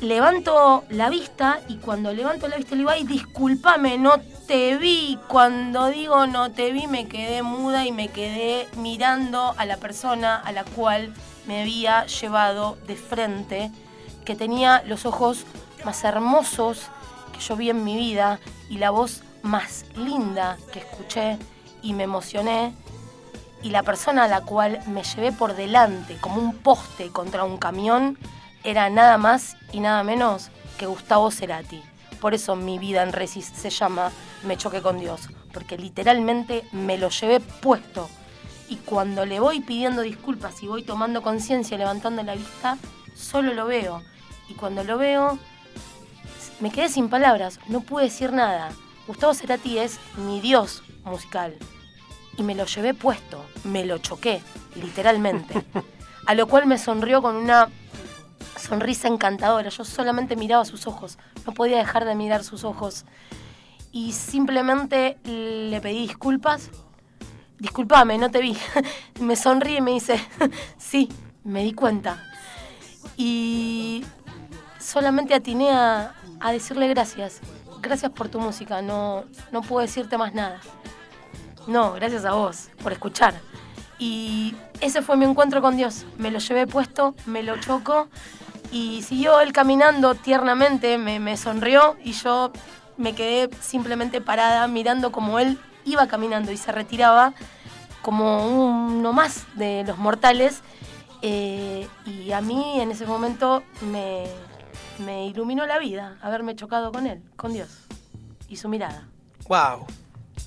Levanto la vista y cuando levanto la vista le digo, ay, discúlpame, no te vi. Cuando digo no te vi, me quedé muda y me quedé mirando a la persona a la cual me había llevado de frente, que tenía los ojos más hermosos que yo vi en mi vida y la voz más linda que escuché y me emocioné y la persona a la cual me llevé por delante como un poste contra un camión era nada más y nada menos que Gustavo Cerati. Por eso mi vida en Resis se llama Me choqué con Dios, porque literalmente me lo llevé puesto. Y cuando le voy pidiendo disculpas y voy tomando conciencia, levantando la vista, solo lo veo. Y cuando lo veo, me quedé sin palabras, no pude decir nada. Gustavo Cerati es mi dios musical. Y me lo llevé puesto, me lo choqué, literalmente. A lo cual me sonrió con una sonrisa encantadora. Yo solamente miraba sus ojos, no podía dejar de mirar sus ojos. Y simplemente le pedí disculpas. Disculpame, no te vi. me sonríe y me dice, sí, me di cuenta. Y solamente atiné a, a decirle gracias. Gracias por tu música, no, no puedo decirte más nada. No, gracias a vos por escuchar. Y ese fue mi encuentro con Dios. Me lo llevé puesto, me lo choco y siguió él caminando tiernamente, me, me sonrió y yo me quedé simplemente parada mirando como él iba caminando y se retiraba como uno más de los mortales. Eh, y a mí en ese momento me, me iluminó la vida haberme chocado con él, con Dios y su mirada.
Wow.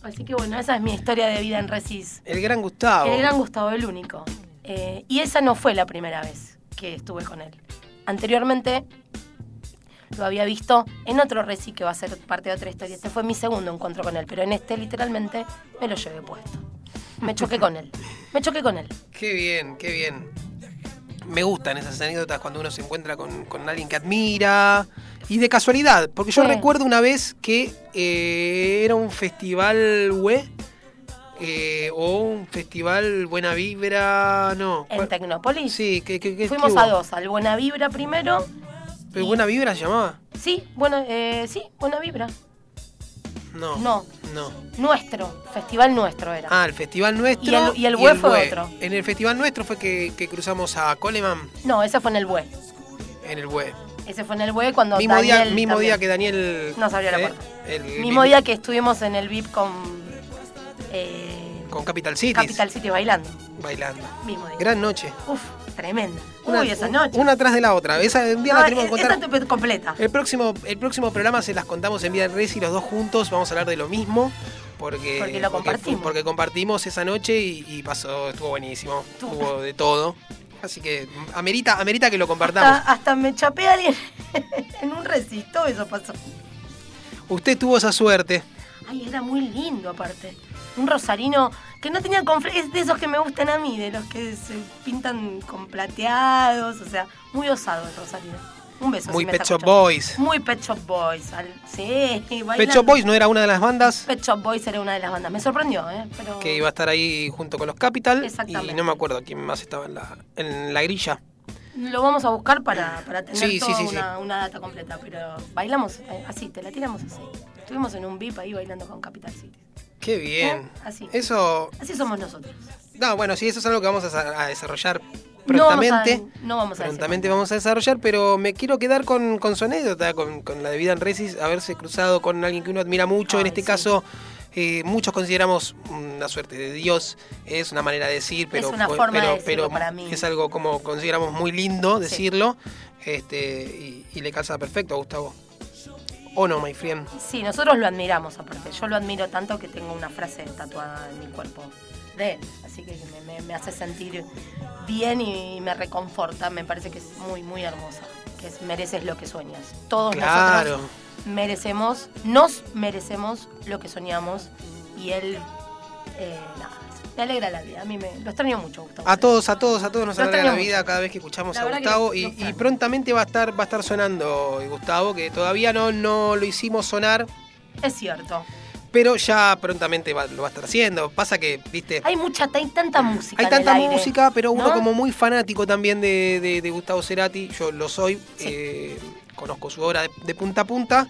Así que bueno, esa es mi historia de vida en Resis.
El gran Gustavo.
El gran Gustavo, el único. Eh, y esa no fue la primera vez que estuve con él. Anteriormente lo había visto en otro Resis que va a ser parte de otra historia. Este fue mi segundo encuentro con él, pero en este literalmente me lo llevé puesto. Me choqué con él. Me choqué con él.
Qué bien, qué bien. Me gustan esas anécdotas cuando uno se encuentra con, con alguien que admira. Y de casualidad, porque yo
Sí.
recuerdo una vez que eh, era un festival web eh, o un festival Buena Vibra, no.
En Tecnópolis.
Sí, que, que- que-
Fuimos
que
a
hubo.
dos, al Buena Vibra primero.
¿Pero Buena Vibra se llamaba?
Sí, bueno, eh, sí, Buena Vibra.
No.
No,
No.
nuestro, festival nuestro era.
Ah, el festival nuestro.
Y el- y el Bue fue
Bue.
otro.
En el festival nuestro fue que, que cruzamos a Coleman
No, ese fue en el BUE.
en el Bue.
Ese fue en el BUE cuando
mismo día,
Daniel
mismo
también-
día que Daniel.
Nos abrió la
eh,
puerta.
el
Mismo día que estuvimos en el VIP con eh,
Con Capital City.
Capital City bailando.
Bailando.
Mismo día.
Gran noche.
Uf, tremenda.
Una-
Uy, esa noche.
Una atrás de la otra. Esa un día
No, eh,
la tenemos que
esa
contar.
te- completa.
El próximo, el próximo programa se las contamos en Vida en Res y los dos juntos vamos a hablar de lo mismo. Porque,
Porque lo compartimos.
porque compartimos esa noche y, y pasó, estuvo buenísimo. Estuvo de todo. Así que amerita, amerita que lo compartamos.
Hasta, hasta me chapé a alguien en un resisto, eso pasó.
Usted tuvo esa suerte.
Ay, era muy lindo aparte. Un rosarino que no tenía con fle- es de esos que me gustan a mí, de los que se pintan con plateados, o sea, muy osado el rosarino. Un beso.
Muy
si me
Pet
está
Shop
escuchando.
Boys.
Muy Pet Shop Boys. al- sí, bailando.
Pet Shop Boys no era una de las bandas
Pet Shop Boys era una de las bandas. Me sorprendió, ¿eh? Pero
que iba a estar ahí junto con los Capital.
Exactamente.
Y no me acuerdo quién más estaba en la, en la grilla.
lo vamos a buscar para, para tener
Sí, sí,
toda
sí, sí.
una, una data completa. Pero bailamos eh, así, te la tiramos así. Estuvimos en un VIP ahí bailando con Capital City.
Qué bien.
Así.
Eso.
Así somos nosotros.
No, bueno, sí, eso es algo que vamos a, sa- a desarrollar
No vamos a-
prontamente.
No vamos a, decir.
prontamente vamos a desarrollar, pero me quiero quedar con, con su anécdota, con, con la de vida en Resis, haberse cruzado con alguien que uno admira mucho. en este caso, eh, muchos consideramos una suerte de Dios, es una manera de decir, pero,
Es una
fue-
forma de
pero,
decirlo
pero
para mí.
es algo como consideramos muy lindo
Sí.
decirlo este, y, y le calza perfecto a Gustavo. ¿O no, my friend?
Sí, nosotros lo admiramos aparte. Yo lo admiro tanto que tengo una frase tatuada en mi cuerpo de él. Así que me, me- me hace sentir bien y me reconforta. Me parece que es muy, muy hermosa. Que es mereces lo que sueñas. Todos
Claro.
nosotros merecemos, nos merecemos lo que soñamos. Y él, eh, nada, me alegra la vida. A mí me, lo extraño mucho, Gustavo.
A todos, a todos, a todos nos
Lo
alegra la
extrañamos.
vida cada vez que escuchamos
La
a
verdad que
Gustavo
lo-
y,
lo
y
extraño.
prontamente va a estar va a estar sonando eh, Gustavo que todavía no no lo hicimos sonar,
Es cierto.
pero ya prontamente va- lo va a estar haciendo. Pasa que, viste,
Hay mucha, hay tanta música.
hay
en el
tanta
aire,
música, pero uno
¿no?
como muy fanático también de, de- de Gustavo Cerati, yo lo soy, eh, conozco su obra de, de punta a punta.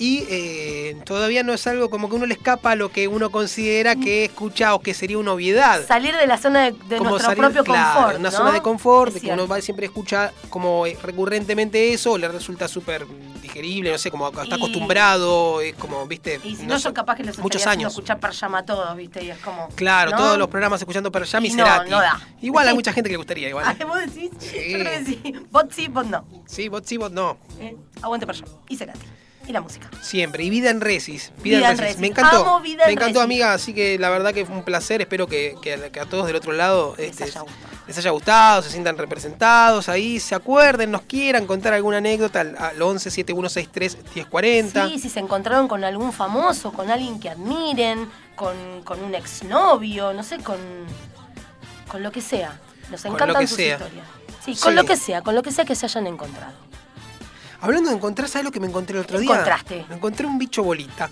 Y eh, todavía no es algo como que uno le escapa a lo que uno considera que escucha o que sería una obviedad.
Mm. Salir de la zona de, de
como
nuestro
salir,
propio
claro,
confort.
Una
¿no?
zona de confort,
Es
de que uno
cierto.
va y siempre escucha como eh, recurrentemente eso, le resulta súper digerible, no sé, como está
Y-
acostumbrado, es como, viste,
Y si
no
no,
sé,
yo capaz que los
muchos
estaría haciendo
años.
escuchar para llama a todos, ¿viste? Y es como.
Claro,
¿no?
todos los programas escuchando para allá
Y
y
no,
Cerati.
no da.
Igual hay mucha gente que le gustaría,
Ah,
igual.
vos decís. Yo creo que sí. Bot sí, bot no.
Sí, bot sí, bot no.
Eh, aguante para allá. Y Cerati. Y la música.
Siempre. Y Vida en Resis. Vida,
Vida
en
en
Resis.
Resis.
Me encantó.
Amo Vida
Me
en
encantó,
Resis.
amiga. Así que la verdad que fue un placer. Espero que, que a- que a todos del otro lado este, les haya gustado, se sientan representados ahí, se acuerden, nos quieran contar alguna anécdota al, al 11 7163 1040.
Sí, si se encontraron con algún famoso, con alguien que admiren, con, con un exnovio, no sé, con. con lo que sea. Nos
Con lo
encantan
que
sus
sea.
historias. Sí, con
Sí.
lo que sea, con lo que sea que se hayan encontrado.
Hablando de encontrar, ¿sabes lo que me encontré el otro
¿Qué
día?
encontraste?
Me encontré un bicho bolita.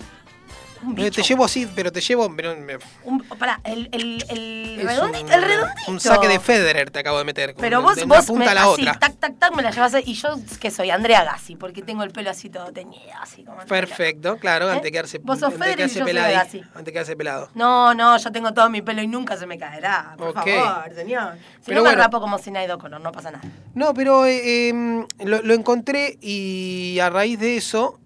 Un
Eh, Te llevo así, pero te llevo. pero me-
Un, pará, el, el, el,
este- es
redondito,
un-
el redondito.
Un saque de Federer te acabo de meter. como
Pero
de-
vos,
de una
vos
punta
me,
a la
así,
otra.
tac, tac, tac, me la llevas. ahí. Y yo, que soy Andrea Gassi, porque tengo el pelo así todo teñido, así como...
Perfecto, claro,
¿Eh?
antes de quedarse,
Vos sos
antes de
Federer y
quedarse
yo soy
peladi-
Agassi.
Antes de quedarse pelado.
No, no, yo tengo todo mi pelo y nunca se me caerá, por
Ok.
favor, señor. Si
Pero
no me
bueno.
rapo como si nadie O'Connor, no pasa nada.
No, pero eh, eh, lo, lo encontré y a raíz de eso,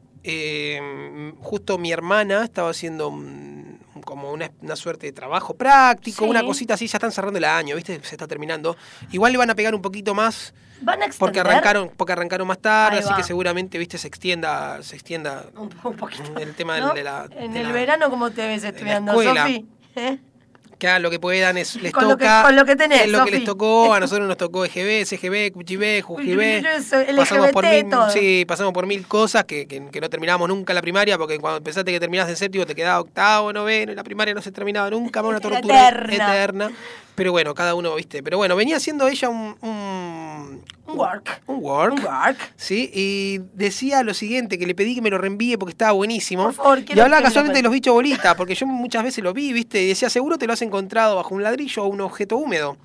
eh, justo mi hermana estaba haciendo un- como una, una suerte de trabajo práctico,
Sí.
una cosita así, ya están cerrando el año, ¿viste? Se está terminando. Igual le van a pegar un poquito más
Van a extender
porque arrancaron, porque arrancaron más tarde,
Ahí
así
va.
que seguramente, ¿viste? Se extienda, se extienda
un, po- un poquito,
el tema del-
¿no?
de la...
En
de
el
la-
verano, ¿cómo te ves estudiando,
escuela.
Sofi? ¿Eh?
que hagan lo que puedan, es, les
Con lo que-
toca.
con lo que tenés,
Es lo que
Sofi.
les tocó, a nosotros nos tocó E EGB, CGB, QGB,
Yo soy
JUGB.
LGBT,
Pasamos por mil,
todo.
sí, pasamos por mil cosas que, que- que no terminamos nunca la primaria, porque cuando pensaste que terminás en séptimo te quedaba octavo, noveno, y la primaria no se terminaba nunca, más una
Era
tortura
eterna.
eterna. Pero bueno, cada uno, viste. Pero bueno, venía haciendo ella un- un
Un work.
un work.
Un work.
Sí, y decía lo siguiente, que le pedí que me lo reenvíe porque estaba buenísimo.
Por favor,
y
quiero que
hablaba
me lo
casualmente
cuente.
de los bichos bolitas, porque yo muchas veces los vi, ¿viste? Y decía, seguro te lo has encontrado bajo un ladrillo o un objeto húmedo.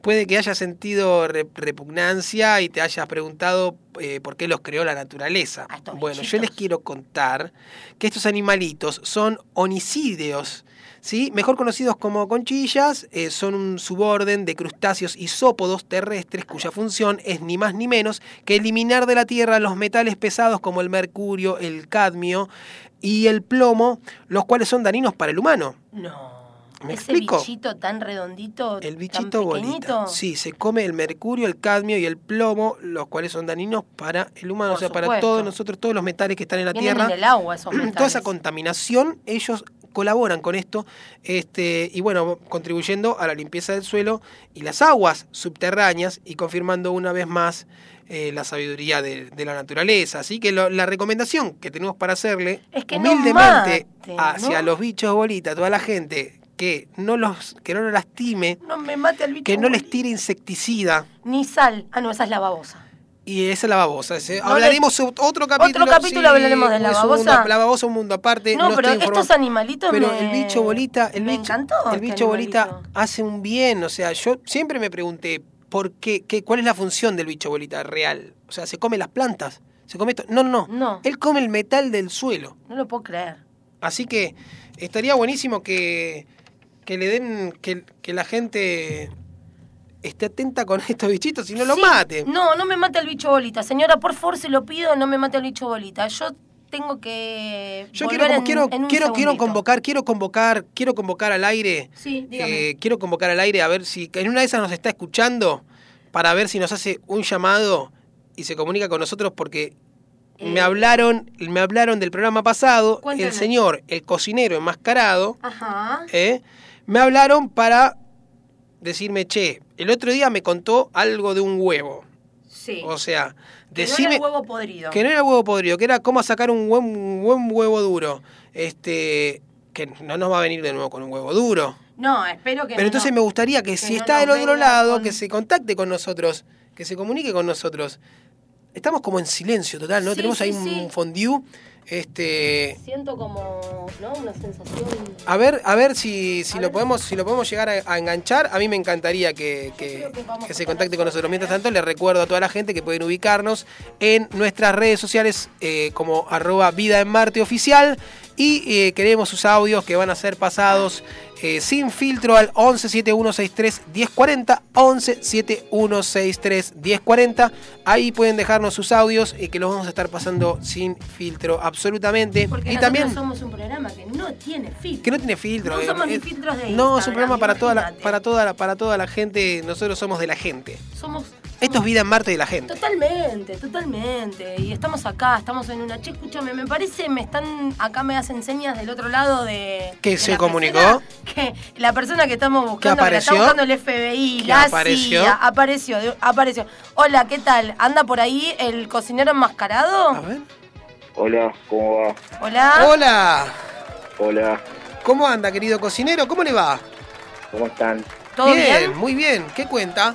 Puede que hayas sentido re- repugnancia y te hayas preguntado eh, por qué los creó la naturaleza. Bueno, yo les quiero contar que estos animalitos son onisídeos. ¿sí? Mejor conocidos como conchillas, eh, son un suborden de crustáceos isópodos terrestres cuya función es ni más ni menos que eliminar de la Tierra los metales pesados como el mercurio, el cadmio y el plomo, los cuales son dañinos para el humano.
No.
¿Me
Ese
explico?
bichito tan redondito,
El
tan
bichito
pequeñito.
bolita. Sí, se come el mercurio, el cadmio y el plomo, los cuales son dañinos para el humano,
Por
o sea, para
supuesto.
todos nosotros, todos los metales que están en la
Vienen
Tierra.
en el agua esos
toda
metales.
esa contaminación, ellos colaboran con esto, este, y bueno, contribuyendo a la limpieza del suelo y las aguas subterráneas y confirmando una vez más eh, la sabiduría de, de la naturaleza. Así que lo- la recomendación que tenemos para hacerle
Es que no
humildemente
maten,
hacia
¿no?
los bichos bolita, toda la gente que no los que no los lastime,
No me mate al bicho.
que no les tire insecticida.
Ni sal. Ah, no, esa es la babosa.
Y esa es la babosa. ese-
No
hablaremos
le-
ot- otro capítulo.
capítulo hablaremos de la
es un mundo-
babosa.
la babosa es un mundo aparte.
No, pero
estoy informado.
estos animalitos
Pero
me-
el bicho bolita, el
me
bicho,
encantó
el
este
bicho bolita
animalito.
hace un bien. O sea, yo siempre me pregunté por qué, qué- cuál es la función del bicho bolita real. O sea, se come las plantas, se come esto. No, no, no. Él come el metal del suelo.
No lo puedo creer.
Así que estaría buenísimo que, que le den, que, que la gente esté atenta con estos bichitos y no los
Sí,
mate.
No, no me mate al bicho bolita. Señora, por favor, se lo pido, no me mate al bicho bolita. Yo tengo que.
Yo
volver
quiero,
en-
quiero,
en un
quiero, quiero
segundito.
convocar, quiero convocar, quiero convocar al aire.
Sí, dígame.
eh, quiero convocar al aire a ver si en una de esas nos está escuchando para ver si nos hace un llamado y se comunica con nosotros porque
Eh.
me hablaron, me hablaron del programa pasado,
Cuénteme.
el señor, el cocinero enmascarado,
Ajá.
¿eh? me hablaron para decirme, che, el otro día me contó algo de un huevo.
Sí.
O sea,
que
decime
no era huevo podrido.
que no era huevo podrido, que era cómo sacar un buen, un buen huevo duro. Este, que no nos va a venir de nuevo con un huevo duro.
No, espero que
Pero
no.
entonces me gustaría que,
que
si
no
está del
nos
otro
venga
lado, que se contacte con nosotros, que se comunique con nosotros. Estamos como en silencio total, ¿no?
Sí,
Tenemos
sí,
ahí
sí.
un fondue. Este,
Siento como, ¿no? Una sensación...
a ver, a ver si, si lo podemos, si lo podemos llegar a, a enganchar. A mí me encantaría que, que- que se contacte con nosotros. Mientras tanto, les recuerdo a toda la gente que pueden ubicarnos en nuestras redes sociales eh, como arroba vida en Marte oficial. Y eh, queremos sus audios que van a ser pasados eh, sin filtro al 117163 1040. 117163 1040. Ahí pueden dejarnos sus audios y que los vamos a estar pasando sin filtro absolutamente.
Porque
y
nosotros
también
somos un programa que no tiene filtro.
que no tiene filtro.
No
eh,
somos ni
eh,
filtros de
No, es un
Instagram,
programa para toda, la,
imagínate.
para, toda la, para toda la gente. Nosotros somos de la gente.
Somos
Esto es vida en Marte de la gente.
Totalmente, totalmente. Y estamos acá, estamos en una. Che, escúchame, me parece, me están. Acá me hacen señas del otro lado de.
Que
de
se
la
comunicó.
persona- que la persona que estamos buscando, que la está buscando
apareció?
el FBI,
¿Que
la
apareció?
CIA, apareció, de- apareció. Hola, ¿qué tal? ¿Anda por ahí el cocinero enmascarado?
Hola, ¿cómo va?
Hola.
Hola.
Hola,
¿Cómo anda, querido cocinero? ¿Cómo le va?
¿cómo están?
¿Todo bien?
muy bien. ¿Qué cuenta?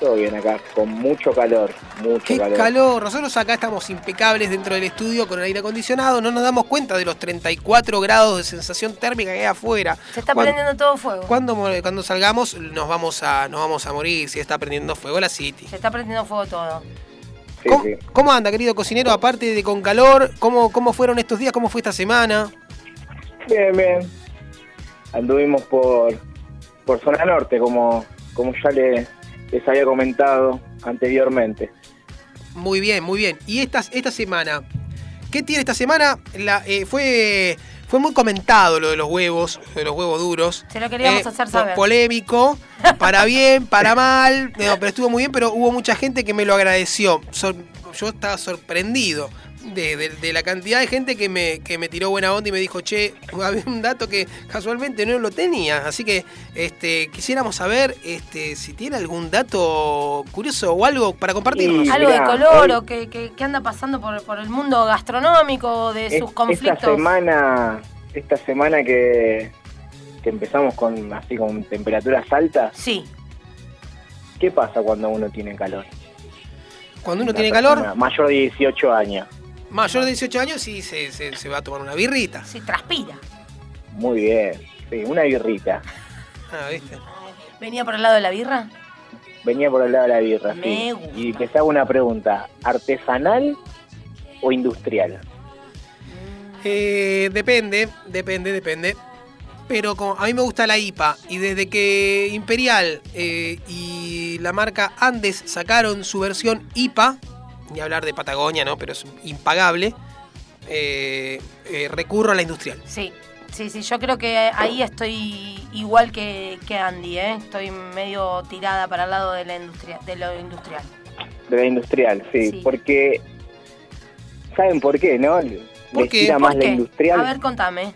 Todo bien acá, con mucho calor, mucho
Qué
calor.
calor. Nosotros acá estamos impecables dentro del estudio con el aire acondicionado. No nos damos cuenta de los 34 grados de sensación térmica que hay afuera.
Se está
Cuan-
prendiendo todo fuego.
Cuando, mo- cuando salgamos nos vamos a nos vamos a morir si está prendiendo fuego la City.
Se está prendiendo fuego todo.
¿Cómo, cómo anda, querido cocinero? Aparte de con calor, ¿cómo, ¿cómo fueron estos días? ¿Cómo fue esta semana?
Bien, bien. Anduvimos por, por zona norte, como, como ya le- les había comentado anteriormente.
Muy bien, muy bien. ¿Y esta, esta semana? ¿Qué tiene esta semana? La, eh, fue, fue muy comentado lo de los huevos, lo de los huevos duros. Eh,
Se lo queríamos hacer
po-
saber.
Polémico, para bien, para mal. No, pero estuvo muy bien, pero hubo mucha gente que me lo agradeció. Sor- yo estaba sorprendido de, de- de la cantidad de gente que me, que me tiró buena onda y me dijo, che, había un dato que casualmente no lo tenía. Así que este, quisiéramos saber este, si tiene algún dato curioso o algo para compartirnos.
Algo de color o que, que- que anda pasando por, por el mundo gastronómico, de
Es-
sus
Esta
conflictos.
semana, esta semana que, que empezamos con así con temperaturas altas.
Sí.
¿Qué pasa cuando uno tiene calor?
Cuando uno
Una
tiene
persona
calor,
Mayor de 18 años.
mayor de 18 años, sí se, se- se va a tomar una birrita.
Sí, transpira.
Muy bien. Sí, una birrita.
Ah, ¿viste?
¿Venía por el lado de la birra?
Venía por el lado de la birra,
Me
sí. Y les hago una pregunta, ¿artesanal o industrial?
Eh, depende, depende, depende. Pero como a mí me gusta la IPA y desde que Imperial eh, y la marca Andes sacaron su versión IPA, ni hablar de Patagonia, ¿no? Pero es impagable, eh, eh, recurro a la industrial.
Sí, sí, sí. Yo creo que ahí estoy igual que, que Andy, ¿eh? Estoy medio tirada para el lado de, la industria, de lo industrial.
De la industrial, sí. Porque, ¿saben por qué, no?
¿Por
Les
qué?
tira
¿Por
más la
qué?
industrial.
A ver, contame.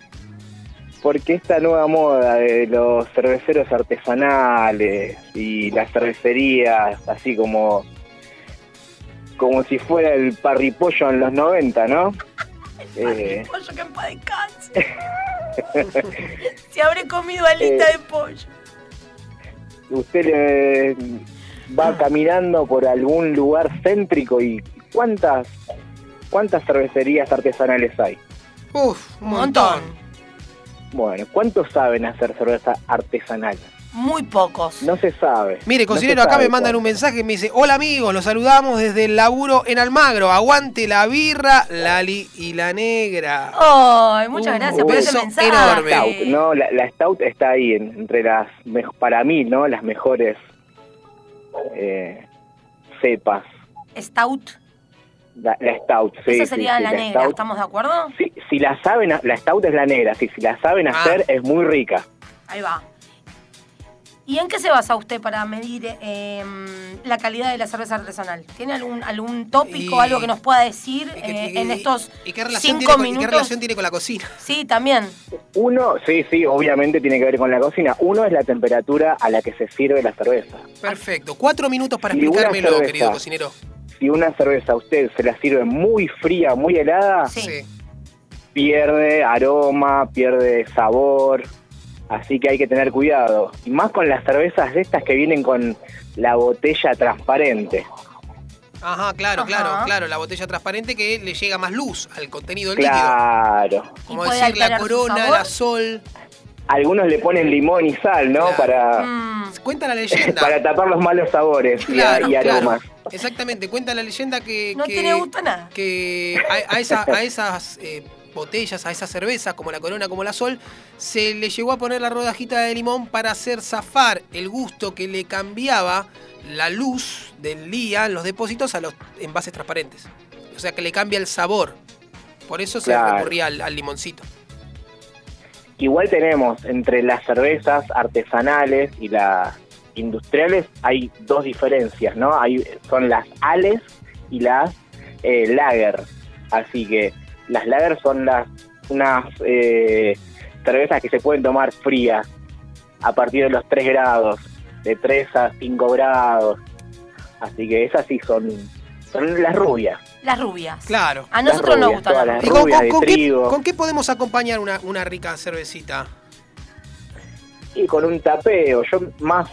Porque esta nueva moda de los cerveceros artesanales y las cervecerías, así como como si fuera el parripollo en los 90, ¿no? Eh,
Pollo que en paz descanse. Si habré comido alita
Eh.
de pollo.
usted eh, va caminando por algún lugar céntrico y ¿cuántas cuántas cervecerías artesanales hay?
Uf, un montón.
Bueno, ¿cuántos saben hacer cerveza artesanal?
Muy pocos.
No se sabe.
Mire,
No se
cocinero, acá
sabe
me mandan
cuántos.
un mensaje y me dice, hola amigos, los saludamos desde el laburo en Almagro. Aguante la birra, Lali y la negra.
Ay, muchas
Un
gracias por ese
beso
mensaje.
Stout, no, la, la Stout está ahí en- entre las, mej- para mí, ¿no? Las mejores eh, cepas.
Stout.
La, la Stout, sí.
Esa
sí,
sería
sí,
la negra,
Stout.
¿estamos de acuerdo?
Sí. Si la saben, ha- la Stout es la negra, sí, si la saben hacer es muy rica.
Ahí va. ¿Y en qué se basa usted para medir eh, la calidad de la cerveza artesanal? ¿Tiene algún, algún tópico,
Y-
algo que nos pueda decir eh, en estos cinco
tiene, con-
minutos?
¿Y qué relación tiene con la cocina?
Sí, también.
Uno, sí, sí, obviamente tiene que ver con la cocina. Uno es la temperatura a la que se sirve la cerveza.
Perfecto. Cuatro minutos para
Y una
explicármelo,
cerveza.
querido cocinero.
Si una cerveza a usted se la sirve muy fría, muy helada, pierde aroma, pierde sabor. Así que hay que tener cuidado. Y más con las cervezas de estas que vienen con la botella transparente.
Ajá, claro, claro, claro. La botella transparente que le llega más luz al contenido del líquido.
Claro.
Como
puede
decir, la
alterar su
corona,
sabor.
la sol.
Algunos le ponen limón y sal, ¿no? Para,
Mm.
Cuenta la leyenda.
para tapar los malos sabores y-
Mm. Claro,
y,
claro.
aromas.
Exactamente, cuenta la leyenda que.
No
que-
tiene gusto a nada.
Que a, a esa- a esas eh, botellas, a esas cervezas, como la Corona, como la Sol, se le llegó a poner la rodajita de limón para hacer zafar el gusto que le cambiaba la luz del día en los depósitos a los envases transparentes. O sea, que le cambia el sabor. Por eso se
Claro.
recurría al, al limoncito.
Igual tenemos entre las cervezas artesanales y las industriales hay dos diferencias, ¿no? Hay, son las ales y las eh, lager. Así que las lager son las unas eh, cervezas que se pueden tomar frías a partir de los 3 grados, de 3 a 5 grados. Así que esas sí son, son las rubias.
Las rubias.
Claro.
A nosotros
Las
nos
rubias,
gustan
todas
las
las
rubias.
¿Y con,
Rubia de
con qué,
trigo.
con qué podemos acompañar una, una rica cervecita?
Y con un tapeo, yo más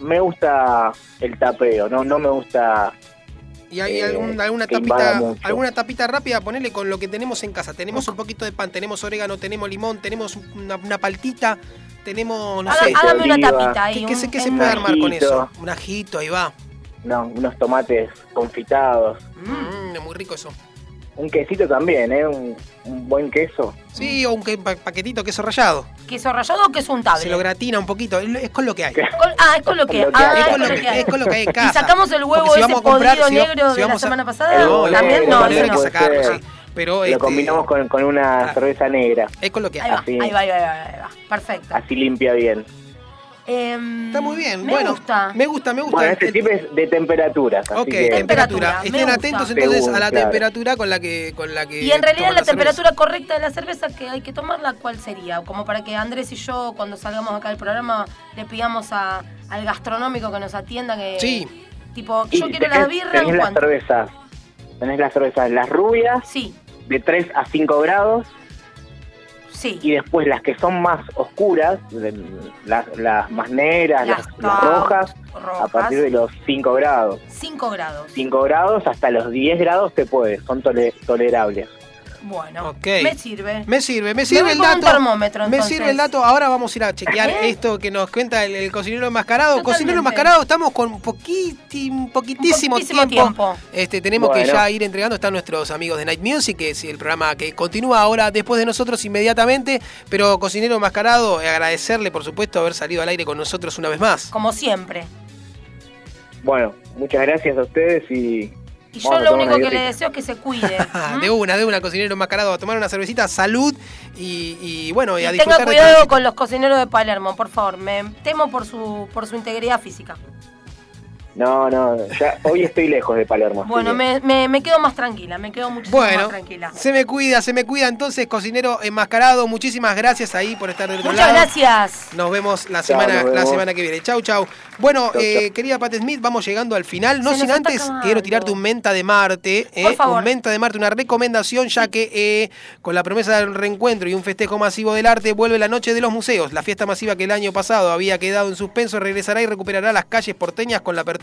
me gusta el tapeo, no no me gusta
Y hay
Eh,
algún- alguna
que invada
tapita,
mucho.
alguna tapita rápida, ponele con lo que tenemos en casa. Tenemos un poquito de pan, tenemos orégano, tenemos limón, tenemos una, una paltita, tenemos, no
Haga-
sé.
hágame una Oliva. tapita ahí,
¿Qué, qué
un-
se, qué se
un
puede armar con
ajito.
eso? Un ajito, ahí va.
no, unos tomates confitados,
Mm, es muy rico eso.
un quesito también, ¿eh? un, un buen queso.
Sí, o un que- pa- paquetito, queso rallado.
¿Queso rallado o queso untable?
Se lo gratina un poquito, es, lo- es con lo que hay.
Con- ah, es con lo que,
Con lo que
ah,
hay.
es
Es con lo que- es con lo que hay en casa.
Y sacamos el huevo
Porque si
ese
vamos a comprar,
podrido
si va-
negro
si
de la
vamos a-
semana pasada.
No, no,
También no,
no,
ese
no,
no.
Hay que sacarlo,
puede
sí. Pero
Lo
este, Ah.
combinamos con, con una cerveza negra,
es con lo que
Ahí
hay.
va,
Así.
ahí va, ahí va, ahí va, ahí va. Perfecto.
así limpia bien.
Está
muy bien,
me
bueno.
gusta.
Me gusta, me gusta.
Bueno, este tip es de temperatura.
Ok, temperatura.
me
Estén
gusta.
atentos entonces a la
Según, claro.
temperatura con la que con la que
Y en realidad
toman
la
cerveza.
temperatura correcta de la cerveza que hay que tomarla, ¿cuál sería? Como para que Andrés y yo, cuando salgamos acá del programa, le pidamos a- al gastronómico que nos atienda que...
Sí.
Tipo,
Y
yo quiero
tenés-
la birra
tenés
en
las
cuanto...
cervezas, tenés las cervezas, las rubias,
Sí,
de 3 a 5 grados,
sí.
y después las que son más oscuras, de- las, las más negras,
Las
las, las
stout,
rojas, a partir de los 5 grados.
5 grados.
5 grados hasta los 10 grados se puede, son tole- tolerables.
Bueno,
Ok.
me sirve.
Me sirve, me
voy
sirve el
con un
dato.
termómetro,
me
entonces.
sirve el dato. Ahora vamos a ir a chequear
¿Eh?
esto que nos cuenta el, el cocinero enmascarado.
Totalmente.
Cocinero enmascarado, estamos con poquiti- poquitísimo,
Poquitísimo tiempo.
Este, tenemos que
Bueno.
ya ir entregando. Están nuestros amigos de Night Music, que es el programa que continúa ahora después de nosotros inmediatamente. Pero cocinero enmascarado, eh, agradecerle por supuesto haber salido al aire con nosotros una vez más.
Como siempre.
Bueno, muchas gracias a ustedes y...
Y yo
vamos a
lo
tomar una
único que le
birrita.
deseo es que se cuide.
Ah, De una, de una, cocinero enmascarado, a tomar una cervecita, salud y, y, bueno, y, a
Y
disfrutar
tenga
de
cuidado con los cocineros de Palermo, por favor. Me temo por su, por su integridad física.
No, no, ya, hoy estoy lejos de Palermo. así
Bueno,
que-
me, me, me quedo más tranquila, me quedo muchísimo
Bueno,
más tranquila.
se me cuida, se me cuida entonces, cocinero enmascarado. Muchísimas gracias ahí por estar del otro
Muchas
lado.
gracias.
Nos vemos la
Chao,
semana,
nos
la
vemos.
semana que viene. Chau, chau. Bueno,
Chau,
eh, querida Pat Smith, vamos llegando al final. No
Se nos
sin
está
antes,
acabando.
quiero tirarte un menta de Marte. eh,
Por favor.
Un menta de Marte, una recomendación, ya que eh, con la promesa del reencuentro y un festejo masivo del arte, vuelve la noche de los museos. La fiesta masiva que el año pasado había quedado en suspenso regresará y recuperará las calles porteñas con la apertura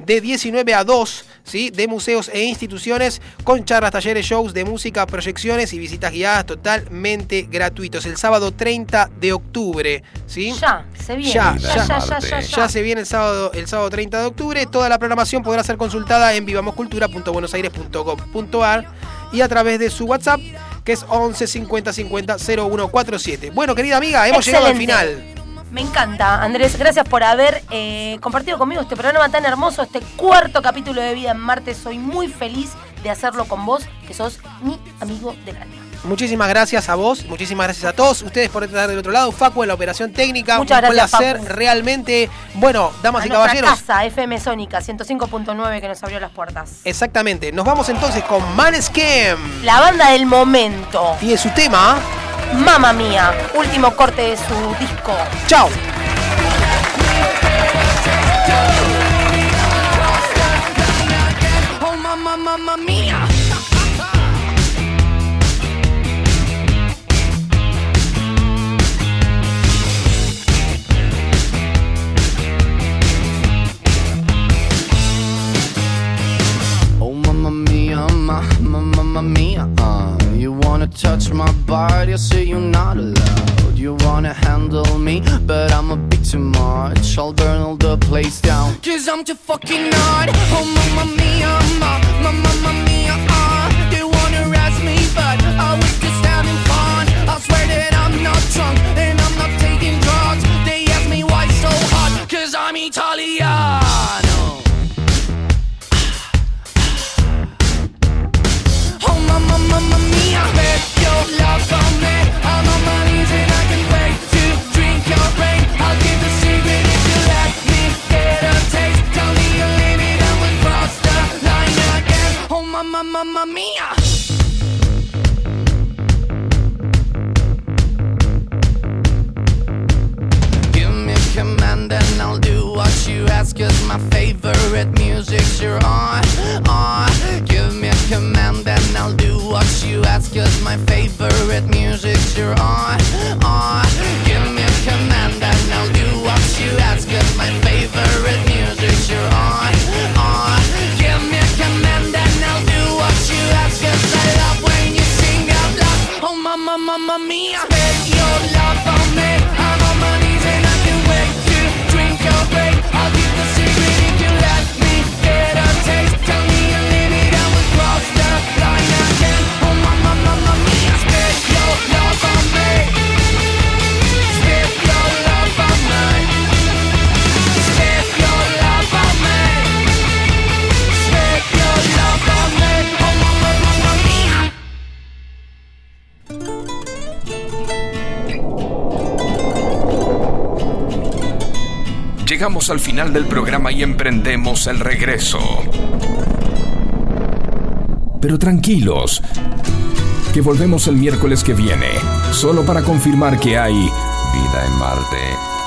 de 19 a 2 ¿sí? de museos e instituciones con charlas, talleres, shows de música, proyecciones y visitas guiadas totalmente gratuitos. El sábado 30 de octubre. ¿sí?
Ya, se viene.
Ya,
ya,
ya,
ya, ya, ya, ya.
Ya se viene el sábado, el sábado 30 de octubre. Toda la programación podrá ser consultada en vivamoscultura.buenosaires.gov.ar y a través de su WhatsApp, que es 11 50 50 0147. Bueno, querida amiga, hemos llegado al
Excelente.
final.
Me encanta, Andrés. Gracias por haber eh, compartido conmigo este programa tan hermoso, este cuarto capítulo de Vida en Marte. Soy muy feliz de hacerlo con vos, que sos mi amigo del alma.
Muchísimas gracias a vos, muchísimas gracias a todos ustedes por estar del otro lado. Facu en la operación técnica,
Muchas
un
gracias,
placer
Facu.
realmente. Bueno, damas
A
y
nuestra
caballeros,
casa, FM Sónica 105.9 que nos abrió las puertas.
exactamente. Nos vamos entonces con Maneskin
La banda del momento.
y de su tema.
Mamma mía, último corte de su disco.
Chao.
Oh mamma mamma mia
Oh, mamma mia, ma, ma, mamma mia. Uh, you wanna touch my body? I say you're not allowed. You wanna handle me, but I'm a bit too much. I'll burn all the place down.
Cause I'm too fucking hard Oh mamma mia ma, ma, mamma mia uh. They wanna arrest me but I was just having fun I swear that I'm not drunk and I'm not taking drugs They ask me why so hot Cause I'm Italiano Oh mamma mamma mia Bet your love on me I'm on my knees and I can wait to drink your brain I'll give the secret if you let me get a taste Tell me you leave it and we'll cross the line again Oh mamma mamma mia
Give me a command and I'll do what you ask Cause my favorite music's your on, on Give me a command and I'll do what you ask Cause my favorite music's your on, on Give me a command and I'll do what you ask Cause my favorite music's your on, on Give me a command and I'll do what you ask Cause I love when you sing out loud
Oh mamma mamma mia Spend your love on me I'm on my knees and I can wait to drink your brain I'll keep the secret if you let me get a taste Tell me a limit and we'll cross the line again Oh mamma mamma mia Spend your love on me Spend your love on me Spend your love on me Spend your love on me Oh mamma mamma mia
Llegamos al final del programa y emprendemos el regreso. Pero tranquilos, que volvemos el miércoles que viene, solo para confirmar que hay vida en Marte.